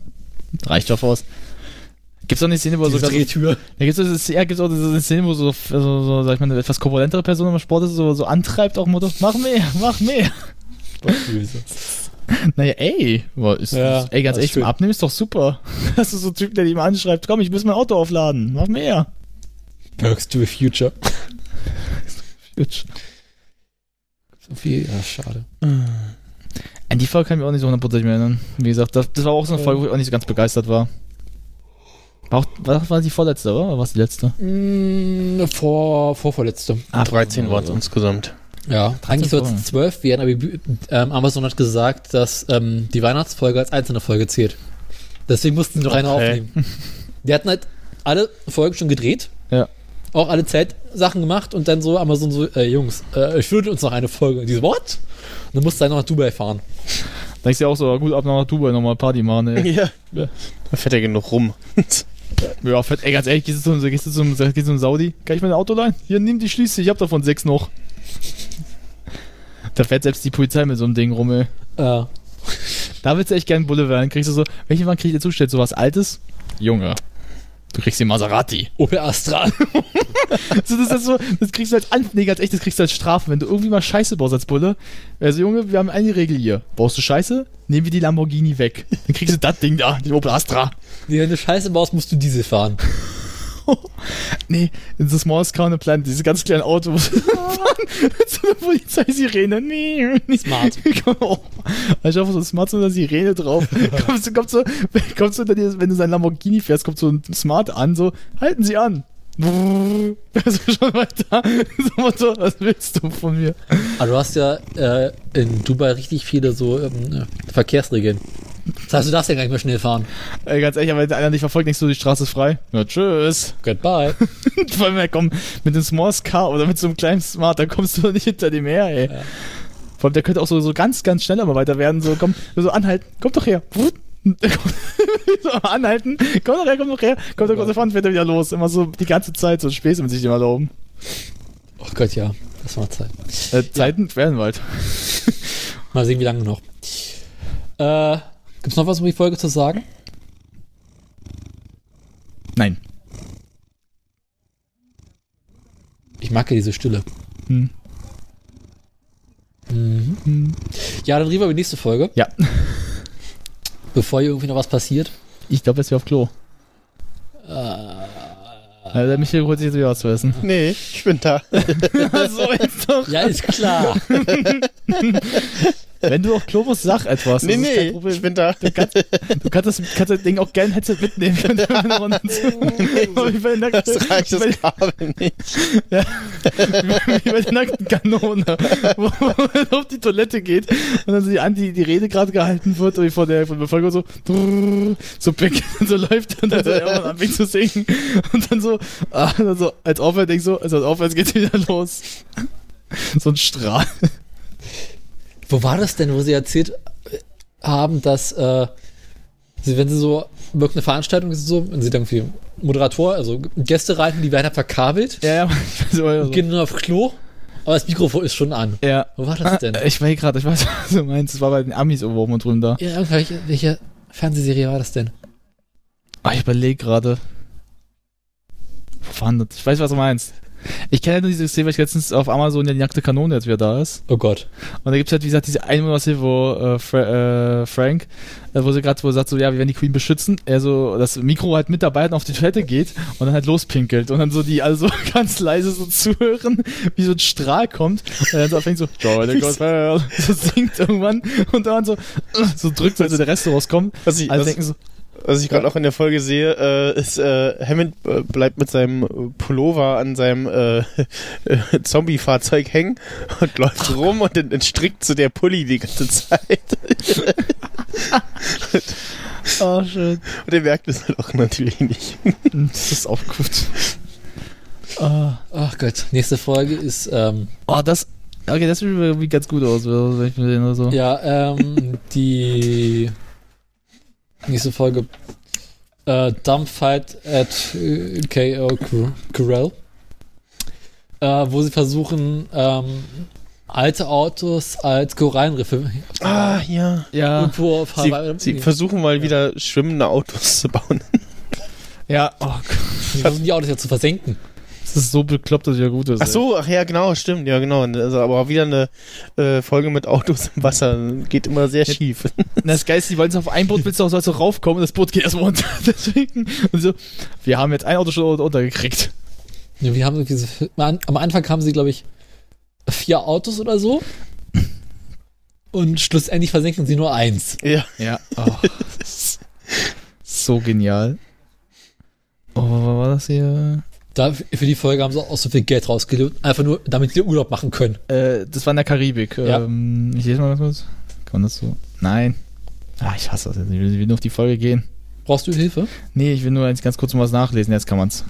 Speaker 4: Reicht doch aus. Gibt's doch eine Szene, wo er so gerade so
Speaker 3: Drehtür.
Speaker 4: Da gibt es ja, gibt's auch diese Szene, wo so, so, so, sag ich mal, eine etwas korpulentere Person im Sport ist, so, so antreibt auch im Motto, mach mehr, [laughs] mach mehr. [laughs] Naja, ey, boah, ist,
Speaker 3: Ja,
Speaker 4: ist, ey, ganz
Speaker 3: das
Speaker 4: ehrlich,
Speaker 3: ist
Speaker 4: zum
Speaker 3: schön.
Speaker 4: Abnehmen ist doch super. [laughs] Hast du so einen Typen, der dich mal anschreibt, komm, ich muss mein Auto aufladen, mach mehr.
Speaker 3: Perks to the Future.
Speaker 4: Gut.
Speaker 3: So viel. Ja, schade.
Speaker 4: An die Folge kann ich mich auch nicht so hundertprozentig mehr erinnern. Wie gesagt, das, das war auch so eine Folge, wo ich auch nicht so ganz begeistert war. War, auch, war, war die vorletzte, oder? Oder war es die letzte?
Speaker 3: Mm, vor, vorvorletzte.
Speaker 4: Ah,
Speaker 2: 13 waren es insgesamt.
Speaker 3: Ja, eigentlich sollte
Speaker 4: Folgen.
Speaker 3: es zwölf werden, aber die- ähm, Amazon hat gesagt, dass ähm, die Weihnachtsfolge als einzelne Folge zählt. Deswegen mussten sie noch eine
Speaker 2: Okay.
Speaker 3: aufnehmen. Die hatten halt alle Folgen schon gedreht.
Speaker 4: Ja.
Speaker 3: Auch alle Zeitsachen gemacht und dann so Amazon so, äh, Jungs, äh, ich würde uns noch eine Folge. Und die so, what? Und dann musst du dann noch nach Dubai fahren.
Speaker 4: Denkst du ja auch so, gut, ab nach Dubai nochmal Party
Speaker 3: [laughs]
Speaker 4: machen, ey.
Speaker 2: [laughs] Ja. Da fährt er genug rum.
Speaker 4: Ja, fett. Ey, ganz ehrlich, gehst du zum, gehst du zum, gehst du zum Saudi? Kann ich mein Auto leihen? Hier, nimm die Schließe, ich hab davon sechs noch. Da fährt selbst die Polizei mit so einem Ding rum, ey.
Speaker 3: Äh,
Speaker 4: Da willst du echt gern Bulle werden. Kriegst du so, welchen Wagen kriegt ihr zustellt? So was Altes? Junge. Du kriegst den Maserati. [laughs]
Speaker 3: Opel Astra. [laughs]
Speaker 4: So, das, ist so, das kriegst du als An nee, ganz echt, das kriegst du als Strafe. Wenn du irgendwie mal Scheiße baust als Bulle, also Junge, wir haben eine Regel hier. Baust du Scheiße, nehmen wir die Lamborghini weg. Dann kriegst du das Ding da, den Opel Astra.
Speaker 3: Nee, Wenn du Scheiße baust, musst du Diesel fahren.
Speaker 4: Nee, it's the smallest car on the planet. Diese ganz kleinen Autos. mit so einer Polizeisirene. Nee, nicht [laughs]
Speaker 3: Smart.
Speaker 4: oh. Ich hoffe, so ein Smart mit einer Sirene drauf. kommst du, kommst du, kommst du unter dir, wenn du sein Lamborghini fährst, kommt so ein Smart an, so, halten Sie an. [laughs] Wärst du schon weiter? [laughs] So, Motto, was willst du von mir?
Speaker 3: Aber Ah, du hast ja äh, in Dubai richtig viele so ähm, äh, Verkehrsregeln. Das heißt, du darfst ja gar nicht mehr schnell fahren.
Speaker 4: Ey, ganz ehrlich, aber wenn einer dich verfolgt, denkst du, die Straße ist frei. Na, tschüss.
Speaker 3: Goodbye.
Speaker 4: [laughs] Vor allem, ja, komm, mit dem Smallest Car oder mit so einem kleinen Smart, da kommst du [laughs] doch nicht hinter dem her, ey.
Speaker 3: Ja.
Speaker 4: Vor allem, der könnte auch so, so ganz, ganz schnell aber weiter werden. So, komm, so anhalten, komm doch her. [laughs] so anhalten, komm doch her, komm doch her. Komm doch, komm doch, fährt er wieder los. Immer so die ganze Zeit so Späße mit sich immer erlauben.
Speaker 3: Oh Gott, ja. Das war Zeit.
Speaker 4: Äh, Zeiten werden bald.
Speaker 3: Mal sehen, wie lange noch. Äh, gibt's noch was über die Folge zu sagen?
Speaker 4: Nein.
Speaker 3: Ich mag ja diese Stille.
Speaker 4: Hm.
Speaker 3: Mhm. Ja, dann reden wir über die nächste Folge,
Speaker 4: Ja.
Speaker 3: bevor hier irgendwie noch was passiert.
Speaker 4: Ich glaube, jetzt wäre auf Klo. Äh, der Michael holt sich jetzt wieder was zu essen.
Speaker 2: [laughs] Nee, ich bin da.
Speaker 4: so, jetzt doch.
Speaker 3: Ja, ist klar.
Speaker 4: Wenn du auf Klo musst, sag etwas.
Speaker 2: Nee,
Speaker 4: Das ist kein
Speaker 2: nee,
Speaker 4: Problem.
Speaker 2: ich bin da.
Speaker 4: Du kannst das, kannst das Ding auch gerne Headset mitnehmen. Wenn du eine Runde zu-
Speaker 2: [laughs]
Speaker 4: wie bei der nackten,
Speaker 2: Das reicht
Speaker 4: wie bei,
Speaker 2: das Kabel nicht.
Speaker 4: wie bei der nackten Kanone, wo man auf die Toilette geht und dann so die, an die, die Rede gerade gehalten wird und von der, von der Bevölkerung so drrrr, so pick, so läuft und dann so irgendwann anfängt zu singen und dann so, ah, dann so als Aufwärts denkt so, also als Aufwärts geht wieder los. So ein Strahl.
Speaker 3: Wo war das denn, wo sie erzählt äh, haben, dass äh, sie, wenn sie so irgendeine Veranstaltung ist, so, wenn sie dann irgendwie Moderator, also Gäste reiten, die werden dann verkabelt,
Speaker 4: Ja, also ja, ich weiß immer so.
Speaker 3: gehen dann auf Klo, aber das Mikrofon ist schon an.
Speaker 4: Ja.
Speaker 3: Wo war das denn?
Speaker 4: Ah, Ich weiß gerade, ich weiß, was du meinst. Das war bei den Amis irgendwo oben und drüben da.
Speaker 3: Ja, welche, welche Fernsehserie war das denn?
Speaker 4: Ah, ich überlege gerade. Wo waren das? Ich weiß, was du meinst. Ich kenne halt nur diese Szene, weil ich letztens auf Amazon ja die nackte Kanone jetzt wieder da ist.
Speaker 3: Oh Gott.
Speaker 4: Und da gibt's halt, wie gesagt, diese eine Szene, wo äh, Fra äh, Frank, äh, wo sie gerade wo sagt, so, ja, wir werden die Queen beschützen. Er so das Mikro halt mit dabei hat und auf die Toilette geht und dann halt lospinkelt. Und dann so [laughs] die also ganz leise so zuhören, wie so ein Strahl kommt. Und dann so anfängt so, Joy [laughs] the God Hell. So singt irgendwann. Und dann so, äh, so drückt, also der Rest so rauskommt.
Speaker 2: Was ich,
Speaker 4: Alle
Speaker 2: was,
Speaker 4: denken so,
Speaker 2: was ich gerade auch in der Folge sehe, äh, ist, äh, Hammond äh, bleibt mit seinem äh, Pullover an seinem äh, [laughs] äh, Zombie-Fahrzeug hängen und läuft rum und ent- entstrickt zu der Pulli die ganze Zeit.
Speaker 4: oh shit.
Speaker 2: Und er merkt es halt auch natürlich nicht.
Speaker 4: Das ist auch gut. Ah.
Speaker 3: Ach Gott. Nächste Folge ist, ähm,
Speaker 4: Oh, das. Okay, das sieht irgendwie ganz gut aus, wenn ich mir den oder so.
Speaker 3: ja, ähm, die nächste Folge äh, Dumpfight at äh, K.O. Cor- Corral, äh, wo sie versuchen, ähm, alte Autos als Korallenriffe
Speaker 2: Ah, ja.
Speaker 4: Ja.
Speaker 3: irgendwo auf
Speaker 2: Sie,
Speaker 3: Hawaii.
Speaker 2: sie versuchen mal wieder schwimmende Autos zu bauen.
Speaker 4: Ja. Oh Gott,
Speaker 3: sie versuchen die Autos ja zu versenken.
Speaker 4: das ist so bekloppt, dass ja gut ist.
Speaker 2: Ach so, ach ja, genau, stimmt, ja, genau. Also, aber wieder eine äh, Folge mit Autos im Wasser geht immer sehr schief.
Speaker 4: ey. Na, Das Geist, die wollen es auf ein Boot, willst du auch sollst du raufkommen und das Boot geht erstmal unter. [laughs] Deswegen. Und so, wir haben jetzt ein Auto schon unter- untergekriegt.
Speaker 3: Ja, wir haben irgendwie so, am Anfang haben sie, glaube ich, vier Autos oder so. Und schlussendlich versenken sie nur eins.
Speaker 2: [laughs] Ja.
Speaker 4: Ja. Oh. so genial. Oh, was war das hier?
Speaker 3: Da, für die Folge haben sie auch so viel Geld rausgelegt, einfach nur, damit sie Urlaub machen können.
Speaker 4: Äh, das war in der Karibik.
Speaker 3: Ja.
Speaker 4: Ähm, ich lese mal ganz kurz. Kann man das so? Nein. Ah, ich hasse das jetzt. Ich will ich will nur auf die Folge gehen.
Speaker 3: Brauchst du Hilfe?
Speaker 4: Nee, ich will nur eins ganz kurz mal was nachlesen. Jetzt kann man's.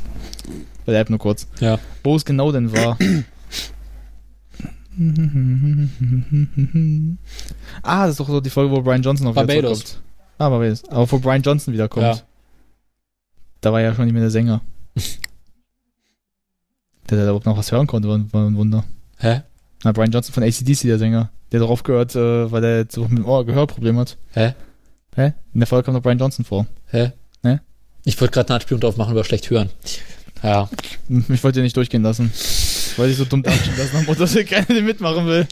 Speaker 4: Bleibt nur kurz.
Speaker 3: Ja.
Speaker 4: Wo es genau denn war. ah, das ist doch so die Folge, wo Brian Johnson noch wieder
Speaker 3: Barbados.
Speaker 4: zurückkommt. Ah, Barbados. Aber wo Brian Johnson wiederkommt.
Speaker 3: Ja.
Speaker 4: Da war ja schon nicht mehr
Speaker 3: [laughs]
Speaker 4: der Sänger. der da überhaupt noch was hören konnte, war ein, war ein Wunder.
Speaker 3: Hä?
Speaker 4: Na, Brian Johnson von ACDC, der Sänger. Der hat doch aufgehört, äh, weil er jetzt auch mit dem Ohr Gehörproblem hat.
Speaker 3: Hä?
Speaker 4: Hä? In der Folge kommt noch Brian Johnson vor.
Speaker 3: Hä?
Speaker 4: Ne?
Speaker 3: Ich wollte gerade eine Anspielung drauf machen über schlecht hören. Ja.
Speaker 4: Hm, Ich wollte ihn nicht durchgehen lassen. Weil ich so dumm dachten lassen habe und dass er keiner [laughs] mitmachen will.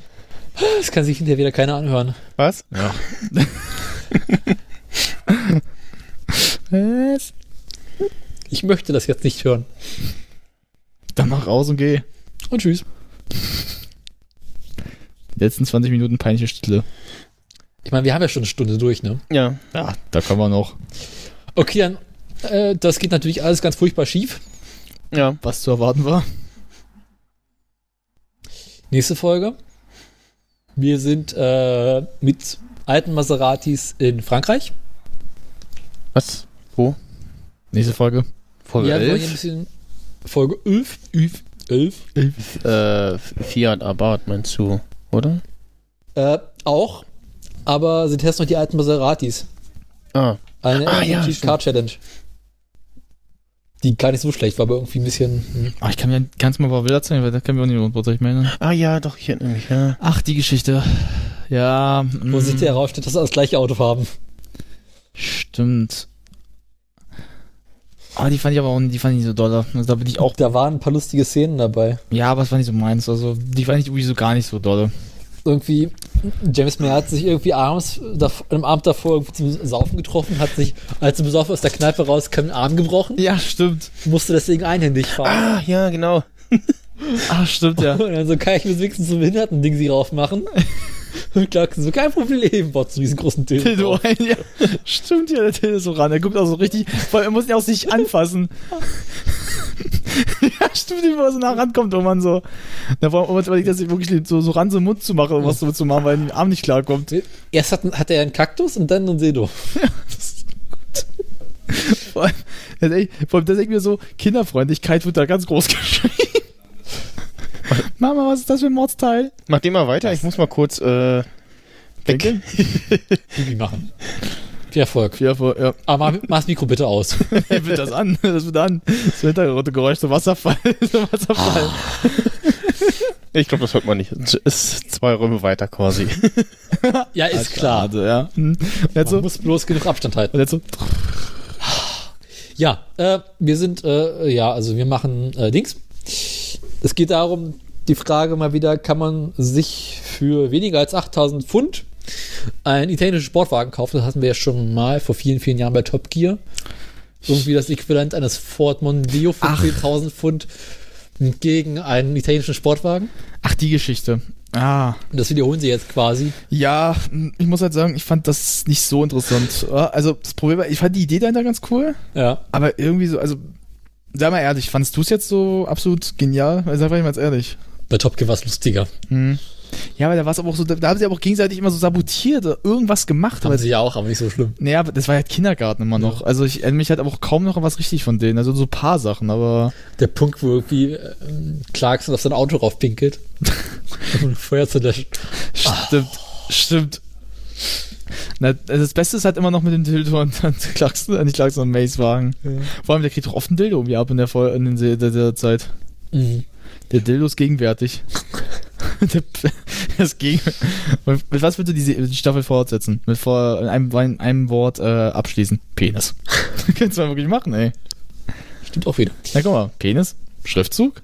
Speaker 3: Das kann sich hinterher wieder keiner anhören.
Speaker 2: Was?
Speaker 4: Was?
Speaker 3: Ich möchte das jetzt nicht hören.
Speaker 4: Dann mach raus und geh.
Speaker 3: Und tschüss.
Speaker 4: Die letzten 20 Minuten peinliche Stille.
Speaker 3: Ich meine, wir haben ja schon eine Stunde durch, ne?
Speaker 2: Ja.
Speaker 4: Ja, Ah, da können wir noch.
Speaker 3: Okay, dann, äh, das geht natürlich alles ganz furchtbar schief.
Speaker 2: Ja.
Speaker 4: Was zu erwarten war.
Speaker 3: Nächste Folge. Wir sind äh, mit alten Maseratis in Frankreich.
Speaker 2: Was?
Speaker 4: Nächste Folge.
Speaker 2: Folge
Speaker 3: wir haben vorhin ein
Speaker 2: 11?
Speaker 3: bisschen Folge 11. 11. 11.
Speaker 2: Äh, Fiat Abarth meinst du, oder?
Speaker 3: Äh, auch, aber sie testen noch die alten Maseratis.
Speaker 2: Ah,
Speaker 3: Eine
Speaker 2: Ah, ja,
Speaker 3: Energy
Speaker 2: stimmt.
Speaker 3: Car Challenge. die gar nicht so schlecht war, aber irgendwie ein bisschen. hm.
Speaker 4: Ah, ich kann mir ganz mal Wilder zeigen, weil das kann mir auch nicht was ich meine.
Speaker 2: Ah ja, doch, ich erinnere mich, ja.
Speaker 4: Ach, die Geschichte. Ja.
Speaker 3: Wo
Speaker 4: mm,
Speaker 2: Mhm.
Speaker 3: sich der herausstellt, dass sie das gleiche Auto haben.
Speaker 4: Stimmt. Aber die fand ich aber auch, die fand ich nicht so dolle. Also da bin ich auch.
Speaker 3: Da waren ein paar lustige Szenen dabei.
Speaker 4: Ja, aber es war nicht so meins. Also die fand ich irgendwie so gar nicht so dolle.
Speaker 3: Irgendwie, James May hat sich irgendwie abends, dav- am Abend davor irgendwie zum Saufen getroffen, hat sich, als er besoffen aus der Kneipe rauskam, den Arm gebrochen,
Speaker 4: Ja, stimmt.
Speaker 3: musste deswegen einhändig fahren.
Speaker 2: Ah, ja, genau.
Speaker 4: [laughs] Ah, stimmt, [laughs] ja.
Speaker 3: Und dann so, kann ich mir wenigstens zum Behinderten-Ding sie raufmachen?
Speaker 2: [laughs]
Speaker 3: Und Clarkson so, kein Problem, boah, zu diesem großen
Speaker 4: Dildo
Speaker 3: Dildo.
Speaker 4: ein, ja. Stimmt ja, der Dildo so ran. Er guckt auch so richtig, vor allem, er muss ihn auch sich anfassen. [laughs] ja, stimmt, wie er so nah rankommt, und man so. Da war man überlegt, dass ich wirklich so, so ran so den Mund zu machen, um was so zu machen, weil der Arm nicht klarkommt.
Speaker 3: Erst hat, hat er einen Kaktus und dann einen Dildo.
Speaker 4: Vor allem, das ist echt- vor allem, das denke ich mir so, Kinderfreundlichkeit wird da ganz groß [laughs] geschrieben. Mama, was ist das für ein [laughs] Mordsteil?
Speaker 2: Mach den mal weiter, ich muss mal kurz, äh, weg.
Speaker 3: Pipi machen. Viel Erfolg.
Speaker 4: Ja, vor, ja.
Speaker 3: Aber mach das Mikro bitte aus.
Speaker 4: Hey, wird das an? [laughs] Das wird an. Das Hintergrundgeräusch, so Wasserfall, [laughs] so Wasserfall.
Speaker 2: Ich glaube, das hört man nicht. Es ist zwei Räume weiter [laughs] quasi.
Speaker 3: [laughs] Ja, ist klar. Also-
Speaker 4: Also, ja. Hm. Und jetzt
Speaker 3: Man
Speaker 4: so, und
Speaker 3: muss bloß genug Abstand halten.
Speaker 4: jetzt so,
Speaker 3: Ja, äh, wir sind, äh, ja, also wir machen äh, Dings. Es geht darum, die Frage mal wieder, kann man sich für weniger als 8000 Pfund einen italienischen Sportwagen kaufen? Das hatten wir ja schon mal vor vielen, vielen Jahren bei Top Gear. Irgendwie das Äquivalent eines Ford Mondeo von 10.000 Pfund gegen einen italienischen Sportwagen.
Speaker 4: Ach, die Geschichte. Ah.
Speaker 3: Und das wiederholen sie jetzt quasi.
Speaker 4: Ja, ich muss halt sagen, ich fand das nicht so interessant. Ja, Also, das Problem war, ich fand die Idee dahinter ganz cool,
Speaker 3: Ja.
Speaker 4: aber irgendwie so, also, sei mal ehrlich, fandst du es jetzt so absolut genial? Also, Sag mal ganz ehrlich.
Speaker 3: Bei Top Gear war es lustiger.
Speaker 4: Ja, aber da war es aber auch so, da, da haben sie aber auch gegenseitig immer so sabotiert oder irgendwas gemacht.
Speaker 3: Haben
Speaker 4: Aber,
Speaker 3: sie ja auch, aber nicht so schlimm.
Speaker 4: naja, aber das war halt Kindergarten immer noch. Also, ich erinnere mich halt aber auch kaum noch an was richtig von denen. Also, so ein paar Sachen, aber.
Speaker 3: Der Punkt, wo irgendwie äh, Clarkson auf sein Auto [laughs] raufpinkelt, um Feuer zu löschen.
Speaker 4: Stimmt, stimmt. Na, also das Beste ist halt immer noch mit dem Dildo und [laughs] dann Clarkson, äh, nicht Clarkson, und Mace Wagen. Vor allem, der kriegt doch oft einen Dildo irgendwie ab in der, Vol- in den, Se- der, der Zeit.
Speaker 3: Mhm.
Speaker 4: Der Dildo ist gegenwärtig. [laughs] der, das Gegen Und mit was würdest du diese die Staffel fortsetzen? Mit vor, in einem, in einem Wort äh, abschließen. Penis. [laughs] Kannst du mal wirklich machen, ey.
Speaker 3: Stimmt auch wieder.
Speaker 4: Na guck mal, Penis, Schriftzug,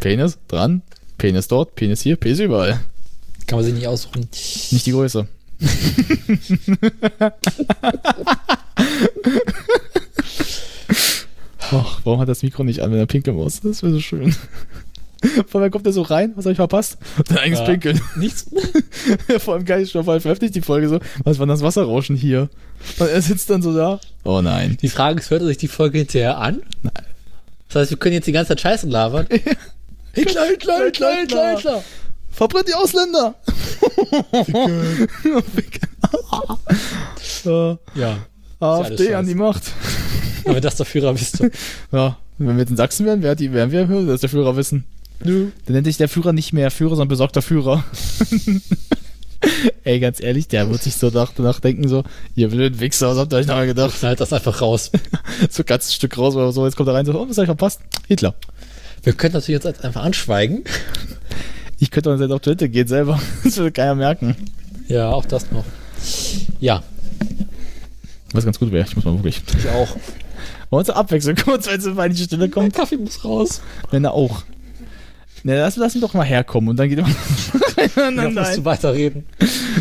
Speaker 4: Penis, dran, Penis dort, Penis hier, Penis überall.
Speaker 3: Kann man sich nicht aussuchen.
Speaker 4: Nicht die Größe. Och, warum hat das Mikro nicht an, wenn er pinkeln muss? Das wäre so schön. Vor allem kommt er so rein, was habe ich verpasst? Dein eigenes
Speaker 3: Ja.
Speaker 4: Pinkeln. [laughs]
Speaker 3: Nichts.
Speaker 4: Vor allem geil, ich glaube, veröffentlicht die Folge so. Was war denn das Wasserrauschen hier? Und er sitzt dann so da. Oh nein.
Speaker 3: Die Frage ist, hört er sich die Folge hinterher an? Nein. Das heißt, wir können jetzt die ganze Zeit Scheiße [laughs] labern. Hitler, Hitler, Hitler, Hitler, Hitler.
Speaker 4: Verbrennt die Ausländer! [laughs]
Speaker 3: [laughs]
Speaker 4: Äh,
Speaker 3: Ja.
Speaker 4: AfD an die
Speaker 3: scheiße.
Speaker 4: Macht.
Speaker 3: Aber das der Führer bist du.
Speaker 4: [laughs] Ja, wenn wir jetzt in Sachsen wären, wären, die, wären wir im Höhe, das ist der Führer wissen. Dann nennt sich der Führer nicht mehr Führer, sondern besorgter Führer. [laughs] Ey, ganz ehrlich, der wird sich so nach- danach denken, so, ihr blöden Wichser, was habt ihr euch nachher gedacht?
Speaker 3: Schneid das einfach raus.
Speaker 4: So ein ganzes Stück raus oder so, jetzt kommt er rein, so, oh, was hab ich verpasst? Hitler.
Speaker 3: Wir können natürlich jetzt einfach anschweigen.
Speaker 4: Ich könnte dann selbst auf Toilette gehen selber. [laughs] Das würde keiner merken.
Speaker 3: Ja, auch das noch. Ja,
Speaker 4: Was ganz gut wäre, ich muss mal wirklich.
Speaker 3: ich auch.
Speaker 4: Wollen wir zur Abwechslung kurz, wenn es auf eine Stelle
Speaker 3: Mein [laughs]
Speaker 4: kommt?
Speaker 3: Kaffee muss raus.
Speaker 4: Wenn er auch. Na, lass, lass ihn doch mal [laughs] herkommen und dann geht er
Speaker 3: Dann
Speaker 4: nacheinander
Speaker 3: musst
Speaker 4: ein.
Speaker 3: du weiterreden.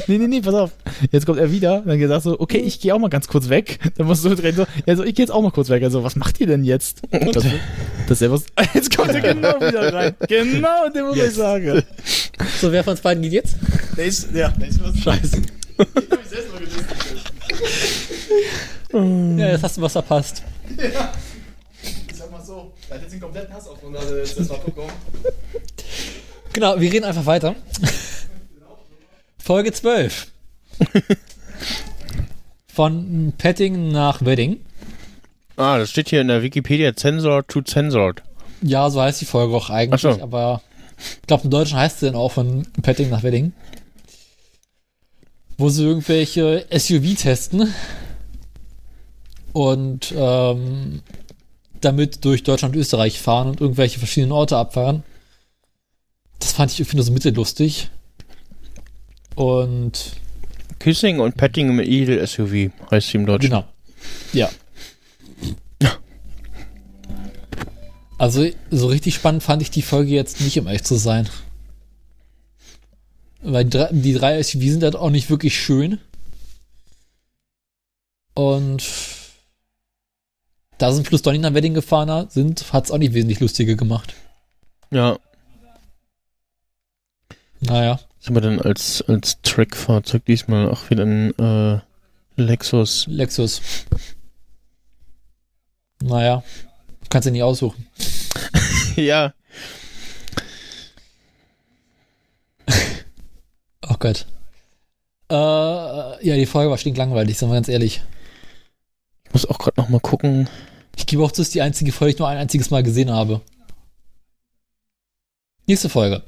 Speaker 4: Nee, nee, nee, pass auf. Jetzt kommt er wieder, dann gesagt so, okay, ich gehe auch mal ganz kurz weg. [laughs] Dann musst du drehen so, ja, so, ich gehe jetzt auch mal kurz weg. Also, was macht ihr denn jetzt? Das, das ist ja was. [laughs] Jetzt kommt er genau wieder rein. [laughs] Genau, dem muss ich sagen.
Speaker 3: So, wer von uns beiden geht jetzt?
Speaker 4: Nee, ist, ja, nee, ist was.
Speaker 3: Scheiße. ja, jetzt hast du was verpasst.
Speaker 4: Ich sag mal so, er hat jetzt den kompletten Hass auf uns, also jetzt das mal gucken.
Speaker 3: Genau, wir reden einfach weiter. Folge 12. Von Petting nach Wedding.
Speaker 2: Ah, das steht hier in der Wikipedia Censored to Censored.
Speaker 3: Ja, so heißt die Folge auch eigentlich,
Speaker 2: Ach so.
Speaker 3: aber ich glaube, im Deutschen heißt sie dann auch von Petting nach Wedding. Wo sie irgendwelche SUV testen. Und ähm, damit durch Deutschland und Österreich fahren und irgendwelche verschiedenen Orte abfahren. Das fand ich irgendwie nur so mittellustig. Und
Speaker 2: Kissing und Petting mit Edel SUV heißt sie im Deutschen.
Speaker 3: genau. Ja. Also so richtig spannend fand ich die Folge jetzt nicht, um ehrlich zu sein. Weil die drei- die drei SUV sind halt auch nicht wirklich schön. Und da sind plus Donny nach Wedding gefahren sind, hat es auch nicht wesentlich lustiger gemacht.
Speaker 2: Ja.
Speaker 3: Naja.
Speaker 2: Sind wir dann als, als Track-Fahrzeug diesmal auch wieder ein äh, Lexus?
Speaker 3: Lexus. Naja, kannst du nicht aussuchen.
Speaker 2: ja.
Speaker 3: Oh Gott. Äh, ja, die Folge war stinklangweilig, sind wir ganz ehrlich.
Speaker 2: Ich muss auch gerade nochmal gucken.
Speaker 3: Ich gebe auch zu, es ist die einzige Folge, die ich nur ein einziges Mal gesehen habe. Nächste Folge.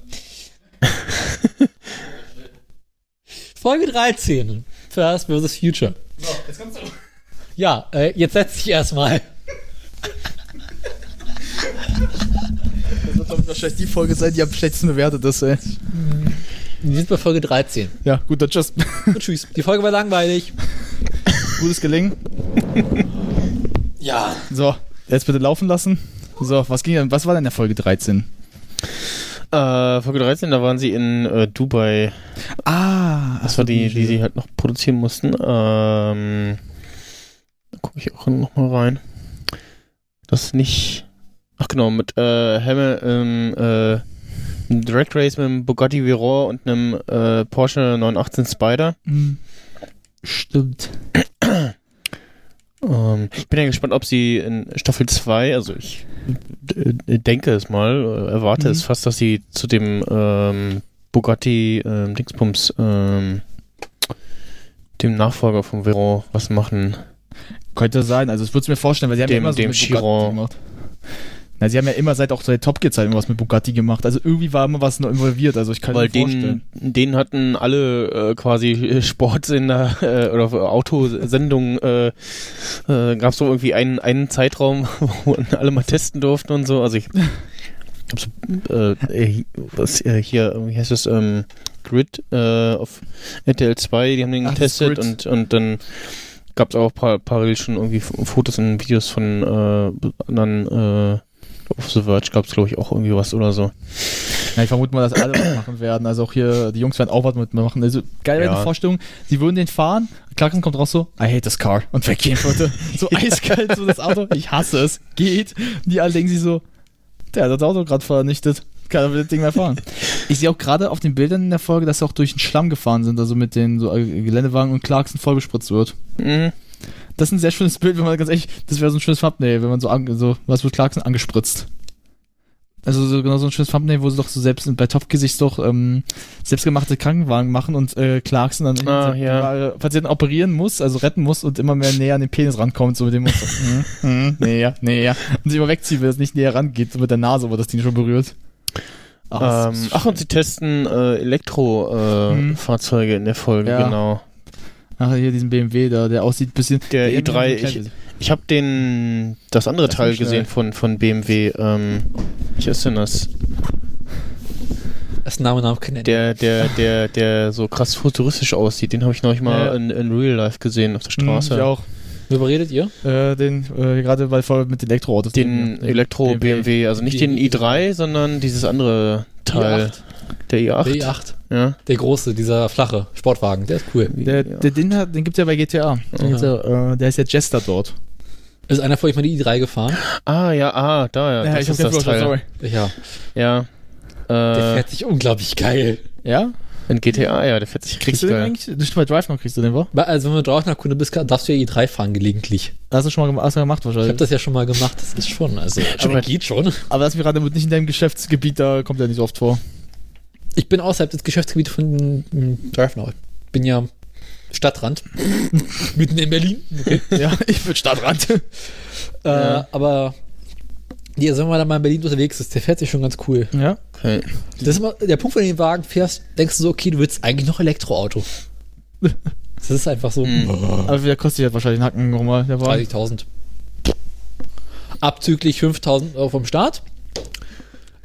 Speaker 3: Folge 13. First vs. Future.
Speaker 4: Jetzt kommst du.
Speaker 3: Ja, äh, jetzt setz dich erstmal.
Speaker 4: Das wird doch wahrscheinlich die Folge sein, die am schlechtesten bewertet ist, ey.
Speaker 3: Wir sind bei Folge 13.
Speaker 4: [laughs] Ja, gut, dann tschüss.
Speaker 3: Und tschüss. Die Folge war langweilig.
Speaker 4: Gutes Gelingen.
Speaker 3: Ja.
Speaker 4: So, jetzt bitte laufen lassen. So, was ging denn, was war denn in der Folge 13?
Speaker 2: Äh, Folge 13, da waren sie in äh, Dubai.
Speaker 4: Ah,
Speaker 2: Das war die, die sie halt noch produzieren mussten. Ähm, da gucke ich auch nochmal rein. Das ist nicht. Ach genau, mit äh, Hemmel, ähm, äh, einem Drag Race mit einem Bugatti Veyron und einem äh, Porsche 918 Spider.
Speaker 4: Hm. Stimmt.
Speaker 2: Ähm, ich bin ja gespannt, ob sie in Staffel 2, also ich d- d- denke es mal, äh, erwarte
Speaker 4: Mhm.
Speaker 2: es fast, dass sie zu dem ähm, Bugatti ähm, Dingsbums, ähm, dem Nachfolger vom Veyron, was machen.
Speaker 4: Könnte sein, also es würde mir vorstellen, weil sie haben
Speaker 2: Dem-
Speaker 4: ja immer so
Speaker 2: dem
Speaker 4: mit
Speaker 2: Chiron.
Speaker 4: Bugatti gemacht. Na, sie haben ja immer seit auch seit Top Gear Zeit irgendwas mit Bugatti gemacht. Also irgendwie war immer was noch involviert, also ich kann
Speaker 2: Weil
Speaker 4: mir vorstellen.
Speaker 2: den, den hatten alle äh, quasi Sportsender [laughs] äh, oder Autosendungen, äh, äh, gab es so irgendwie einen, einen Zeitraum, [laughs] wo alle mal testen durften und so. Also ich hab so, äh, äh, was äh, hier, wie heißt das, ähm, Grid äh, auf RTL 2, die haben den
Speaker 4: Ach, das
Speaker 2: getestet und,
Speaker 4: Grid.
Speaker 2: und dann gab es auch par parallel schon irgendwie F- Fotos und Videos von äh, anderen äh, auf The Verge gab es glaube ich auch irgendwie was oder so.
Speaker 4: Ja, ich vermute mal, dass alle was machen werden. Also auch hier, die Jungs werden auch was mitmachen. Also geil wäre
Speaker 2: Ja.
Speaker 4: die Vorstellung, sie würden den fahren, Clarkson kommt raus so, I hate this car und weggehen würde. So [laughs] eiskalt so das Auto, ich hasse es, geht. Und die alle denken sich so, der hat das Auto gerade vernichtet. Keiner will das Ding mehr fahren. Ich sehe auch gerade auf den Bildern in der Folge, dass sie auch durch den Schlamm gefahren sind, also mit den so äh, Geländewagen und Clarkson vollgespritzt wird.
Speaker 2: Mhm.
Speaker 4: Das ist ein sehr schönes Bild, wenn man ganz ehrlich, das wäre so ein schönes Thumbnail, wenn man so, an, so was wird Clarkson angespritzt. Also so, genau so ein schönes Thumbnail, wo sie doch so selbst bei Topfgesicht doch ähm, selbstgemachte Krankenwagen machen und äh, Clarkson dann
Speaker 2: Ah,
Speaker 4: irgendwie so-
Speaker 2: ja.
Speaker 4: äh, Patienten operieren muss, also retten muss und immer mehr näher an den Penis rankommt, so mit dem Muster. mhm, mhm, näher, näher. Und sich immer wegzieht, wenn es nicht näher rangeht, so mit der Nase, wo das Ding schon berührt. Ach, das
Speaker 2: Ähm,
Speaker 4: ist
Speaker 2: ach, und sie testen äh, Elektrofahrzeuge äh,
Speaker 4: Hm.
Speaker 2: Fahrzeuge in der Folge,
Speaker 4: Ja.
Speaker 2: genau.
Speaker 4: ach, hier diesen BMW da, der aussieht ein bisschen...
Speaker 2: Der i3,
Speaker 4: ähnlich wie ein
Speaker 2: Ich habe den das andere
Speaker 4: Das
Speaker 2: Teil
Speaker 4: ist schnell.
Speaker 2: gesehen von, von BMW. Ähm, wie ist denn das?
Speaker 3: Das Name Namen kennen.
Speaker 2: Der, der, der, der so krass futuristisch aussieht, den habe ich neulich mal
Speaker 4: Ja.
Speaker 2: in, in Real Life gesehen auf der
Speaker 4: Kleines-
Speaker 2: Straße.
Speaker 4: Mhm, ich auch.
Speaker 3: Worüber redet ihr?
Speaker 4: Äh, den, äh, gerade weil voll mit Elektroautos. äh,
Speaker 2: Den
Speaker 4: Ja.
Speaker 2: Elektro BMW, also nicht den
Speaker 3: Die-
Speaker 2: i3, sondern dieses andere Teil.
Speaker 3: I8.
Speaker 2: Der i8.
Speaker 3: Der i8.
Speaker 2: Ja.
Speaker 3: Der große, dieser flache Sportwagen, der ist cool.
Speaker 4: Der, der, den, hat- den gibt's ja bei GTA. Den gibt's ja, äh, der ist ja Jester dort.
Speaker 3: Ist einer vor euch mal die i3 gefahren?
Speaker 2: ah, ja, ah, da, ja. das ist das Teil.
Speaker 3: Ja.
Speaker 2: Ja.
Speaker 3: Der
Speaker 2: Äh,
Speaker 3: fährt sich unglaublich geil.
Speaker 4: Ja?
Speaker 2: in GTA, ja, der fährt sich
Speaker 4: Kriegst du
Speaker 2: richtig
Speaker 4: den
Speaker 2: geil.
Speaker 4: eigentlich? Du bist bei Drive noch, kriegst du den, wa?
Speaker 3: Ba- Also wenn du draußen nach Kunde bist, kann- darfst du ja i3 fahren gelegentlich.
Speaker 4: Hast du schon mal gemacht, hast du gemacht
Speaker 3: Ich habe
Speaker 4: wahrscheinlich.
Speaker 3: das ja schon mal gemacht. Das ist schon, also
Speaker 2: Aber-
Speaker 3: schon geht schon.
Speaker 4: Aber das ist mir gerade nicht in deinem Geschäftsgebiet, da kommt ja nicht so oft vor.
Speaker 3: Ich bin außerhalb des Geschäftsgebiets von mm, Drive Now. Ich bin ja [laughs] Stadtrand. Mitten in Berlin.
Speaker 4: [laughs] ja, ich bin Stadtrand.
Speaker 3: Äh, aber ja, wenn man da mal in Berlin unterwegs ist, der fährt sich schon ganz cool.
Speaker 4: ja.
Speaker 2: Okay.
Speaker 3: Das ist immer, der Punkt, wenn du den Wagen fährst, denkst du so, okay, du willst eigentlich noch Elektroauto. [laughs] Das ist einfach so
Speaker 4: Oh.
Speaker 2: Mhm.
Speaker 4: Aber der kostet ja wahrscheinlich einen Hacken nochmal. Der war.
Speaker 3: 30.000. abzüglich 5000 Euro vom Staat,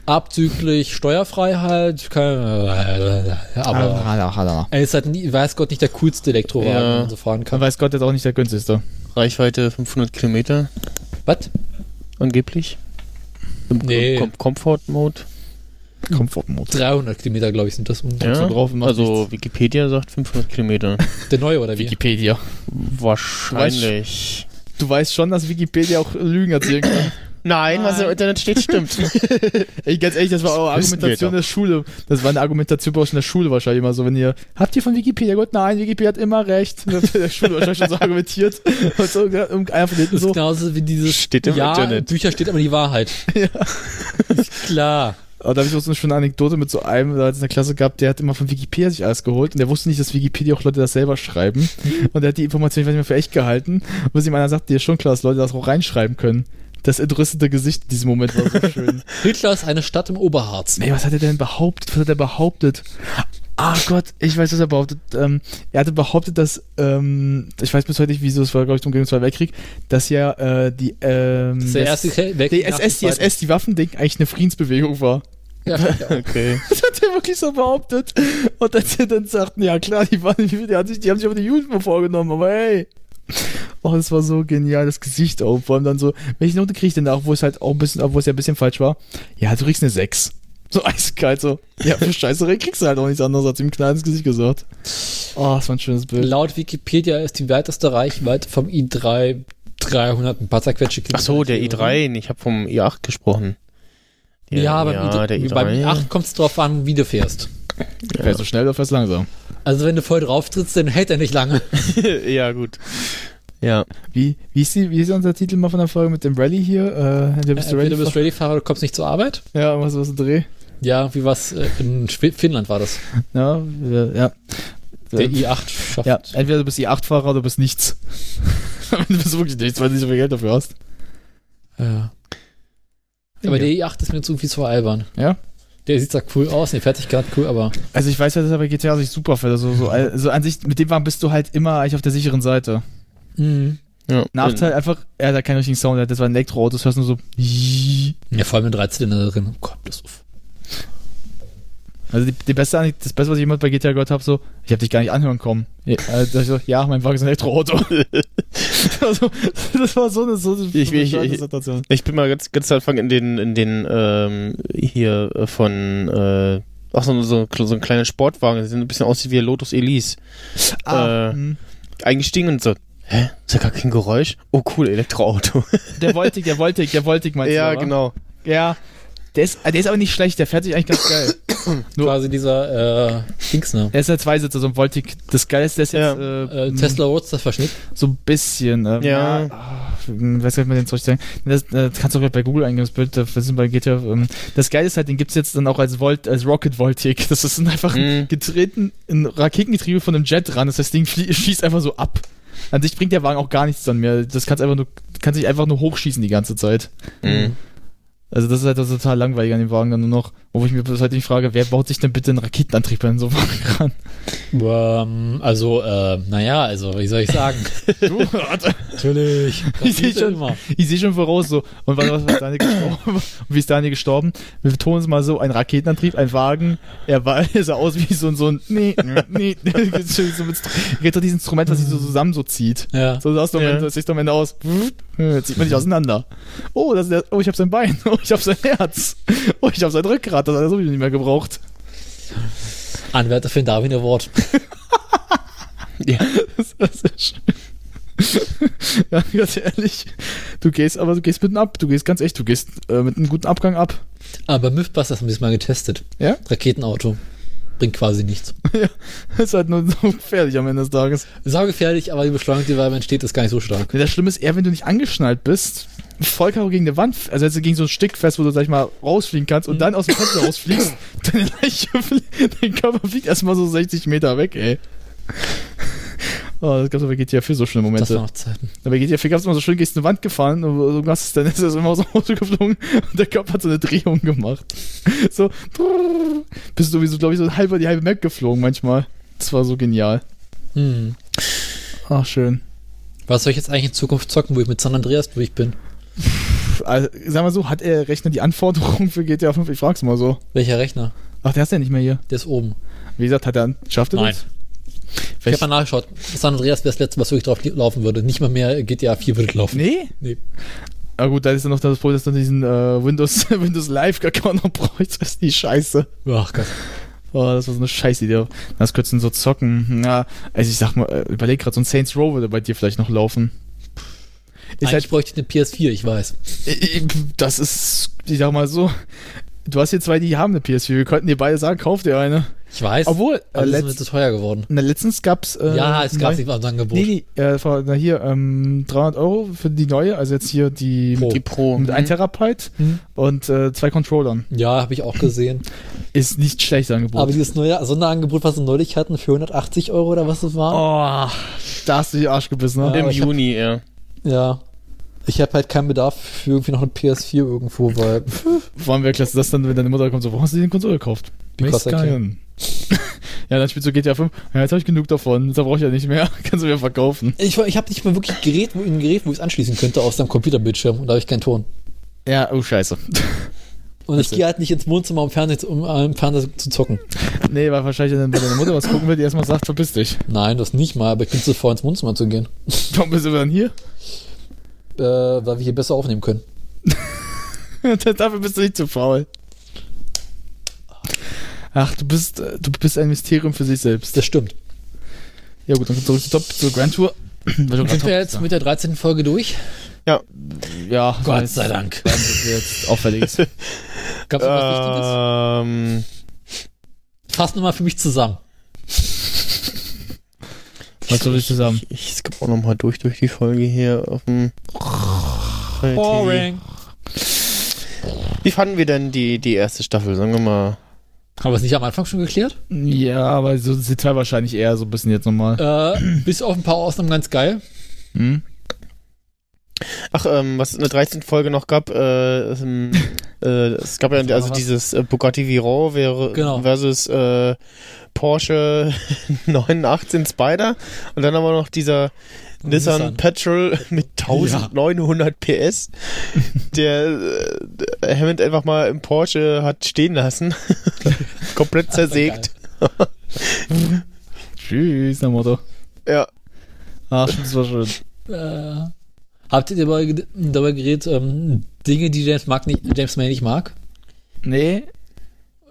Speaker 3: abzüglich Steuerfreiheit, kein,
Speaker 4: Ah,
Speaker 3: aber
Speaker 4: Aber
Speaker 3: er ist halt, nie, weiß Gott, nicht der coolste Elektrowagen,
Speaker 2: Ja.
Speaker 3: den man so fahren kann.
Speaker 4: weiß Gott jetzt auch nicht der günstigste.
Speaker 2: Reichweite 500 Kilometer
Speaker 3: Was?
Speaker 2: angeblich. Im
Speaker 3: Nee.
Speaker 2: Com Comfort Mode.
Speaker 4: Komfortmode.
Speaker 3: 300 Kilometer, glaube ich, sind das. Und
Speaker 2: Ja.
Speaker 4: so drauf und macht
Speaker 2: also
Speaker 4: nichts.
Speaker 2: Wikipedia sagt 500 Kilometer.
Speaker 3: Der neue, oder wie?
Speaker 4: Wikipedia.
Speaker 2: Wahrscheinlich.
Speaker 4: Du weißt schon, dass Wikipedia auch Lügen erzählen kann.
Speaker 2: Nein, was im Internet steht, stimmt.
Speaker 4: Ey, ganz ehrlich, das war eure
Speaker 2: Das wissen wir
Speaker 4: Argumentation
Speaker 2: doch.
Speaker 4: der Schule. Das war eine Argumentation bei euch in der Schule wahrscheinlich immer so, wenn ihr, habt ihr von Wikipedia Gott, nein, Wikipedia hat immer recht. Das hat in der Schule wahrscheinlich schon so
Speaker 3: [laughs]
Speaker 4: argumentiert. Und so, irgendeiner von hinten
Speaker 3: Das ist
Speaker 4: so,
Speaker 3: genauso wie dieses
Speaker 2: Steht im
Speaker 3: ja,
Speaker 2: Internet.
Speaker 3: Bücher steht aber die Wahrheit. Ist klar.
Speaker 4: Aber da habe ich auch so eine schöne Anekdote mit so einem, da hat es eine Klasse gehabt, der hat immer von Wikipedia sich alles geholt und der wusste nicht, dass Wikipedia auch Leute das
Speaker 3: [laughs]
Speaker 4: selber schreiben. Und der hat die Information nicht mehr für echt gehalten. Und bis ihm einer sagt, dir ist schon klar, dass Leute das auch reinschreiben können. Das entrüstete Gesicht in diesem Moment war so
Speaker 3: [laughs]
Speaker 4: schön.
Speaker 3: Hitler ist eine Stadt im Oberharz.
Speaker 4: nee, was hat er denn behauptet? Was hat er behauptet? Ah Gott, ich weiß, was er behauptet. Ähm, er hatte behauptet, dass, ähm, ich weiß bis heute nicht, wieso, es war, glaube ich, um den Zweiten Weltkrieg, dass ja äh, die, ähm,
Speaker 3: Das ist der
Speaker 4: das-
Speaker 3: erste Weg.
Speaker 4: die SS, die SS, die Waffending eigentlich eine Friedensbewegung war.
Speaker 3: Ja.
Speaker 2: Okay.
Speaker 4: Das hat er wirklich so behauptet. Und als sie dann sagten, ja klar, die, waren, die, die, haben, sich, die haben sich aber die Juden mal vorgenommen, aber hey. Oh, das war so genial, das Gesicht auch. Vor allem dann so, welche Note kriege ich denn da, obwohl es halt auch ein bisschen, obwohl es ja ein bisschen falsch war? Ja, du kriegst eine 6. So [laughs] eiskalt so. Ja, für Scheißerei kriegst du halt auch nichts anderes, hat sie ihm knall ins Gesicht gesagt. Oh, das war ein schönes Bild.
Speaker 3: Laut Wikipedia ist die weiteste Reichweite vom i3 300 ein paar zerquetsche Kilometer.
Speaker 2: Ach so, der i3, ich habe vom i8 gesprochen.
Speaker 3: Ja, beim,
Speaker 2: ja,
Speaker 3: i3,
Speaker 2: der E i3.
Speaker 3: beim
Speaker 2: [laughs]
Speaker 3: i8 kommt es drauf an, wie du fährst.
Speaker 4: Fährst du schnell oder fährst du langsam?
Speaker 3: Also wenn du voll drauf trittst, dann hält er nicht lange.
Speaker 2: ja, gut. Ja,
Speaker 4: Wie, wie, ist die, wie ist unser Titel mal von der Folge mit dem Rally hier? Äh, entweder bist du
Speaker 3: Entweder
Speaker 4: ready?
Speaker 3: du bist Rallye-Fahrer, du kommst nicht zur Arbeit.
Speaker 4: ja, was, was ein Dreh?
Speaker 3: Ja, wie was äh, in Schwe- Finnland war das.
Speaker 4: Ja, wir- ja.
Speaker 3: Der i8 schafft.
Speaker 4: Ja, entweder du bist i8-Fahrer oder du bist nichts. [laughs] du bist wirklich nichts, weil du nicht so viel Geld dafür hast.
Speaker 3: Ja. Aber der i8 ist mir zu viel zu albern.
Speaker 4: Ja?
Speaker 3: Der sieht zwar cool aus, die Fertigkeit cool, aber
Speaker 4: Also ich weiß ja, dass er bei GTA sich super fährt. Also, so, also an sich, mit dem Wagen bist du halt immer eigentlich auf der sicheren Seite.
Speaker 2: ja.
Speaker 4: Nachteil einfach, er hat da keinen richtigen Sound, er hat- das war ein Elektroauto, das hörst du nur so.
Speaker 3: ja, vor allem in 13 drin. Oh Gott, das auf.
Speaker 4: Also die, die beste, Anek- das Beste, was ich jemals bei GTA gehört habe, so, ich habe dich gar nicht anhören kommen. Ja, äh, da ich so, ja mein Wagen ist ein Elektroauto. [laughs] also, das war so eine, so eine,
Speaker 2: Ich-
Speaker 4: so eine
Speaker 2: ich-
Speaker 4: schöne
Speaker 2: ich-
Speaker 4: Situation.
Speaker 2: Ich bin mal ganz, ganz am Anfang in den, in den, ähm, hier äh, von, äh, ach so, so, so ein kleiner Sportwagen, der sieht ein bisschen aus wie der Lotus Elise.
Speaker 4: Ah,
Speaker 2: Äh,
Speaker 4: hm.
Speaker 2: Eingestiegen und so, hä? Ist ja gar kein Geräusch? Oh cool,
Speaker 3: [laughs]
Speaker 2: Elektroauto.
Speaker 4: der Voltig, der Voltig, der Voltig meinst du, oder?
Speaker 2: genau.
Speaker 4: Ja, der ist, äh, der ist aber nicht schlecht, der fährt sich eigentlich ganz geil. Nur-
Speaker 3: Quasi dieser äh, Dings, ne?
Speaker 4: Der ist ja Zweisitzer, so ein Voltig. Das Geile ist, der ist jetzt äh,
Speaker 3: Äh, Tesla Roadster Verschnitt.
Speaker 4: so ein bisschen. Äh,
Speaker 2: Ja.
Speaker 4: ah, weiß gar nicht, wie man den Zeug sagen. Das, äh, das kannst du auch gleich bei Google eingeben, das Bild, das sind bei GTA. Ähm, das Geile ist halt, den gibt's jetzt dann auch als, Volt, als Rocket Voltig. Das ist einfach
Speaker 2: Mhm.
Speaker 4: getreten, ein Raketengetriebe von einem Jet dran. Das heißt, das Ding flie- schießt einfach so ab. An sich bringt der Wagen auch gar nichts dann mehr. Das kannst einfach nur, kann sich einfach nur hochschießen die ganze Zeit.
Speaker 2: Mhm.
Speaker 4: Also das ist halt das total langweilig an dem Wagen dann nur noch, wo ich mir bis heute nicht frage, wer baut sich denn bitte einen Raketenantrieb an so einem Wagen ran?
Speaker 3: Ähm, also, äh, naja, also, wie soll ich sagen?
Speaker 4: [laughs]
Speaker 3: [laughs]
Speaker 4: Du,
Speaker 3: Natürlich.
Speaker 4: [laughs] Ich seh schon-
Speaker 3: immer.
Speaker 4: Ich sehe schon voraus so. Und warte, was ist Daniel gestorben? [laughs] Und wie ist Daniel gestorben? Wir betonen es mal so: ein Raketenantrieb, ein Wagen. Er, war, [laughs] er sah aus wie so ein. So ein nee, nee, [laughs] nee. so mit, Str- Ihr kennt doch dieses Instrument, was sich so zusammen so zieht.
Speaker 3: Ja.
Speaker 4: So sah es doch am
Speaker 2: Ja.
Speaker 4: Ende- das sieht doch am Ende aus. Hm, Jetzt zieht man sich auseinander. Oh, das ist der, oh ich habe sein Bein. Oh, ich habe sein Herz. Oh, ich habe sein Rückgrat. Das hat er sowieso nicht mehr gebraucht.
Speaker 3: Anwärter für den Darwin Award.
Speaker 2: Ja.
Speaker 4: Das ist sehr schön. [laughs] ja, ganz ehrlich. Du gehst aber, du gehst mit einem ab. Du gehst ganz echt, du gehst äh, mit einem guten Abgang ab.
Speaker 3: Aber Mythbusters haben wir es mal getestet.
Speaker 4: Ja?
Speaker 3: Raketenauto. Bringt quasi nichts.
Speaker 4: [laughs] ist halt nur so gefährlich am Ende des Tages.
Speaker 3: Saugefährlich, aber die Beschleunigung, die dabei entsteht, ist gar nicht so stark.
Speaker 4: Nee, das Schlimme ist eher, wenn du nicht angeschnallt bist, Vollkaro gegen eine Wand, also jetzt gegen so ein Stück fest, wo du, sag ich mal, rausfliegen kannst und dann aus dem Fenster [laughs] rausfliegst, deine Leiche, flie- dein Körper fliegt erstmal so 60 Meter weg, ey. [laughs] Oh, das gab's aber bei GTA 4 so schöne
Speaker 3: Das waren
Speaker 4: Momente.
Speaker 3: noch Zeiten.
Speaker 4: Aber bei GTA 4 gab's immer so schön, gehst eine Wand gefahren und so machst du es, dann [laughs] ist es immer aus dem Auto geflogen und der Körper hat so eine Drehung gemacht. [laughs] So, bist du sowieso, glaube ich, so halber die halbe Map geflogen manchmal. Das war so genial.
Speaker 3: Hm.
Speaker 4: Ach, schön.
Speaker 3: Was soll ich jetzt eigentlich in Zukunft zocken, wo ich mit San Andreas durch bin?
Speaker 4: äh, sag mal so, hat er Rechner die Anforderungen für GTA 5? Ich frag's mal so.
Speaker 3: Welcher Rechner?
Speaker 4: Ach, der ist ja nicht mehr hier.
Speaker 3: Der ist oben.
Speaker 4: Wie gesagt, hat er, schafft er
Speaker 3: Nein.
Speaker 4: das?
Speaker 3: Ich habe mal nachgeschaut. San Andreas wäre das letzte, was wirklich drauf li- laufen würde. Nicht mal mehr GTA 4 würde laufen.
Speaker 4: Nee?
Speaker 3: Nee.
Speaker 4: Na gut, da ist dann noch das Problem, dass du diesen äh, Windows, [laughs] Windows Live-Account noch brauchst. Das ist die Scheiße.
Speaker 3: Ach Gott.
Speaker 4: Oh, das war so eine Scheißidee. Das könntest du so zocken. Ja, also ich sag mal, äh, überleg grad, so ein Saints Row würde bei dir vielleicht noch laufen. Ist
Speaker 3: Eigentlich
Speaker 4: halt,
Speaker 3: bräuchte ich eine PS4, ich weiß.
Speaker 4: äh, das ist, ich sag mal so, du hast hier zwei, die haben eine PS4. Wir könnten dir beide sagen, kauf dir eine.
Speaker 3: Ich weiß.
Speaker 4: Obwohl, äh,
Speaker 3: aber das ist mir
Speaker 4: letzt,
Speaker 3: zu teuer geworden.
Speaker 4: na, letztens gab's... Äh,
Speaker 3: Also ja, es gab
Speaker 4: neu-
Speaker 3: nicht mal ein Angebot.
Speaker 4: Nee, nee, äh, vor- na hier, ähm, 300 Euro für die neue, also jetzt hier die...
Speaker 3: Pro.
Speaker 2: Die Pro.
Speaker 4: Mit 1 Terabyte
Speaker 3: Mhm.
Speaker 4: und äh, zwei Controllern.
Speaker 3: Ja, habe ich auch gesehen.
Speaker 4: Ist nicht schlecht Angebot.
Speaker 3: Aber dieses neue Sonderangebot, was sie neulich hatten, für 180 Euro oder was es war.
Speaker 4: oh, da hast du die Arsch gebissen, ne?
Speaker 3: Ja.
Speaker 2: Im
Speaker 3: aber Ah, ich hab-
Speaker 2: Juni, ja.
Speaker 3: Ja. Ich habe halt keinen Bedarf für irgendwie noch eine PS4 irgendwo, weil
Speaker 4: Vor allem wäre klasse, dass dann, wenn deine Mutter kommt, so, warum hast du dir eine Konsole gekauft?
Speaker 3: Because I
Speaker 4: Mexican. [laughs] ja, dann spielst du GTA 5. Ja, jetzt habe ich genug davon. Jetzt brauche ich ja nicht mehr. [laughs] Kannst du mir verkaufen.
Speaker 3: [laughs] ich, ich habe nicht mal wirklich ein Gerät, wo, ein Gerät, wo ich es anschließen könnte auf seinem Computerbildschirm und da habe ich keinen Ton.
Speaker 4: Ja, oh scheiße. [laughs]
Speaker 3: Und ich gehe halt nicht ins Wohnzimmer, um Fernsehen, zu- um äh, im Fernseher zu zocken.
Speaker 4: nee, weil wahrscheinlich dann, wenn deine Mutter was gucken will, die erstmal sagt, verpiss dich.
Speaker 3: Nein, das nicht mal, aber ich bin zu faul, ins Wohnzimmer zu gehen.
Speaker 4: Warum bist du dann hier?
Speaker 3: Äh, weil wir hier besser aufnehmen können.
Speaker 4: [laughs] Dafür bist du nicht zu faul. Ach, du bist, äh, du bist ein Mysterium für sich selbst.
Speaker 3: Das stimmt.
Speaker 4: Ja gut, dann zurück zu Top, zur Grand Tour. [clears throat]
Speaker 3: Sind [laughs] wir jetzt mit der 13. Folge durch?
Speaker 4: Ja,
Speaker 3: Gott sei Dank.
Speaker 4: Das wäre jetzt auffällig.
Speaker 3: [laughs]
Speaker 4: ist.
Speaker 3: Gab es noch was Wichtiges?
Speaker 2: Ähm,
Speaker 3: Fass nochmal für mich zusammen.
Speaker 4: Was soll ich zusammen?
Speaker 2: ich ich skippe auch nochmal durch, durch die Folge hier auf dem. Wie fanden wir denn die, die erste Staffel? Sagen wir mal.
Speaker 3: Haben wir es nicht am Anfang schon geklärt?
Speaker 4: Ja, aber so das Detail wahrscheinlich eher so ein bisschen jetzt nochmal.
Speaker 3: Äh, bis auf ein paar Ausnahmen ganz geil.
Speaker 4: Hm?
Speaker 2: Ach, ähm, was es in der 13. Folge noch gab, äh, ähm, [laughs] äh, es gab ja
Speaker 4: Das war
Speaker 2: also
Speaker 4: was.
Speaker 2: dieses äh, Bugatti Veyron wäre
Speaker 3: Genau.
Speaker 2: versus äh, Porsche [laughs] 918 Spider und dann aber noch dieser Nissan,
Speaker 3: Nissan.
Speaker 2: Petrol [laughs] mit 1900 PS, der äh, der Hammond einfach mal im Porsche hat stehen lassen, [laughs] komplett zersägt.
Speaker 4: Tschüss, der Motto.
Speaker 2: Ja,
Speaker 4: Ah, stimmt, das
Speaker 3: [laughs]
Speaker 4: war schön.
Speaker 3: Äh, habt ihr dabei, ged- dabei geredet, ähm, Dinge, die James, mag nicht, James May nicht mag?
Speaker 4: Nee,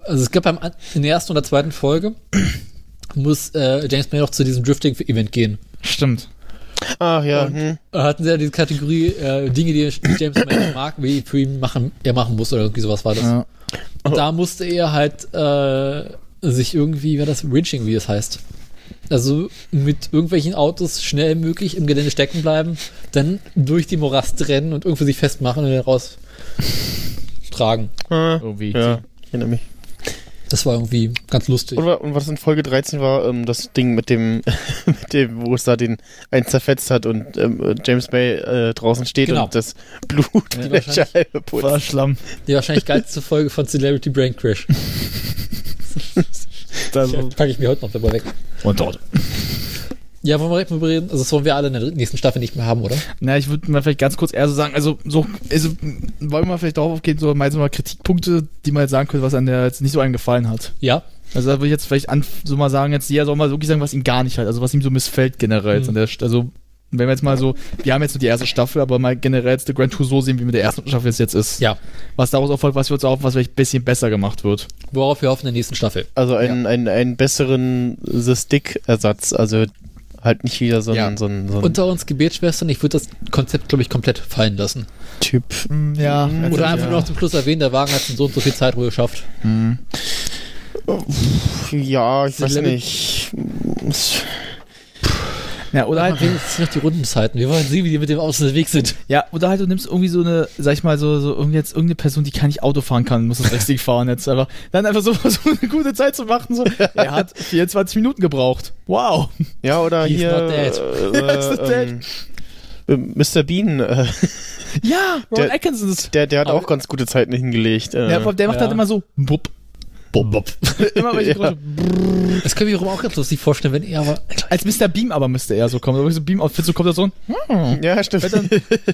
Speaker 3: Also es gab beim, an- in der ersten oder zweiten Folge, [clears throat] muss äh, James May noch zu diesem Drifting-Event gehen.
Speaker 4: stimmt.
Speaker 2: ach ja. Hm.
Speaker 3: Äh, Hatten sie ja diese Kategorie äh, Dinge, die James May nicht mag, wie für ihn machen, er machen muss oder irgendwie sowas war das.
Speaker 4: Ja.
Speaker 3: Und da musste er halt äh, sich irgendwie, wie war das, Winching, wie es heißt. Also mit irgendwelchen Autos schnell möglich im Gelände stecken bleiben, dann durch die Morast rennen und irgendwie sich festmachen und dann raus tragen.
Speaker 2: Ah,
Speaker 3: Oh,
Speaker 4: Irgendwie.
Speaker 2: ja, ich erinnere mich.
Speaker 3: Das war irgendwie ganz lustig.
Speaker 2: Und, wa- und was in Folge 13 war, ähm, das Ding mit dem, [laughs] mit dem, wo es da den einen zerfetzt hat und ähm, äh, James Bay äh, draußen steht
Speaker 3: Genau.
Speaker 2: und das Blut in der
Speaker 3: wahrscheinlich.
Speaker 2: Scheibe putzt.
Speaker 4: War Schlamm.
Speaker 3: Die wahrscheinlich geilste Folge von Celebrity Brain Crash.
Speaker 4: Also.
Speaker 3: Packe ich mir heute noch dabei weg.
Speaker 4: Und dort.
Speaker 3: Ja, wollen wir direkt mal reden? Also das wollen wir alle in der nächsten Staffel nicht mehr haben, oder?
Speaker 4: Na, ich würde mal vielleicht ganz kurz eher so sagen, also, so, also m, wollen wir mal vielleicht darauf aufgehen, so meinst du mal Kritikpunkte, die man jetzt sagen könnte, was an der jetzt nicht so einem gefallen hat.
Speaker 3: Ja.
Speaker 4: Also da würde ich jetzt vielleicht an, so mal sagen, jetzt jeder soll mal wirklich sagen, was ihm gar nicht halt, also was ihm so missfällt generell. jetzt
Speaker 3: Mhm.
Speaker 4: An der, St- also wenn wir jetzt mal so, wir haben jetzt nur die erste Staffel, aber mal generell jetzt The Grand Tour so sehen, wie mit der ersten Staffel es jetzt ist.
Speaker 3: Ja.
Speaker 4: Was daraus erfolgt, was wir uns auch, was vielleicht ein bisschen besser gemacht wird.
Speaker 3: Worauf wir hoffen in der nächsten Staffel.
Speaker 2: Also einen, einen, einen besseren The Stick-Ersatz, also halt nicht wieder so ein,
Speaker 4: Ja.
Speaker 2: so ein, so ein
Speaker 3: Unter uns Gebetsschwestern, ich würde das Konzept, glaube ich, komplett fallen lassen.
Speaker 2: Typ.
Speaker 4: Mm, Also Ja.
Speaker 3: Mhm. Oder einfach nur noch zum Schluss erwähnen, der Wagen hat schon so und so viel Zeitruhe geschafft.
Speaker 2: Ja, ich
Speaker 3: The
Speaker 2: weiß
Speaker 3: Limit-
Speaker 2: nicht.
Speaker 4: Ja, oder halt
Speaker 3: Oder wenigstens noch die Rundenzeiten. Wir wollen sehen, wie die mit dem Außen unterwegs sind.
Speaker 4: Ja, oder halt du nimmst irgendwie so eine, sag ich mal, so, so irgendwie jetzt irgendeine Person, die kann nicht Auto fahren kann, [laughs] muss das richtig fahren jetzt einfach. Dann einfach so, [laughs] so eine gute Zeit zu machen. So. Er hat 24 Minuten gebraucht. Wow.
Speaker 2: Ja, oder
Speaker 3: He's
Speaker 2: hier.
Speaker 3: not dead.
Speaker 2: Äh,
Speaker 4: He's not
Speaker 2: äh, ähm, äh, Mr. Bean, äh,
Speaker 4: Ja, Ron
Speaker 2: Der-
Speaker 4: Atkinson ist.
Speaker 2: der, der hat
Speaker 3: Aber-
Speaker 2: auch ganz gute Zeiten hingelegt. Äh.
Speaker 4: Ja, der macht
Speaker 3: Ja.
Speaker 4: halt immer so, bupp,
Speaker 3: Bob, Bob.
Speaker 4: Immer welche Geräusche.
Speaker 3: Das können wir wiederum auch ganz lustig vorstellen, wenn er aber.
Speaker 4: Als Mr. Beam aber müsste er so kommen. So, so Beam-Outfit, so kommt er so und
Speaker 2: Ja, stimmt.
Speaker 4: fährt dann,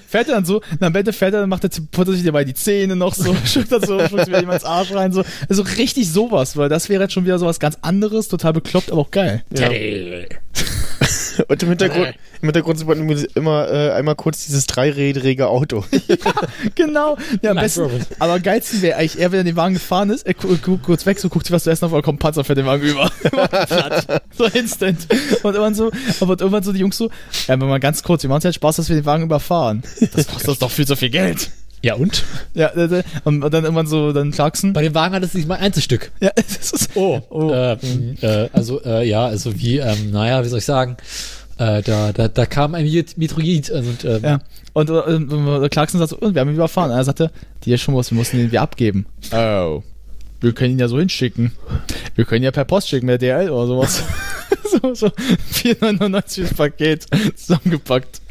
Speaker 4: fährt er dann so, und am Ende fährt er, dann macht er, putzt sich dabei die Zähne noch [laughs] so, schüttet dann so, schüttet wieder jemand ins Arsch rein, so. Also richtig sowas, weil das wäre jetzt schon wieder sowas ganz anderes, total bekloppt, aber auch geil.
Speaker 2: Ja. [laughs] Und im Hintergrund, im Hintergrund sieht man immer äh, einmal kurz dieses dreirädrige Auto.
Speaker 4: Genau. Ja, am
Speaker 3: Nein,
Speaker 4: besten.
Speaker 3: Robin.
Speaker 4: Aber am geilsten wäre eigentlich, er, wenn er den Wagen gefahren ist, er gu gu kurz weg, so guckt sich was zu essen auf, aber kommt ein Panzer fährt den Wagen
Speaker 3: [laughs]
Speaker 4: über. Platt. so instant. Und irgendwann so, aber irgendwann so die Jungs so, ja, aber mal ganz kurz, wir machen es halt Spaß, dass wir den Wagen überfahren. Das kostet uns doch viel zu viel Geld.
Speaker 3: Ja, und?
Speaker 4: Ja, äh, äh, und und dann irgendwann so, dann Clarkson.
Speaker 3: Bei dem Wagen hat es nicht mal ein Einzelstück.
Speaker 4: Ja, [laughs] das ist,
Speaker 3: Oh.
Speaker 4: Oh.
Speaker 3: Äh, äh, also, äh, ja, also wie, ähm, naja, wie soll ich sagen? Äh, da, da, da kam ein Mit- Metroid und ähm,
Speaker 4: ja. Und, äh, und, und Clarkson sagt so, und wir haben ihn überfahren. Und er sagte, die ist schon was, wir mussten ihn wir abgeben. Oh. Wir können ihn ja so hinschicken. Wir können ihn ja per Post schicken mit der DL oder sowas. [laughs] so, so 4,99 das Paket zusammengepackt.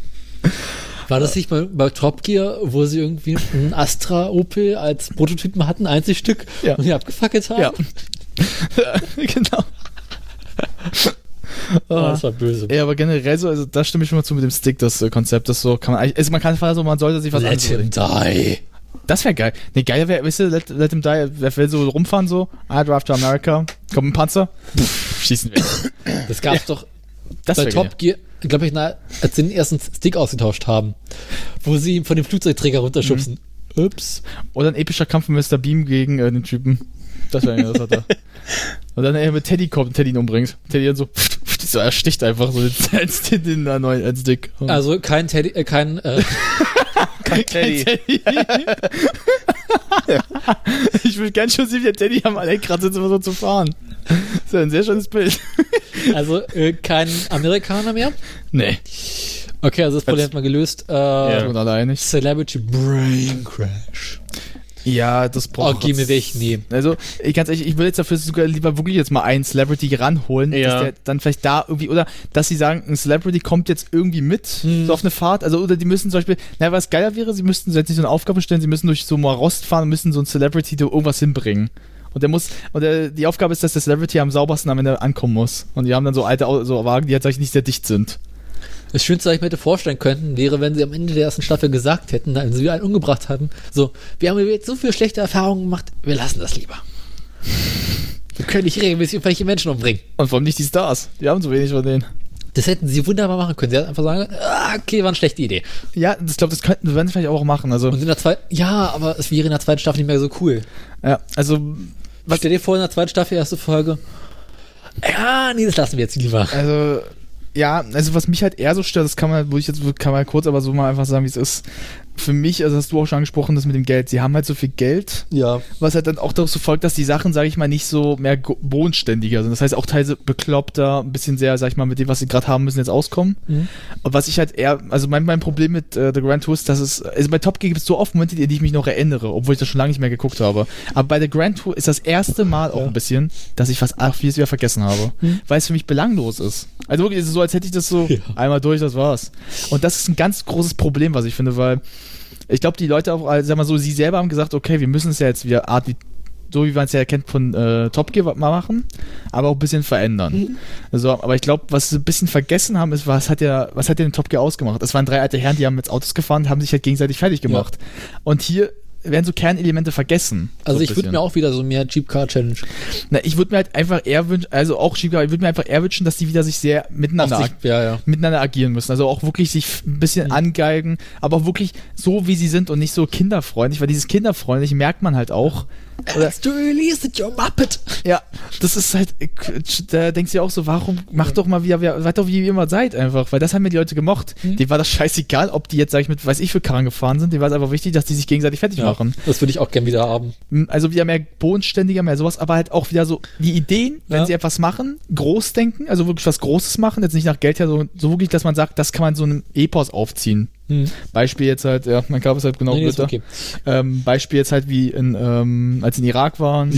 Speaker 3: war das nicht mal bei Top Gear, wo sie irgendwie einen Astra Opel als Prototypen hatten, ein Einzelstück
Speaker 4: Ja.
Speaker 3: und die abgefackelt haben?
Speaker 4: Ja. [laughs] genau.
Speaker 3: Oh, das war böse.
Speaker 4: Ja, aber generell so, also da stimme ich schon mal zu mit dem Stick, das äh, Konzept, das so kann man eigentlich, also man kann einfach so, man sollte sich was
Speaker 3: Let
Speaker 4: ansehen.
Speaker 3: him die.
Speaker 4: Das wäre geil. Ne, geil wäre, weißt du, let, let him die, wer will so rumfahren so, I drive to America, kommt ein Panzer, pff, schießen wir.
Speaker 3: Das gab's doch
Speaker 4: Das
Speaker 3: bei
Speaker 4: wäre
Speaker 3: Top Gear, glaube ich, na, als sie den ersten Stick ausgetauscht haben, wo sie ihn von dem Flugzeugträger runterschubsen. Mhm. Ups.
Speaker 4: Oder ein epischer Kampf mit Mr. Beam gegen äh, den Typen. Das wäre das hat [laughs] er. Und dann er mit Teddy kommt und Teddy ihn umbringt. Teddy dann so, [laughs] so ersticht einfach so [laughs] den, den, den, den neuen als Dick. [laughs]
Speaker 3: Also kein Teddy, äh, kein, äh, [laughs]
Speaker 2: Kein Teddy.
Speaker 4: [laughs] ich will ganz schön sehen, wie der Teddy am Lenkrad sitzt, immer so zu fahren. Das ist ja ein sehr schönes Bild.
Speaker 3: also äh, kein Amerikaner mehr.
Speaker 4: Nee.
Speaker 3: Okay, also das Problem hat man gelöst. Äh,
Speaker 4: Ja. Und alleine nicht.
Speaker 3: Celebrity Brain Crash.
Speaker 4: Ja, das
Speaker 3: Oh,
Speaker 4: braucht
Speaker 3: geh mir weg, nee.
Speaker 4: Also, ich ganz ehrlich, ich würde jetzt dafür sogar lieber wirklich jetzt mal einen Celebrity ranholen, dass
Speaker 2: Ja.
Speaker 4: der dann vielleicht da irgendwie, oder dass sie sagen, ein Celebrity kommt jetzt irgendwie mit,
Speaker 3: Hm.
Speaker 4: so auf eine Fahrt, also, oder die müssen zum Beispiel, naja, was geiler wäre, sie müssten jetzt nicht so eine Aufgabe stellen, sie müssen durch so Morost fahren und müssen so ein Celebrity da irgendwas hinbringen. Und der muss, und der, die Aufgabe ist, dass der Celebrity am saubersten am Ende ankommen muss. Und die haben dann so alte Au- so Wagen, die halt, sag ich, nicht sehr dicht sind.
Speaker 3: Das Schönste, was ich mir hätte vorstellen können, wäre, wenn sie am Ende der ersten Staffel gesagt hätten, als sie einen umgebracht hatten, so, wir haben jetzt so viele schlechte Erfahrungen gemacht, wir lassen das lieber. Wir können nicht regelmäßig irgendwelche Menschen umbringen.
Speaker 4: Und vor allem nicht die Stars. Die haben so wenig von denen.
Speaker 3: Das hätten sie wunderbar machen können. Sie hätten einfach sagen, ah, okay, war eine schlechte Idee.
Speaker 4: Ja, ich glaube, das könnten wir vielleicht auch machen. Also,
Speaker 3: Und in der zweiten, ja, aber es wäre in der zweiten Staffel nicht mehr so cool.
Speaker 4: ja, also
Speaker 3: Was stell dir vor, in der zweiten Staffel, erste Folge, ja, nee, das lassen wir jetzt lieber.
Speaker 4: Also, ja, also was mich halt eher so stört, das kann man, wo ich jetzt, kann man halt kurz, aber so mal einfach sagen, wie es ist. Für mich, also hast du auch schon angesprochen, das mit dem Geld. Sie haben halt so viel Geld,
Speaker 3: Ja.
Speaker 4: was halt dann auch dazu folgt, dass die Sachen, sage ich mal, nicht so mehr go- bodenständiger sind. Das heißt auch teilweise bekloppter, ein bisschen sehr, sag ich mal, mit dem, was sie gerade haben müssen, jetzt auskommen. Und was ich halt eher, also mein, mein Problem mit äh, The Grand Tour ist, dass es, also bei Top Gear gibt es so oft Momente, an die ich mich noch erinnere, obwohl ich das schon lange nicht mehr geguckt habe. Aber bei The Grand Tour ist das erste Mal auch ein bisschen, dass ich was ach, vieles wieder vergessen habe, weil es für mich belanglos ist. Also wirklich, es ist so, als hätte ich das so
Speaker 3: Ja.
Speaker 4: einmal durch, das war's. Und das ist ein ganz großes Problem, was ich finde, weil ich glaube, die Leute auch, also, sag mal so, sie selber haben gesagt, okay, wir müssen es ja jetzt wieder Art wie so wie man es ja kennt von äh, Top Gear mal machen, aber auch ein bisschen verändern.
Speaker 3: Mhm.
Speaker 4: Also, aber ich glaube, was sie ein bisschen vergessen haben, ist, was hat ja, was hat denn Top Gear ausgemacht? Das waren drei alte Herren, die haben jetzt Autos gefahren, haben sich halt gegenseitig fertig gemacht. Und hier werden so Kernelemente vergessen.
Speaker 3: Also
Speaker 4: so
Speaker 3: ich würde mir
Speaker 4: auch
Speaker 3: auch wieder so mehr Jeep Car Challenge.
Speaker 4: Na, ich würde mir halt einfach eher wünschen, also auch Schiebler, ich würde mir einfach eher wünschen, dass die wieder sich sehr miteinander
Speaker 3: Auf sich- ja, ja.
Speaker 4: miteinander agieren müssen. Also auch wirklich sich f- ein bisschen angeigen, aber auch wirklich so, wie sie sind und nicht so kinderfreundlich, weil dieses kinderfreundlich merkt man halt auch.
Speaker 3: Let's do release it, your Muppet.
Speaker 4: Ja, das ist halt, äh, da denkst du ja auch so, warum, mach doch mal wieder, wer- seid doch wie ihr immer seid einfach, weil das haben mir die Leute gemocht. Denen war das scheißegal, ob die jetzt, sag ich, mit weiß ich für Karren gefahren sind, denen war es einfach wichtig, dass die sich gegenseitig fertig machen.
Speaker 3: Das würde ich auch gern wieder haben.
Speaker 4: M, Also wieder mehr bodenständiger, mehr sowas, aber halt auch wieder so die Ideen, wenn
Speaker 3: Ja.
Speaker 4: sie etwas machen, groß denken, also wirklich was Großes machen, jetzt nicht nach Geld her, so, so wirklich, dass man sagt, das kann man so einem Epos aufziehen.
Speaker 3: Hm.
Speaker 4: Beispiel jetzt halt, ja, mein Körper ist halt genau
Speaker 3: Nee, nee, ist
Speaker 4: bitter.
Speaker 3: okay.
Speaker 4: Ähm, Beispiel jetzt halt wie in, ähm, als sie in Irak waren,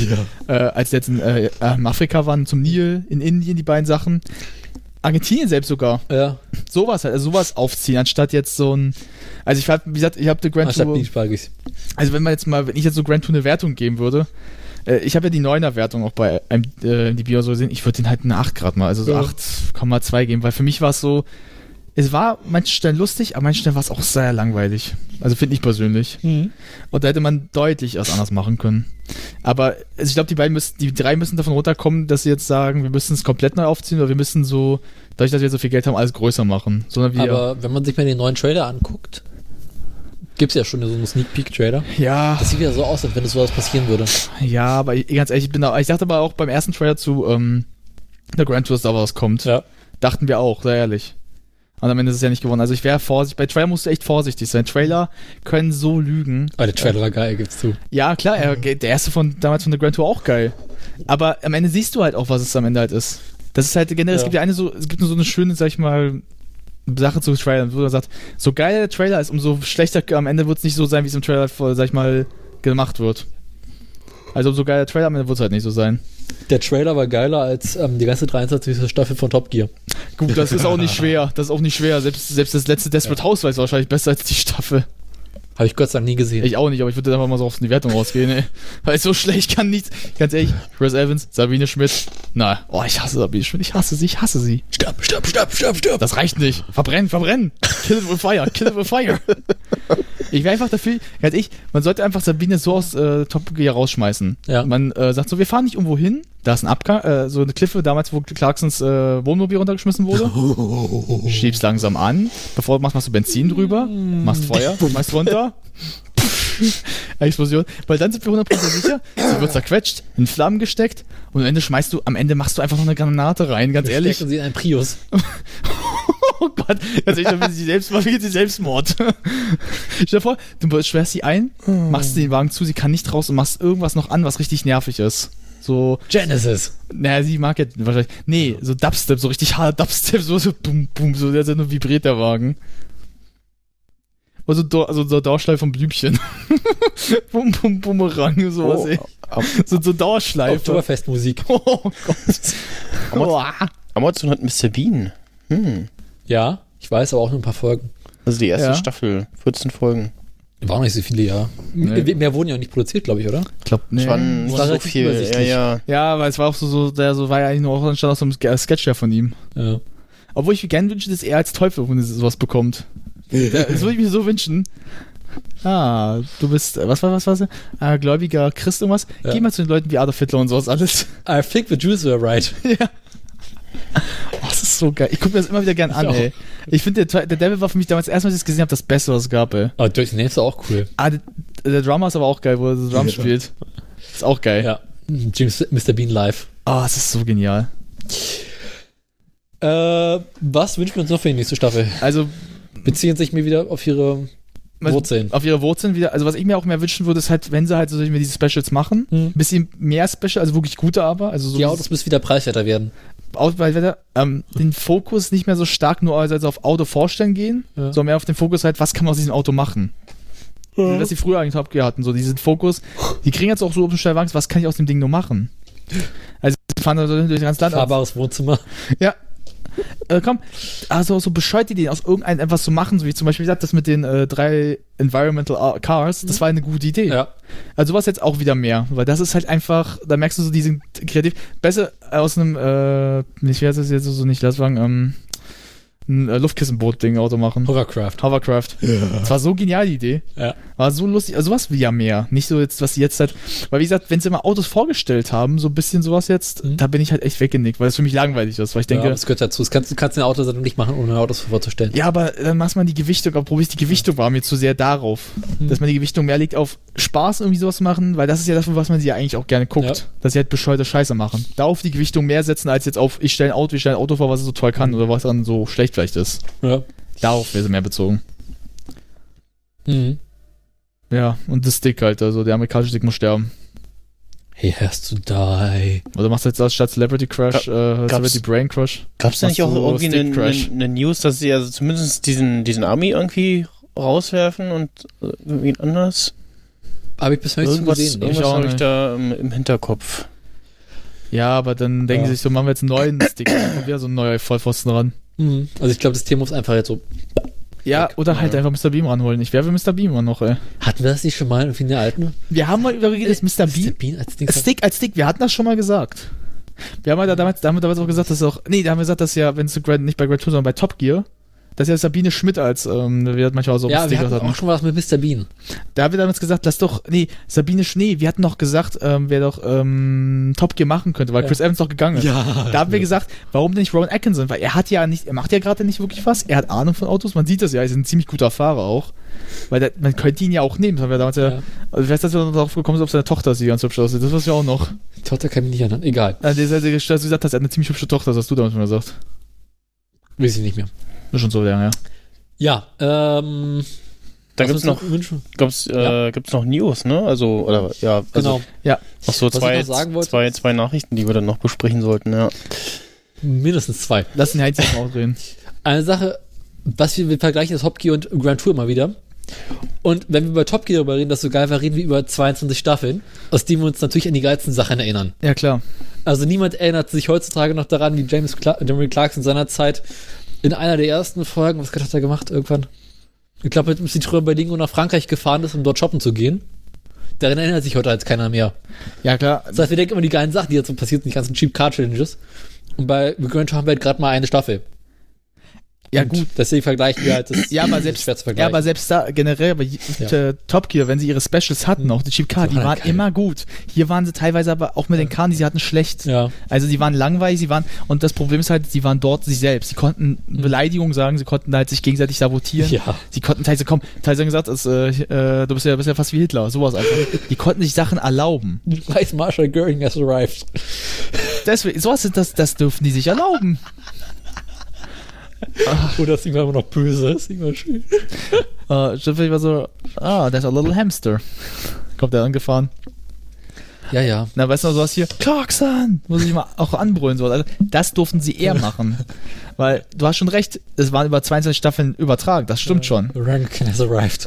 Speaker 4: äh, als sie jetzt in äh, ähm, Afrika waren, zum Nil, in Indien die beiden Sachen. Argentinien selbst sogar.
Speaker 3: Ja,
Speaker 4: Sowas halt, also sowas aufziehen, anstatt jetzt so ein. Also ich hab, wie gesagt, ich habe The Grand
Speaker 3: anstatt
Speaker 4: Tour.
Speaker 3: Beachbuggies.
Speaker 4: Also wenn man jetzt mal, wenn ich jetzt so Grand Tour eine Wertung geben würde, äh, ich habe ja die 9er-Wertung auch bei MDB oder so gesehen. Ich würde den halt eine 8 Grad mal, also so
Speaker 3: Ja.
Speaker 4: 8,2 geben, weil für mich war es so, es war manchen Stellen lustig, aber manchen Stellen war es auch sehr langweilig. Also finde ich persönlich.
Speaker 3: Mhm.
Speaker 4: Und da hätte man deutlich was anders machen können. Aber also ich glaube, die beiden müssen, die drei müssen davon runterkommen, dass sie jetzt sagen, wir müssen es komplett neu aufziehen oder wir müssen so, dadurch, dass wir so viel Geld haben, alles größer machen. Sondern wir.
Speaker 3: Aber wenn man sich mal den neuen Trailer anguckt, gibt's ja schon so einen Sneak Peek Trailer.
Speaker 4: ja,
Speaker 3: Das sieht ja so aus, als wenn es sowas passieren würde.
Speaker 4: ja, aber ich, ganz ehrlich, ich bin da, ich dachte aber auch beim ersten Trailer zu ähm, der Grand Tour Star Wars kommt.
Speaker 3: Ja.
Speaker 4: Dachten wir auch, sehr ehrlich. Und am Ende ist es ja nicht geworden. Also ich wäre vorsichtig. Bei Trailer musst du echt vorsichtig sein. Trailer können so lügen.
Speaker 3: Aber der Trailer war geil, gibt's zu.
Speaker 4: Ja, klar, er, der erste von damals von der Grand Tour auch geil. Aber am Ende siehst du halt auch, was es am Ende halt ist. Das ist halt generell, es
Speaker 3: Ja.
Speaker 4: gibt ja eine so, es gibt nur so eine schöne, sag ich mal, Sache zu Trailern, wo man sagt, so geil der Trailer ist, umso schlechter am Ende wird es nicht so sein, wie es im Trailer, vor- sag ich mal, gemacht wird. Also umso geiler der Trailer am Ende wird es halt nicht so sein.
Speaker 3: Der Trailer war geiler als ähm, die ganze 23. Staffel von Top Gear.
Speaker 4: Gut, das ist auch nicht schwer. Das ist auch nicht schwer. Selbst, selbst das letzte Desperate Housewives war wahrscheinlich besser als die Staffel.
Speaker 3: Habe ich Gott sei Dank nie gesehen.
Speaker 4: Ich auch nicht, aber ich würde einfach mal so auf die Wertung rausgehen, ey. [laughs] Weil so schlecht kann nichts. Ganz ehrlich, Chris Evans, Sabine Schmidt. Na, oh, ich hasse Sabine Schmidt. Ich hasse sie, ich hasse sie.
Speaker 3: Stopp, stopp, stopp, stopp, stopp.
Speaker 4: Das reicht nicht. Verbrennen, verbrennen. Kill it with fire, kill it with fire. Ich wäre einfach dafür, ganz ehrlich, man sollte einfach Sabine so aus äh, Top Gear rausschmeißen.
Speaker 3: Ja.
Speaker 4: Man äh, sagt so, wir fahren nicht irgendwo hin. Da ist ein Abgang, äh, so eine Kliffe damals, wo Clarksons äh, Wohnmobil runtergeschmissen [laughs] wurde. Schiebst langsam an. Bevor du machst, machst du Benzin drüber, machst [laughs] Feuer, schmeißt runter. Explosion, weil dann sind wir 100% sicher, sie wird zerquetscht, in Flammen gesteckt und am Ende schmeißt du, am Ende machst du einfach noch eine Granate rein, ganz ehrlich.
Speaker 3: Stecken sie in einen Prius.
Speaker 4: [laughs] Oh Gott, also ich will sie selbst [laughs] verwickelt sie Selbstmord. Oh. Stell dir vor, du schwerst sie ein, machst den Wagen zu, sie kann nicht raus und machst irgendwas noch an, was richtig nervig ist. So,
Speaker 3: Genesis.
Speaker 4: naja, sie mag ja wahrscheinlich. Nee, so Dubstep, so richtig harter Dubstep, so, so bum, bum, so der der nur vibriert der Wagen. Oder so, Dor- also so, so Dauerschleife von Blümchen. [laughs] bum, bum, bumerang, sowas,
Speaker 2: Oh,
Speaker 4: ey.
Speaker 2: Am-
Speaker 4: So, so Dauerschleife.
Speaker 3: Oktoberfestmusik. [laughs]
Speaker 4: Oh Gott. Boah.
Speaker 2: Amazon hat Mr. Bean. Hm.
Speaker 3: Ja, ich weiß, aber auch nur ein paar Folgen.
Speaker 2: Also die erste
Speaker 4: Ja.
Speaker 2: Staffel, 14 Folgen.
Speaker 3: Waren nicht so viele, ja.
Speaker 4: Nee.
Speaker 3: Mehr wurden ja auch nicht produziert, glaube ich, oder?
Speaker 4: Ich glaub, nee.
Speaker 2: Es waren nicht
Speaker 3: war
Speaker 2: so
Speaker 3: relativ
Speaker 2: viel. Ja,
Speaker 3: übersichtlich.
Speaker 2: ja.
Speaker 4: Ja, weil es war auch so, so der so war ja eigentlich nur auch entstanden aus so einem Ske- äh, Sketch ja von ihm.
Speaker 3: Ja.
Speaker 4: Obwohl ich mir gerne wünsche, dass er als Teufel wenn er sowas bekommt. Ja, Das würde ich mir so wünschen. Ah, du bist, äh, was war, was war das? Ah, gläubiger Christ irgendwas?
Speaker 3: Ja.
Speaker 4: Geh mal zu den Leuten wie Adolf Hitler und sowas alles. [laughs]
Speaker 3: I think the Jews were right.
Speaker 4: Oh, das ist so geil. Ich gucke mir das immer wieder gern an,
Speaker 3: auch.
Speaker 4: ey. Ich finde, der, Te- der Devil war für mich damals erstmal, als ich das gesehen habe, das Beste, was es gab, ey.
Speaker 3: Aber Dirty Names war auch cool.
Speaker 4: Ah, der, der Drummer ist aber auch geil, wo er so Drums
Speaker 3: Ja.
Speaker 4: spielt. Ist auch geil.
Speaker 3: Ja. James, Mr. Bean live.
Speaker 4: Ah, es ist so genial.
Speaker 3: Äh, was wünschen wir uns noch für die nächste Staffel?
Speaker 4: Also,
Speaker 3: Beziehen sich mir wieder auf ihre
Speaker 4: Was-
Speaker 3: Wurzeln.
Speaker 4: auf ihre Wurzeln wieder. Also was ich mir auch mehr wünschen würde, ist halt, wenn sie halt so mir diese Specials machen,
Speaker 3: Mhm.
Speaker 4: bisschen mehr Special, also wirklich gute aber, also so
Speaker 3: Die Autos müssen wieder preiswerter werden.
Speaker 4: Autoweiter, ähm, den Fokus nicht mehr so stark nur als also auf Auto vorstellen gehen,
Speaker 3: Ja.
Speaker 4: sondern mehr auf den Fokus halt, was kann man aus diesem Auto machen. Was sie früher eigentlich Top Gear hatten, so diesen Fokus, die kriegen jetzt auch so auf den Steilwagen, was kann ich aus dem Ding nur machen? Also sie fahren da so durch das ganze Land.
Speaker 3: Fahrbares Wohnzimmer.
Speaker 4: Ja. Äh, komm, also so bescheuerte Ideen, aus irgendeinem etwas zu machen, so wie zum Beispiel gesagt, das mit den äh, drei Environmental Cars, das war eine gute Idee.
Speaker 3: Mhm. Ja.
Speaker 4: Also was jetzt auch wieder mehr, weil das ist halt einfach, da merkst du so diesen kreativ, besser aus einem, äh, nicht, wie heißt das jetzt so, nicht Lastwagen, ähm, ein äh, Luftkissenboot-Ding Auto machen.
Speaker 3: Hovercraft.
Speaker 4: Hovercraft. Das war so genial, die Idee.
Speaker 3: Ja.
Speaker 4: War so lustig, also was wie ja mehr. Nicht so jetzt, was sie jetzt halt, weil wie gesagt, wenn sie mal Autos vorgestellt haben, so ein bisschen sowas jetzt,
Speaker 3: Mhm.
Speaker 4: da bin ich halt echt weggenickt, weil es für mich langweilig ist, weil ich denke,
Speaker 3: ja, das gehört dazu. Das kannst, du kannst eine Autosendung nicht machen, ohne Autos vorzustellen.
Speaker 4: ja, aber dann machst man die Gewichtung, aber probier ich die Gewichtung war mir zu sehr darauf, dass man die Gewichtung mehr legt auf Spaß irgendwie sowas machen, weil das ist ja das, was man sie ja eigentlich auch gerne guckt,
Speaker 3: Ja.
Speaker 4: dass sie halt bescheuerte Scheiße machen. Darauf die Gewichtung mehr setzen, als jetzt auf ich stelle ein Auto, ich stelle ein Auto vor, was es so toll kann oder was dann so schlecht vielleicht ist.
Speaker 3: Ja.
Speaker 4: Darauf wäre sie mehr bezogen.
Speaker 3: Mhm.
Speaker 4: Ja, und das Stick halt, also der amerikanische Stick muss sterben.
Speaker 3: He has to die.
Speaker 4: Oder machst du jetzt das statt Celebrity Crash, äh, Celebrity Brain Crash?
Speaker 2: Gab's da
Speaker 4: Hast
Speaker 2: nicht auch
Speaker 4: du
Speaker 2: irgendwie
Speaker 4: Stick
Speaker 2: eine,
Speaker 4: Crash?
Speaker 2: eine, eine News, dass sie also zumindest diesen, diesen Army irgendwie rauswerfen und äh, irgendwie anders?
Speaker 3: Habe ich bisher nichts zu
Speaker 2: Irgendwas,
Speaker 3: gesehen. ne?
Speaker 2: irgendwas
Speaker 4: Ich auch
Speaker 2: habe ich
Speaker 4: nicht.
Speaker 2: da im, im Hinterkopf.
Speaker 4: Ja, aber dann denken
Speaker 3: Ja.
Speaker 4: sie sich so, machen wir [coughs] jetzt einen neuen Stick, und wieder so einen neuen Vollpfosten ran.
Speaker 3: Mhm. Also ich glaube, das Thema muss einfach jetzt so
Speaker 4: Ja, oder halt einfach Mr. Beam ranholen. Ich werfe Mr. Beam immer noch, ey. Äh,
Speaker 3: Hatten wir das nicht schon mal irgendwie in der alten?
Speaker 4: Wir haben mal überlegt, dass Mr. Beam
Speaker 3: als Dings.
Speaker 4: Stick als Stick, wir hatten das schon mal gesagt. Wir haben ja da damals, da haben wir damals auch gesagt, dass auch, nee, da haben wir gesagt, dass ja, wenn es zu Grand, nicht bei Grand Tour, sondern bei Top Gear, dass ja Sabine Schmidt als, ähm, wir hatten manchmal auch so
Speaker 3: ja, wir
Speaker 4: Sticker
Speaker 3: hatten
Speaker 4: hatten.
Speaker 3: auch schon was mit Mr. Bean.
Speaker 4: Da haben wir damals gesagt, lass doch, nee, Sabine Schnee, wir hatten noch gesagt, ähm, wer doch, ähm, Top Gear machen könnte, weil
Speaker 3: Ja.
Speaker 4: Chris Evans doch gegangen ist.
Speaker 3: Ja.
Speaker 4: Da haben wir gesagt, warum denn nicht Rowan Atkinson? Weil er hat ja nicht, er macht ja gerade nicht wirklich was, er hat Ahnung von Autos, man sieht das ja, er ist ein ziemlich guter Fahrer auch. Weil der, man könnte ihn ja auch nehmen, das haben wir damals ja.
Speaker 3: Ja.
Speaker 4: Also, wer ist das, wir darauf gekommen sind, ob seine Tochter sie ganz hübsch aussieht? Das wissen wir auch noch.
Speaker 3: Tochter kann mich nicht erinnern. Egal.
Speaker 4: An Äh, der Seite gestellt, dass du gesagt hast, er hat eine ziemlich hübsche Tochter, das hast du damals mal gesagt.
Speaker 3: Weiß ich nicht mehr.
Speaker 4: Das ist schon so lange, ja.
Speaker 3: Ja, ähm.
Speaker 2: Da
Speaker 3: was
Speaker 2: gibt's
Speaker 3: uns
Speaker 2: noch,
Speaker 3: Wünschen?
Speaker 2: gibt's, äh,
Speaker 3: Ja.
Speaker 2: gibt's noch News, ne? Also, oder, ja, also
Speaker 3: Genau.
Speaker 2: noch so
Speaker 3: Was ich
Speaker 2: zwei,
Speaker 3: noch sagen wollte,
Speaker 2: zwei,
Speaker 3: ist-
Speaker 2: zwei Nachrichten, die wir dann noch besprechen sollten, ja.
Speaker 3: mindestens zwei.
Speaker 4: Lass ihn Heinz jetzt mal ausreden.
Speaker 3: Eine Sache, was wir, wir vergleichen, ist Top Gear und Grand Tour mal wieder. Und wenn wir über Top Gear darüber reden, das so geil war, reden wir über 22 Staffeln, aus denen wir uns natürlich an die geilsten Sachen erinnern.
Speaker 4: [laughs] Ja, klar.
Speaker 3: Also niemand erinnert sich heutzutage noch daran, wie James Cla Jeremy Clarkson seinerzeit in einer der ersten Folgen, was hat er gemacht irgendwann? Ich glaube, mit dem Citroën Berlin und nach Frankreich gefahren ist, um dort shoppen zu gehen. Daran erinnert sich heute halt keiner mehr.
Speaker 4: Ja, klar.
Speaker 3: Das heißt, wir denken immer die geilen Sachen, die jetzt so passiert sind, die ganzen Cheap Car Challenges. Und bei Grand Tour haben wir halt gerade mal eine Staffel.
Speaker 4: Ja,
Speaker 3: Und
Speaker 4: gut.
Speaker 3: Deswegen vergleichen wir halt das.
Speaker 4: Ja, aber [clears throat]
Speaker 3: das
Speaker 4: selbst-
Speaker 3: ist schwer zu
Speaker 4: Ja,
Speaker 3: vergleichen.
Speaker 4: aber selbst da generell bei je-
Speaker 3: Ja.
Speaker 4: äh, Top Gear, wenn sie ihre Specials hatten, auch die Cheap Car, die
Speaker 3: waren
Speaker 4: waren
Speaker 3: geil.
Speaker 4: immer gut. Hier waren sie teilweise aber auch mit den Karren, die sie hatten, schlecht.
Speaker 3: Ja.
Speaker 4: Also die waren langweilig, sie waren und das Problem ist halt, sie waren dort sich selbst. Sie konnten Beleidigungen sagen, sie konnten halt sich gegenseitig sabotieren.
Speaker 3: Ja.
Speaker 4: Sie konnten teilweise kommen, teilweise haben gesagt, ist, äh, äh, du bist ja, bist ja fast wie Hitler, sowas [laughs] einfach. die konnten sich Sachen erlauben.
Speaker 3: Weiß Marshall Göring has arrived.
Speaker 4: Deswegen, sowas sind das, das dürfen die sich
Speaker 3: [laughs]
Speaker 4: erlauben.
Speaker 3: Oder ist irgendwann immer noch böse. Ist irgendwann schön.
Speaker 4: Äh, Schiff war so, ah, there's a little hamster. Kommt er angefahren.
Speaker 3: Ja, ja.
Speaker 4: Na, weißt du noch, sowas hier, Clarkson, muss ich mal auch anbrüllen. So. Also, das durften sie eher machen. Weil, du hast schon recht, es waren über 22 Staffeln übertragen, das stimmt schon.
Speaker 3: Rankin has arrived.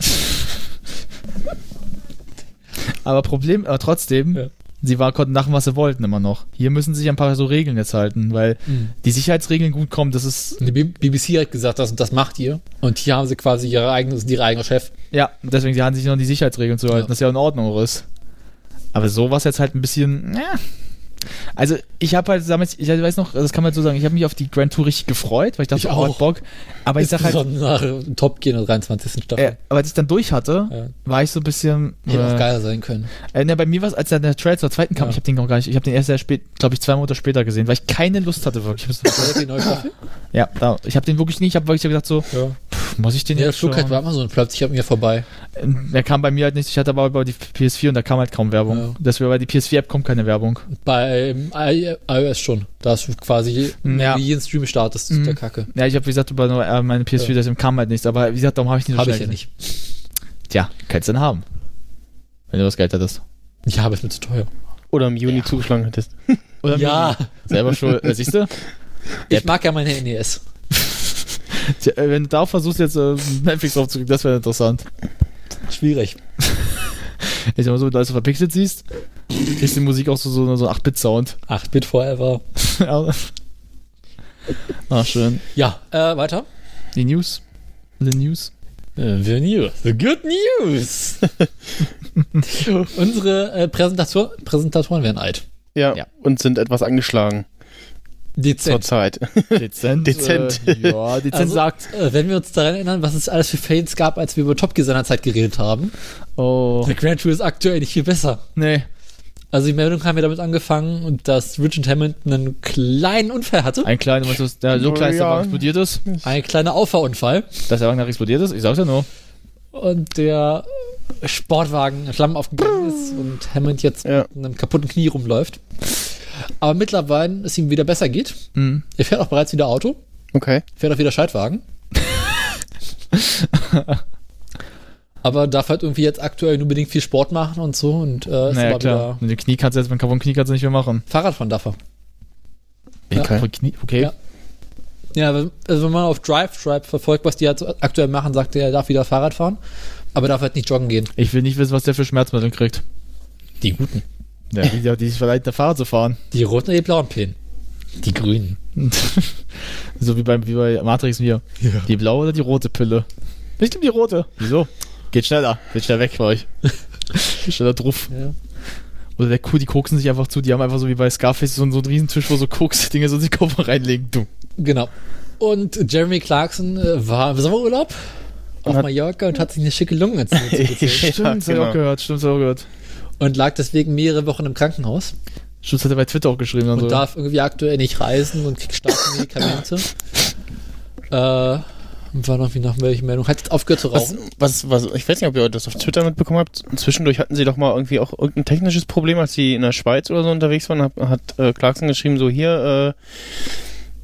Speaker 4: Aber Problem, aber trotzdem,
Speaker 3: Ja.
Speaker 4: sie war, konnten machen, was sie wollten immer noch. Hier müssen sie sich an ein paar so Regeln jetzt halten, weil
Speaker 3: Mhm.
Speaker 4: die Sicherheitsregeln gut kommen, das ist,
Speaker 3: Die B- BBC hat gesagt, das und das macht ihr. Und hier haben sie quasi ihre eigene, sind ihre eigene Chef.
Speaker 4: ja, deswegen, sie haben sich noch an die Sicherheitsregeln zu halten,
Speaker 3: Ja.
Speaker 4: das ist ja in Ordnung auch ist. Aber so war jetzt halt ein bisschen, ja. Also, ich habe halt damals, ich weiß noch, das kann man halt so sagen, ich habe mich auf die Grand Tour richtig gefreut, weil ich dachte,
Speaker 3: Ich
Speaker 4: oh, hat
Speaker 3: auch.
Speaker 4: Bock. Aber ich sag halt,
Speaker 3: nach äh, Top Gear in der 23. Staffel.
Speaker 4: äh, aber als ich dann durch hatte,
Speaker 3: Ja.
Speaker 4: war ich so ein bisschen.
Speaker 3: Hätte auch
Speaker 4: Äh,
Speaker 3: geiler sein können.
Speaker 4: äh, ne, bei mir war es, als dann der Trail zur zweiten kam,
Speaker 3: Ja.
Speaker 4: ich habe den noch gar nicht, ich habe den erst sehr spät, glaube ich, zwei Monate später gesehen, weil ich keine Lust hatte wirklich. Ich hab so-
Speaker 3: War das die neue Staffel?
Speaker 4: Ja, da, ich habe den wirklich nicht. Ich habe wirklich so gedacht, so,
Speaker 3: Ja.
Speaker 4: pff, muss ich den
Speaker 3: Ja, der
Speaker 4: jetzt schon?
Speaker 3: Flug halt war immer so und plötzlich an mir vorbei.
Speaker 4: Ähm, Der kam bei mir halt nicht. Ich hatte aber über die PS4 und da kam halt kaum Werbung.
Speaker 3: Ja.
Speaker 4: Deswegen bei die PS4-App kommt keine Werbung.
Speaker 3: Bei ähm, I- iOS schon. Da hast du quasi,
Speaker 4: Ja.
Speaker 3: wie jeden Stream startest, ist
Speaker 4: Mhm.
Speaker 3: der Kacke.
Speaker 4: Ja, ich habe wie gesagt über nur, äh, meine PS4,
Speaker 3: Ja.
Speaker 4: deswegen kam halt nichts. Aber wie gesagt, darum habe ich den so
Speaker 3: Habe ich
Speaker 4: schnell
Speaker 3: ja nicht.
Speaker 4: gesehen. Tja, kannst du denn haben, wenn du das Geld hattest.
Speaker 3: Ja, aber ist mir zu teuer.
Speaker 2: Oder im Juni zugeschlagen hättest.
Speaker 4: Oder
Speaker 3: Ja,
Speaker 4: mir.
Speaker 3: [laughs]
Speaker 4: selber schuld. Äh, siehst du?
Speaker 3: ich mag ja meine NES.
Speaker 4: Tja, äh, wenn du darauf versuchst jetzt äh, Netflix draufzukriegen, das wäre interessant.
Speaker 3: Schwierig.
Speaker 4: Ich sag mal so, wenn du alles so verpixelt siehst, kriegst du die Musik auch so so, so 8-Bit-Sound. [laughs]
Speaker 3: 8-Bit Forever.
Speaker 4: Ach Ah, schön.
Speaker 3: Ja, äh, weiter.
Speaker 4: Die News. The
Speaker 3: [laughs]
Speaker 4: News. Äh,
Speaker 3: The News. The Good
Speaker 4: [laughs]
Speaker 3: News. Unsere äh, Präsentator Präsentatoren werden alt.
Speaker 2: Ja,
Speaker 4: Ja.
Speaker 2: und sind etwas angeschlagen
Speaker 3: Dezent.
Speaker 2: zurzeit.
Speaker 4: Dezent.
Speaker 2: Dezent.
Speaker 4: Äh, ja, dezent
Speaker 3: Also-
Speaker 4: sagt.
Speaker 3: Äh, wenn wir uns daran erinnern, was es alles für Fails gab, als wir über Top Gear seinerzeit geredet haben.
Speaker 4: Oh.
Speaker 3: Der Grand Tour ist aktuell nicht viel besser.
Speaker 4: Nee.
Speaker 3: Also die Meldung haben wir damit angefangen, und dass Richard Hammond einen kleinen Unfall hatte.
Speaker 4: Ein kleiner, was ist- der so klein ist, dass
Speaker 2: Ja.
Speaker 4: er explodiert ist.
Speaker 3: Ein kleiner Auffahrunfall.
Speaker 4: Dass der Wagen nachher explodiert ist, ich sag's ja nur.
Speaker 3: Und der Sportwagen in Flammen aufgegangen ist und Hammond jetzt
Speaker 2: Ja.
Speaker 3: mit einem kaputten Knie rumläuft. Aber mittlerweile es ihm wieder besser geht.
Speaker 4: Mhm.
Speaker 3: Er fährt auch bereits wieder Auto,
Speaker 2: [laughs] Okay.
Speaker 3: fährt auch wieder
Speaker 4: [laughs]
Speaker 3: Schaltwagen. aber darf halt irgendwie jetzt aktuell nur bedingt viel Sport machen und so und äh, ist
Speaker 4: Naja,
Speaker 3: aber
Speaker 4: klar.
Speaker 3: wieder
Speaker 4: Mit dem Knie kannst du jetzt, mit dem kaputten Knie kannst du nicht mehr machen.
Speaker 3: Fahrrad von darf er.
Speaker 2: Okay.
Speaker 4: Von Knie, okay.
Speaker 3: Ja. Ja, wenn- also wenn man auf Drive Tribe verfolgt, was die halt so aktuell machen, sagt er, er darf wieder Fahrrad fahren, aber darf halt nicht joggen gehen.
Speaker 4: Ich will nicht wissen, was der für Schmerzmittel kriegt.
Speaker 3: Die guten.
Speaker 4: Ja, die, die, die sich verleiten, der Fahrrad zu fahren. [laughs]
Speaker 3: Die roten oder die blauen Pillen? Die grünen.
Speaker 4: so wie bei, wie bei Matrix mir. Die blaue oder die rote Pille? Ich nehme die rote. Wieso? Geht schneller. Geht schneller weg
Speaker 3: [laughs]
Speaker 4: von euch. Geht schneller drauf.
Speaker 3: Ja.
Speaker 4: Oder der Kuh, die koksen sich einfach zu. Die haben einfach so wie bei Scarface so, so einen Riesentisch, wo so Koks-Dinge so in die Koffer reinlegen. Du.
Speaker 3: Genau. Und Jeremy Clarkson äh, war im Sommerurlaub auf
Speaker 2: hat-
Speaker 3: Mallorca und hat sich eine schicke
Speaker 2: [laughs]
Speaker 3: Lunge zugezogen
Speaker 2: Ja,
Speaker 4: Stimmt, das hab ich
Speaker 2: genau.
Speaker 4: auch gehört. Stimmt, das hab ich auch gehört.
Speaker 3: und lag deswegen mehrere Wochen im Krankenhaus
Speaker 4: Stimmt, das hat er bei Twitter auch geschrieben. Dann
Speaker 2: Also
Speaker 3: und
Speaker 4: so.
Speaker 3: darf irgendwie aktuell nicht reisen und kriegt starke
Speaker 2: [laughs]
Speaker 3: Medikamente. äh, und war noch wie nach welchen Meldung. Hat jetzt aufgehört zu
Speaker 2: Was,
Speaker 3: rauchen.
Speaker 2: was, was, ich weiß nicht, ob ihr das auf Twitter mitbekommen habt. Zwischendurch hatten sie doch mal irgendwie auch irgendein technisches Problem, als sie in der Schweiz oder so unterwegs waren. Hat, hat äh, Clarkson geschrieben, so hier,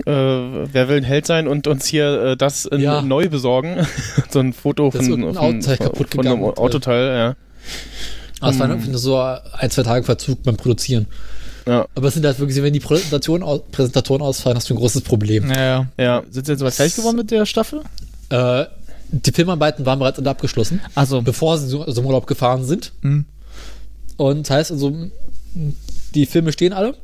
Speaker 2: äh, äh, wer will ein Held sein und uns hier äh, das in,
Speaker 3: Ja.
Speaker 2: neu besorgen? [laughs] so ein Foto
Speaker 3: Das ist
Speaker 2: von,
Speaker 3: irgendein
Speaker 2: von,
Speaker 3: Autoteil
Speaker 2: von,
Speaker 3: kaputt
Speaker 2: von einem
Speaker 3: gegangen.
Speaker 2: Autoteil,
Speaker 3: Aber es waren
Speaker 2: Mm.
Speaker 3: irgendwie nur so ein, zwei Tage Verzug beim Produzieren.
Speaker 2: Ja.
Speaker 3: Aber es sind halt wirklich, wenn die Präsentation au- Präsentatoren ausfallen, hast du ein großes Problem.
Speaker 4: Ja,
Speaker 2: ja. ja.
Speaker 4: Sind sie jetzt soweit fertig geworden mit der Staffel?
Speaker 3: Äh, die Filmarbeiten waren bereits alle abgeschlossen,
Speaker 4: Also,
Speaker 3: bevor sie so, so im Urlaub gefahren sind.
Speaker 4: hm.
Speaker 3: Und heißt also, m- die Filme stehen alle.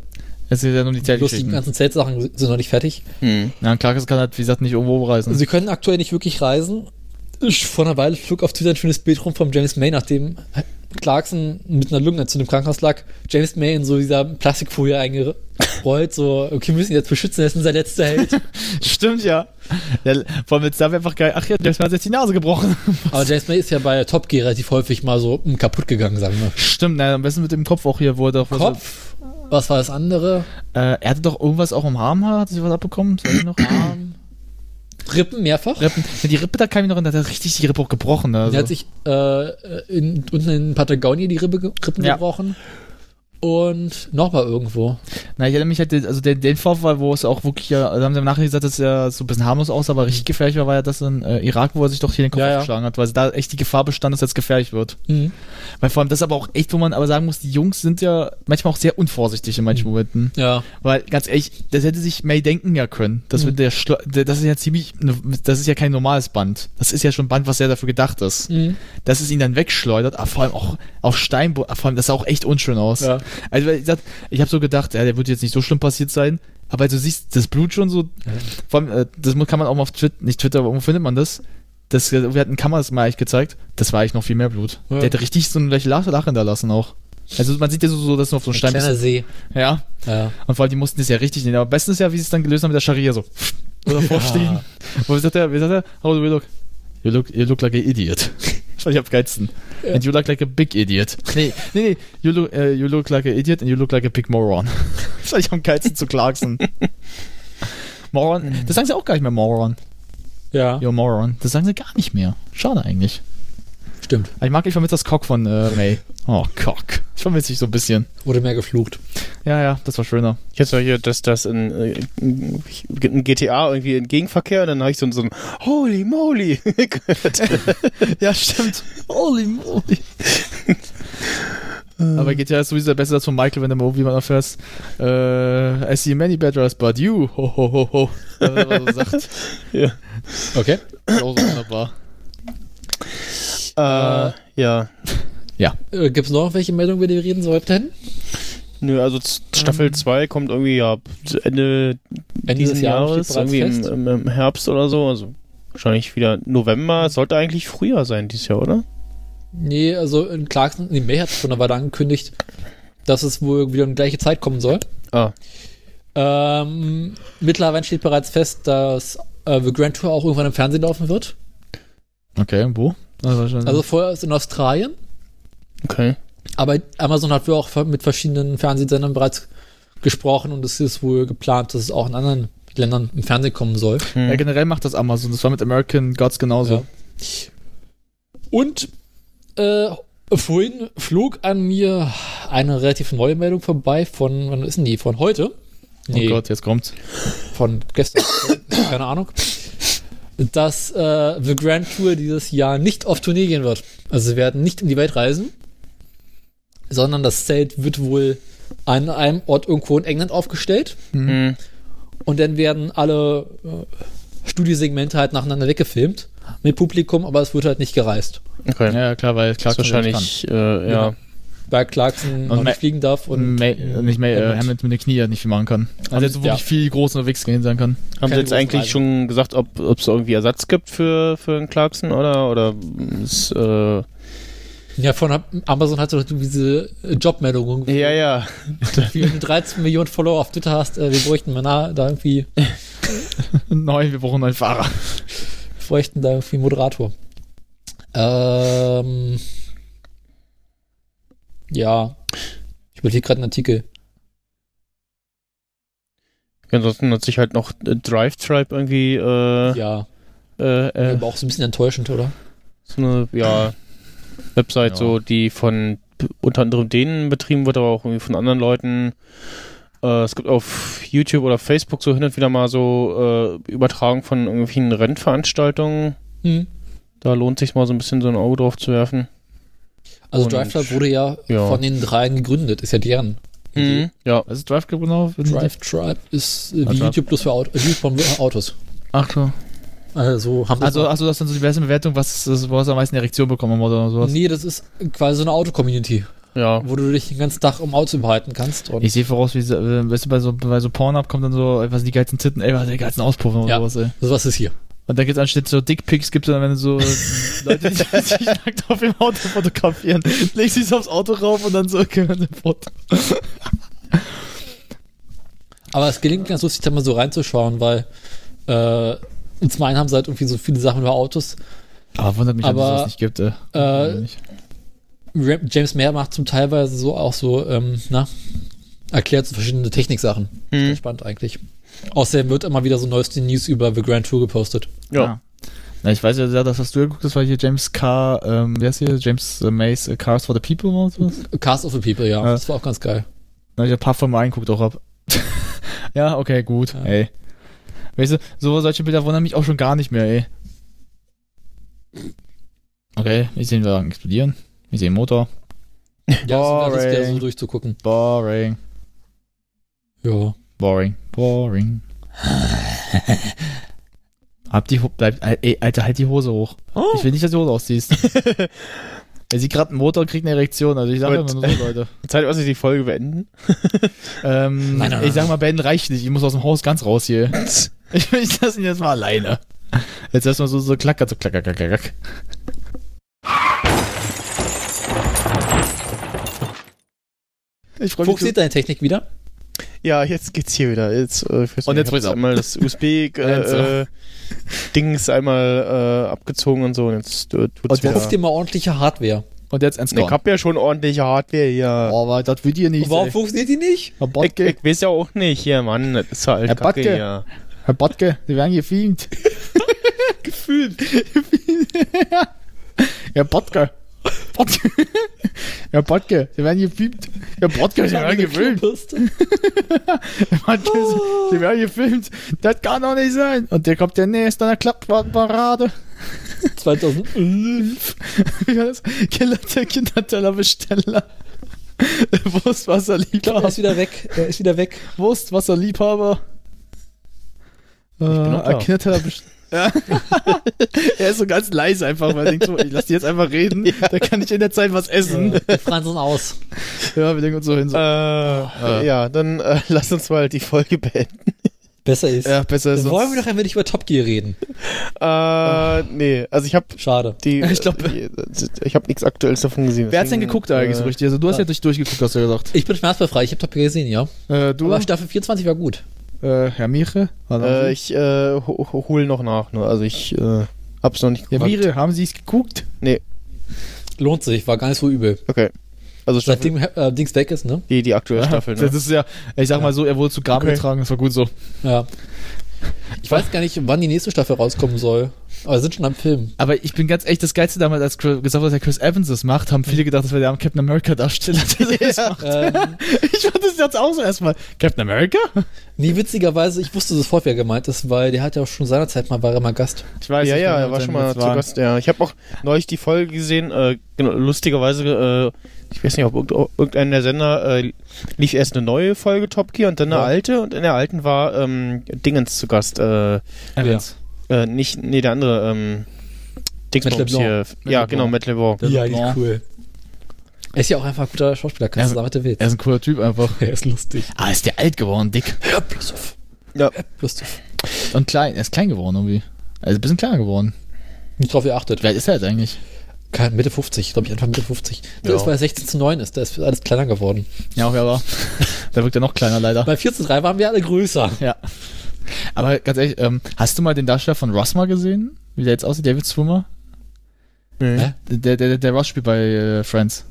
Speaker 4: es geht ja nur um die Zeit.
Speaker 3: Bloß die ganzen Zeltsachen sind noch nicht fertig.
Speaker 2: Hm.
Speaker 4: Ja, klar, das kann halt, wie gesagt, nicht irgendwo reisen.
Speaker 3: Sie können aktuell nicht wirklich reisen. Ich- Vor einer Weile flog auf Twitter ein schönes Bild rum von James May, nachdem Clarkson mit einer Lungenentzündung im Krankenhaus lag. James May in so dieser Plastikfolie eingerollt, so, okay, wir müssen ihn jetzt beschützen, er ist unser letzter Held.
Speaker 4: Stimmt, ja. ja vor allem jetzt da einfach geil. Ach ja, James Mann hat jetzt die Nase gebrochen. [laughs]
Speaker 3: Aber James May ist ja bei Top Gear relativ häufig mal so mm, kaputt gegangen, sagen wir.
Speaker 4: Stimmt, na, am besten mit dem Kopf auch hier, wo er doch was.
Speaker 3: Kopf, was war das andere?
Speaker 4: Äh, er hatte doch irgendwas auch im Arm, hat sich was abbekommen? Das weiß ich noch.
Speaker 3: Ähm, Rippen mehrfach.
Speaker 4: Rippen. Ja, die Rippe, da kam ich noch in, da hat er richtig die Rippe auch gebrochen. Also.
Speaker 3: Er hat sich äh, in, unten in Patagonien die Rippe, ge- Rippen
Speaker 4: Ja.
Speaker 3: gebrochen. Und nochmal irgendwo.
Speaker 4: Na, ich erinnere mich halt, also den, den Vorfall, wo es auch wirklich, ja, also haben sie im Nachhinein gesagt, dass er so ein bisschen harmlos aussah, aber richtig gefährlich war, war ja das in äh, Irak, wo er sich doch hier den Kopf
Speaker 3: Ja, ja.
Speaker 4: aufgeschlagen hat, weil da echt die Gefahr bestand, dass er jetzt gefährlich wird.
Speaker 3: Mhm.
Speaker 4: Weil vor allem das aber auch echt, wo man aber sagen muss, die Jungs sind ja manchmal auch sehr unvorsichtig in manchen Momenten.
Speaker 3: Ja.
Speaker 4: Weil ganz ehrlich, das hätte sich May denken ja können.
Speaker 3: Mhm.
Speaker 4: Das, wird der Schla- der- das ist ja ziemlich, ne, das ist ja kein normales Band. Das ist ja schon ein Band, was sehr dafür gedacht ist.
Speaker 3: Mhm.
Speaker 4: Dass es ihn dann wegschleudert, aber vor allem auch auf Steinboden, vor allem das sah auch echt unschön aus.
Speaker 3: Ja.
Speaker 4: Also weil ich, sag- ich habe so gedacht, ja, der wird jetzt nicht so schlimm passiert sein. Aber du siehst das Blut schon so, vor allem, äh, das mu- kann man auch mal auf Twitter, nicht Twitter, aber wo findet man das? Das, äh, wir hatten Kameras mal echt gezeigt, das war eigentlich noch viel mehr Blut.
Speaker 3: Ja.
Speaker 4: Der hätte richtig so eine Lache, Lache hinterlassen auch. Also man sieht ja so, so dass nur auf so einem
Speaker 3: Ein
Speaker 4: Stein
Speaker 3: kleiner See.
Speaker 4: Ja,
Speaker 3: Ja.
Speaker 4: und vor allem, die mussten es ja richtig nehmen. Aber am besten ist ja, wie sie es dann gelöst haben mit der Scharia so. Oder vorstehen. Wo sagt er, wie sagt er, how do we look? You look, you look like an idiot. [laughs] Das fand ich am geilsten. And you look like a big idiot. Nee, nee, nee. You look, äh, you look like an idiot and you look like a big moron. Das [laughs] fand ich am geilsten zu Clarkson. Moron, das sagen sie auch gar nicht mehr Moron.
Speaker 3: Ja.
Speaker 4: Yo, Moron. Das sagen sie gar nicht mehr. Schade eigentlich.
Speaker 3: Stimmt.
Speaker 4: Aber ich mag, ich vermisse das Cock von äh, May. Oh, Cock. Ich vermisse ich so ein bisschen.
Speaker 3: Wurde mehr geflucht.
Speaker 4: Ja, ja, das war schöner.
Speaker 2: Ich hatte hier, dass das in, äh, in in GTA irgendwie in Gegenverkehr und dann habe ich so, ein- so ein Holy moly [laughs] gehört.
Speaker 4: [laughs] Ja, stimmt. Holy moly. Aber GTA ist sowieso der beste Satz von Michael, wenn du mal irgendwie mal erfährst. Äh, I see many bad guys, but you. Ho, ho, ho, ho. Wenn er mal so sagt. Das
Speaker 2: ja.
Speaker 3: Okay.
Speaker 4: ist auch so wunderbar.
Speaker 2: Äh, ja.
Speaker 3: Äh, Gibt es noch welche Meldungen, über die wir reden sollten?
Speaker 2: Nö, also Z- Staffel 2 kommt irgendwie ja Ende,
Speaker 3: Ende
Speaker 2: dieses
Speaker 3: des
Speaker 2: Jahres,
Speaker 3: Jahres steht bereits
Speaker 2: irgendwie im,
Speaker 3: fest.
Speaker 2: im, im Herbst oder so. Also wahrscheinlich wieder November. Es Sollte eigentlich früher sein dieses Jahr, oder?
Speaker 3: Nee, also in Clarkson, nee, May hat schon eine Weile angekündigt, dass es wohl wieder um die gleiche Zeit kommen soll.
Speaker 2: Ah.
Speaker 3: Ähm, mittlerweile steht bereits fest, dass äh, The Grand Tour auch irgendwann im Fernsehen laufen wird.
Speaker 4: Okay, wo? Also,
Speaker 3: Also vorher ist in Australien.
Speaker 2: Okay.
Speaker 3: Aber Amazon hat wohl auch mit verschiedenen Fernsehsendern bereits gesprochen und es ist wohl geplant, dass es auch in anderen Ländern im Fernsehen kommen soll.
Speaker 4: ja, generell macht das Amazon. Das war mit American Gods genauso.
Speaker 3: Ja. Und äh, vorhin flog an mir eine relativ neue Meldung vorbei von, wann ist denn die? Von heute?
Speaker 4: Oh Gott, jetzt kommt's.
Speaker 3: von
Speaker 4: [coughs]
Speaker 3: gestern. Keine Ahnung. Dass äh, The Grand Tour dieses Jahr nicht auf Tournee gehen wird. Also sie werden nicht in die Welt reisen, sondern das Zelt wird wohl an einem Ort irgendwo in England aufgestellt
Speaker 2: Mhm.
Speaker 3: und dann werden alle äh, Studiosegmente halt nacheinander weggefilmt mit Publikum, aber es wird halt nicht gereist.
Speaker 2: Okay.
Speaker 4: Ja, klar, weil klar
Speaker 2: ist wahrscheinlich, äh, ja.
Speaker 3: bei Clarkson
Speaker 4: Und
Speaker 3: auch
Speaker 4: Ma-
Speaker 3: nicht fliegen darf und
Speaker 4: May, äh, nicht May, äh,
Speaker 3: Hammond.
Speaker 4: Hammond mit den Knie halt nicht viel machen kann. Also jetzt wirklich
Speaker 3: ja.
Speaker 4: viel groß unterwegs gewesen sein kann.
Speaker 2: Haben
Speaker 3: Keine
Speaker 2: Sie jetzt eigentlich
Speaker 3: große
Speaker 2: schon gesagt, ob es irgendwie Ersatz gibt für, für einen Clarkson oder, oder ist, äh,
Speaker 3: Ja, von Am- Amazon hat so diese äh, Jobmeldung.
Speaker 2: ja, ja.
Speaker 3: [laughs] Wie du 13 Millionen Follower auf Twitter hast, äh, wir bräuchten mal nah, da irgendwie,
Speaker 4: [laughs] Neu, wir brauchen einen neuen Fahrer.
Speaker 3: bräuchten da irgendwie einen Moderator. Ähm, ja. Ich überlege gerade einen Artikel.
Speaker 2: Ansonsten hat sich halt noch äh, Drive Tribe irgendwie, äh,
Speaker 3: Ja.
Speaker 2: äh, äh,
Speaker 3: Aber auch so ein bisschen enttäuschend, oder?
Speaker 2: so eine, ja, Website,
Speaker 4: Ja.
Speaker 2: so, die von p- unter anderem denen betrieben wird, aber auch irgendwie von anderen Leuten. Äh, es gibt auf YouTube oder Facebook so hin und wieder mal so äh, Übertragung von irgendwelchen Rennveranstaltungen.
Speaker 3: Hm.
Speaker 2: Da lohnt sich mal so ein bisschen so ein Auge drauf zu werfen.
Speaker 3: Also
Speaker 2: Und-
Speaker 3: Drive Tribe wurde ja,
Speaker 2: ja.
Speaker 3: von den dreien gegründet, ist ja deren. Idee.
Speaker 2: Mhm. Ja,
Speaker 4: Was ist Drive Club genau? Wenn Sie-
Speaker 3: Drive Tribe ist äh, wie
Speaker 4: Ah, Drive.
Speaker 3: YouTube plus für Auto, äh, YouTube von Autos.
Speaker 4: Ach so.
Speaker 3: Also haben sie
Speaker 4: Also, also das ist dann so die beste Bewertung, was das, wo es am meisten Erektion bekommen haben oder sowas.
Speaker 3: Nee, das ist quasi so eine Auto-Community,
Speaker 2: ja.
Speaker 3: wo du dich den ganzen Tag um Auto behalten kannst. Und
Speaker 4: Ich sehe voraus, wie, so- äh, weißt du, bei so, bei so Pornhub kommt dann so, ey, was sind die geilsten Titten, ey, was sind die geilsten Auspuffen oder
Speaker 3: Ja.
Speaker 4: sowas, ey.
Speaker 3: so was ist hier.
Speaker 4: Und da gibt's anstatt so Dickpics, gibt's dann, wenn so äh,
Speaker 3: [laughs]
Speaker 4: Leute, die sich [laughs] nackt auf dem Auto fotografieren, legst sie aufs Auto rauf und dann so, okay, dann fort.
Speaker 3: Aber es gelingt ganz lustig, da mal so reinzuschauen, weil äh, zum einen haben sie halt irgendwie so viele Sachen über Autos.
Speaker 4: Aber Ah, wundert mich,
Speaker 3: Aber,
Speaker 4: dass es das nicht gibt, ey.
Speaker 3: äh, Ram- James Mayer macht zum teilweise so auch so, ähm, na, erklärt so verschiedene Techniksachen. Ist
Speaker 2: Mhm.
Speaker 3: ganz Spannend eigentlich. Außerdem wird immer wieder so neueste News über The Grand Tour gepostet.
Speaker 2: Ja.
Speaker 4: Ah. Na, ich weiß ja, sehr, das, was du geguckt hast, war hier James Carr, ähm, wer ist hier? James äh, Mays äh, Cars for the People oder sowas?
Speaker 3: Cast of the People, ja.
Speaker 4: Ja.
Speaker 3: Das war auch ganz geil.
Speaker 4: Na, ich hab [laughs] ein paar von mal reingeguckt auch ab. ja, okay, gut,
Speaker 3: Ja.
Speaker 4: ey. Weißt du, so, solche Bilder wundern mich auch schon gar nicht mehr, ey. Okay, ich sehe den Wagen explodieren. Ich sehe den Motor.
Speaker 3: Ja, das ist wieder so
Speaker 4: Boring.
Speaker 3: durchzugucken.
Speaker 4: Boring.
Speaker 3: Ja.
Speaker 4: Boring. Boring. Hab die, Ho- bleib, ey, Alter, halt die Hose hoch. Ich will nicht, dass du die Hose ausziehst. er sieht gerade einen Motor und kriegt eine Erektion. Also ich sage immer
Speaker 2: Gut.
Speaker 4: nur so, Leute.
Speaker 2: Zeit, was ich die Folge beenden.
Speaker 4: Ähm,
Speaker 3: Nein, nein,
Speaker 4: ich sag
Speaker 3: nein.
Speaker 4: mal, Ben reicht nicht. Ich muss aus dem Haus ganz raus
Speaker 2: [laughs]
Speaker 4: hier. Ich, ich lasse ihn jetzt mal alleine. Jetzt erstmal so, so klacker, so klacker, klacker, klacker. Ich freue mich.
Speaker 3: Fuchs sieht deine Technik wieder.
Speaker 2: Ja, jetzt geht's hier wieder. Jetzt, äh, ich weiß
Speaker 4: Und
Speaker 2: nicht, ich
Speaker 4: jetzt
Speaker 2: hab's
Speaker 4: bringt's ab.
Speaker 2: einmal das USB [laughs] äh,
Speaker 4: Lenzer.
Speaker 2: äh, Dings einmal äh, abgezogen und so und jetzt äh, tut's
Speaker 4: Und
Speaker 2: wieder.
Speaker 3: Kauf dir mal ordentliche Hardware.
Speaker 4: Und jetzt ein
Speaker 2: Ich
Speaker 4: Score.
Speaker 2: hab ja schon ordentliche Hardware hier.
Speaker 4: Oh, aber das will ihr nicht.
Speaker 3: Warum
Speaker 4: Wow.
Speaker 3: funktioniert die nicht?
Speaker 4: Herr
Speaker 2: ich,
Speaker 4: Botke,
Speaker 2: ich weiß ja auch nicht hier, Mann. Das ist halt
Speaker 4: Herr
Speaker 2: Kacke
Speaker 4: Backe.
Speaker 2: hier.
Speaker 4: Herr Botke, Sie
Speaker 2: [laughs]
Speaker 4: werden gefilmt.
Speaker 3: Gefühlt.
Speaker 4: [laughs] Herr Botke. Botke. Herr Botke, Sie werden gefilmt. Herr Botke, Sie werden gefilmt. Manche, sie, sie werden gefilmt. Das kann doch nicht sein. Und der kommt der nächste an der Klappparade. [laughs]
Speaker 3: 2000.
Speaker 4: Wie war das? Killer der Kindertellerbesteller.
Speaker 3: Er
Speaker 4: Wurstwasserliebhaber.
Speaker 3: ist wieder weg. Er ist wieder weg.
Speaker 4: Wurstwasserliebhaber. Äh,
Speaker 2: auch da.
Speaker 4: ein Kindertellerbest- Ja. [laughs] er ist so ganz leise einfach, weil er denkt so, ich lass die jetzt einfach reden, da kann ich in der Zeit was essen.
Speaker 3: Die Fransen aus.
Speaker 4: Ja, wir denken uns so hin. So.
Speaker 2: Äh, ja, dann äh, [laughs] lass uns mal die Folge beenden.
Speaker 3: Besser ist.
Speaker 4: Ja, besser ist
Speaker 3: Dann wollen wir
Speaker 4: sonst.
Speaker 3: doch ein wenig über Top Gear reden.
Speaker 2: Äh, [laughs] nee, also [laughs] ich hab
Speaker 3: Schade.
Speaker 2: die. äh,
Speaker 4: Ich glaub-
Speaker 2: die- ich hab nichts Aktuelles davon gesehen. äh,
Speaker 4: Wer hat's denn geguckt eigentlich so richtig? Also du hast ja durch durchgeguckt, hast du ja gesagt.
Speaker 3: Ich bin schmerzbefrei. Ich habe Top Gear gesehen, ja.
Speaker 4: Äh, du,
Speaker 3: Aber Staffel 24 war gut.
Speaker 4: äh, Herr Miche?
Speaker 2: Äh, ich äh, ho ho- hol noch nach. Ne? Also ich äh, hab's noch nicht
Speaker 4: Ja,
Speaker 2: geguckt.
Speaker 4: Mire, haben Sie es geguckt?
Speaker 3: Lohnt sich. War gar nicht so übel.
Speaker 2: Okay. Also Staffel,
Speaker 3: Seitdem äh, Dings weg ist, ne?
Speaker 2: die, die aktuelle Staffel, ne?
Speaker 4: Das ist ja, ich sag mal so, er wurde zu Graben
Speaker 2: Okay.
Speaker 4: getragen, das war gut so.
Speaker 3: Ja. Ich weiß gar nicht, wann die nächste Staffel rauskommen soll. Aber wir sind schon am Film.
Speaker 4: Aber ich bin ganz echt das Geilste damals, als Chris, gesagt wurde, dass Chris Evans das macht, haben viele gedacht, das wäre der Captain America-Darsteller. [laughs] der das macht.
Speaker 3: Ähm,
Speaker 4: Ich fand das jetzt auch so erstmal. Captain America?
Speaker 3: [laughs] nee, witzigerweise, ich wusste sofort, wer gemeint ist, weil der hat ja auch schon seinerzeit mal, war er mal Gast.
Speaker 4: Ich weiß
Speaker 2: ja,
Speaker 4: nicht,
Speaker 2: ja,
Speaker 4: wann
Speaker 2: er war
Speaker 4: wir
Speaker 2: schon mal
Speaker 4: jetzt
Speaker 2: zu
Speaker 4: waren.
Speaker 2: Gast. Ja. Ich habe auch neulich die Folge gesehen. Äh, genau, lustigerweise, äh, ich weiß nicht, ob irgend- irgendeiner der Sender äh, lief erst eine neue Folge Top Gear und dann eine
Speaker 3: Ja.
Speaker 2: alte. Und in der alten war ähm, Dingens zu Gast. Äh,
Speaker 4: Evans.
Speaker 2: äh, nicht, nee, der andere. Ähm, Dingsbums
Speaker 3: Matt LeBlanc.
Speaker 2: hier. ja,
Speaker 4: LeBlanc.
Speaker 2: genau, Matt LeBlanc.
Speaker 4: Der
Speaker 3: ja,
Speaker 4: Leblanc.
Speaker 3: die ist cool. Er ist ja auch einfach ein guter Schauspieler, kannst du
Speaker 4: Ja,
Speaker 3: sagen, was du willst.
Speaker 4: Er ist ein cooler Typ einfach.
Speaker 3: Er ist lustig.
Speaker 4: Ah, ist der alt geworden, dick.
Speaker 3: Hör bloß auf.
Speaker 2: Ja.
Speaker 3: Hör bloß auf.
Speaker 4: Und klein, er ist klein geworden irgendwie. Also ein bisschen kleiner geworden.
Speaker 3: Nicht drauf geachtet.
Speaker 4: Wie alt ist er jetzt eigentlich?
Speaker 3: Kein, Mitte 50, glaube ich, Anfang Mitte 50. Das
Speaker 2: Ja.
Speaker 3: ist, weil er 16 zu 9 ist, da ist alles kleiner geworden.
Speaker 4: Ja, auch er war. [laughs] Da wirkt er noch kleiner leider.
Speaker 3: Bei 4 zu 3 waren wir alle größer.
Speaker 4: Ja. Aber ganz ehrlich, ähm, hast du mal den Darsteller von Ross mal gesehen? Wie der jetzt aussieht, David Swimmer?
Speaker 3: Hä?
Speaker 4: Der, der, der, der Ross spielt bei äh, Friends.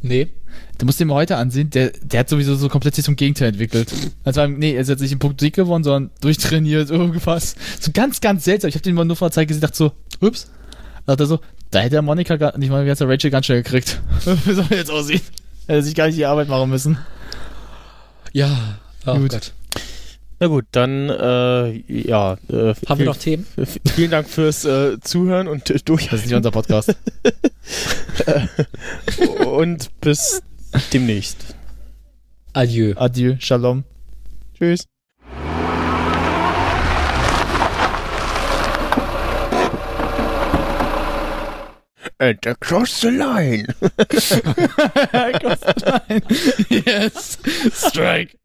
Speaker 3: Nee.
Speaker 4: Du musst den mal heute ansehen, der, der hat sowieso so komplett sich zum Gegenteil entwickelt. Also, nee, er ist jetzt nicht im Punkt Sieg geworden, sondern durchtrainiert, [laughs] irgendwas. So ganz, ganz seltsam. Ich habe den mal nur vor der Zeit gesehen, dachte so, ups. Dachte so, da hätte er Monika, gar- nicht mal, wie heißt er, Rachel ganz schnell gekriegt. [laughs] Wie soll er jetzt aussehen? Hätte sich gar nicht die Arbeit machen müssen.
Speaker 3: Ja. Oh
Speaker 4: Gut.
Speaker 3: Gott.
Speaker 2: Na gut, dann, äh, ja. Äh,
Speaker 3: Haben wir noch Themen?
Speaker 2: [laughs] Vielen Dank fürs äh, Zuhören und äh, durch.
Speaker 4: Das ist nicht unser Podcast.
Speaker 2: [laughs] und bis demnächst.
Speaker 3: Adieu.
Speaker 4: Adieu, Shalom.
Speaker 2: Tschüss. And across the [laughs] line.
Speaker 4: [laughs] yes. Strike.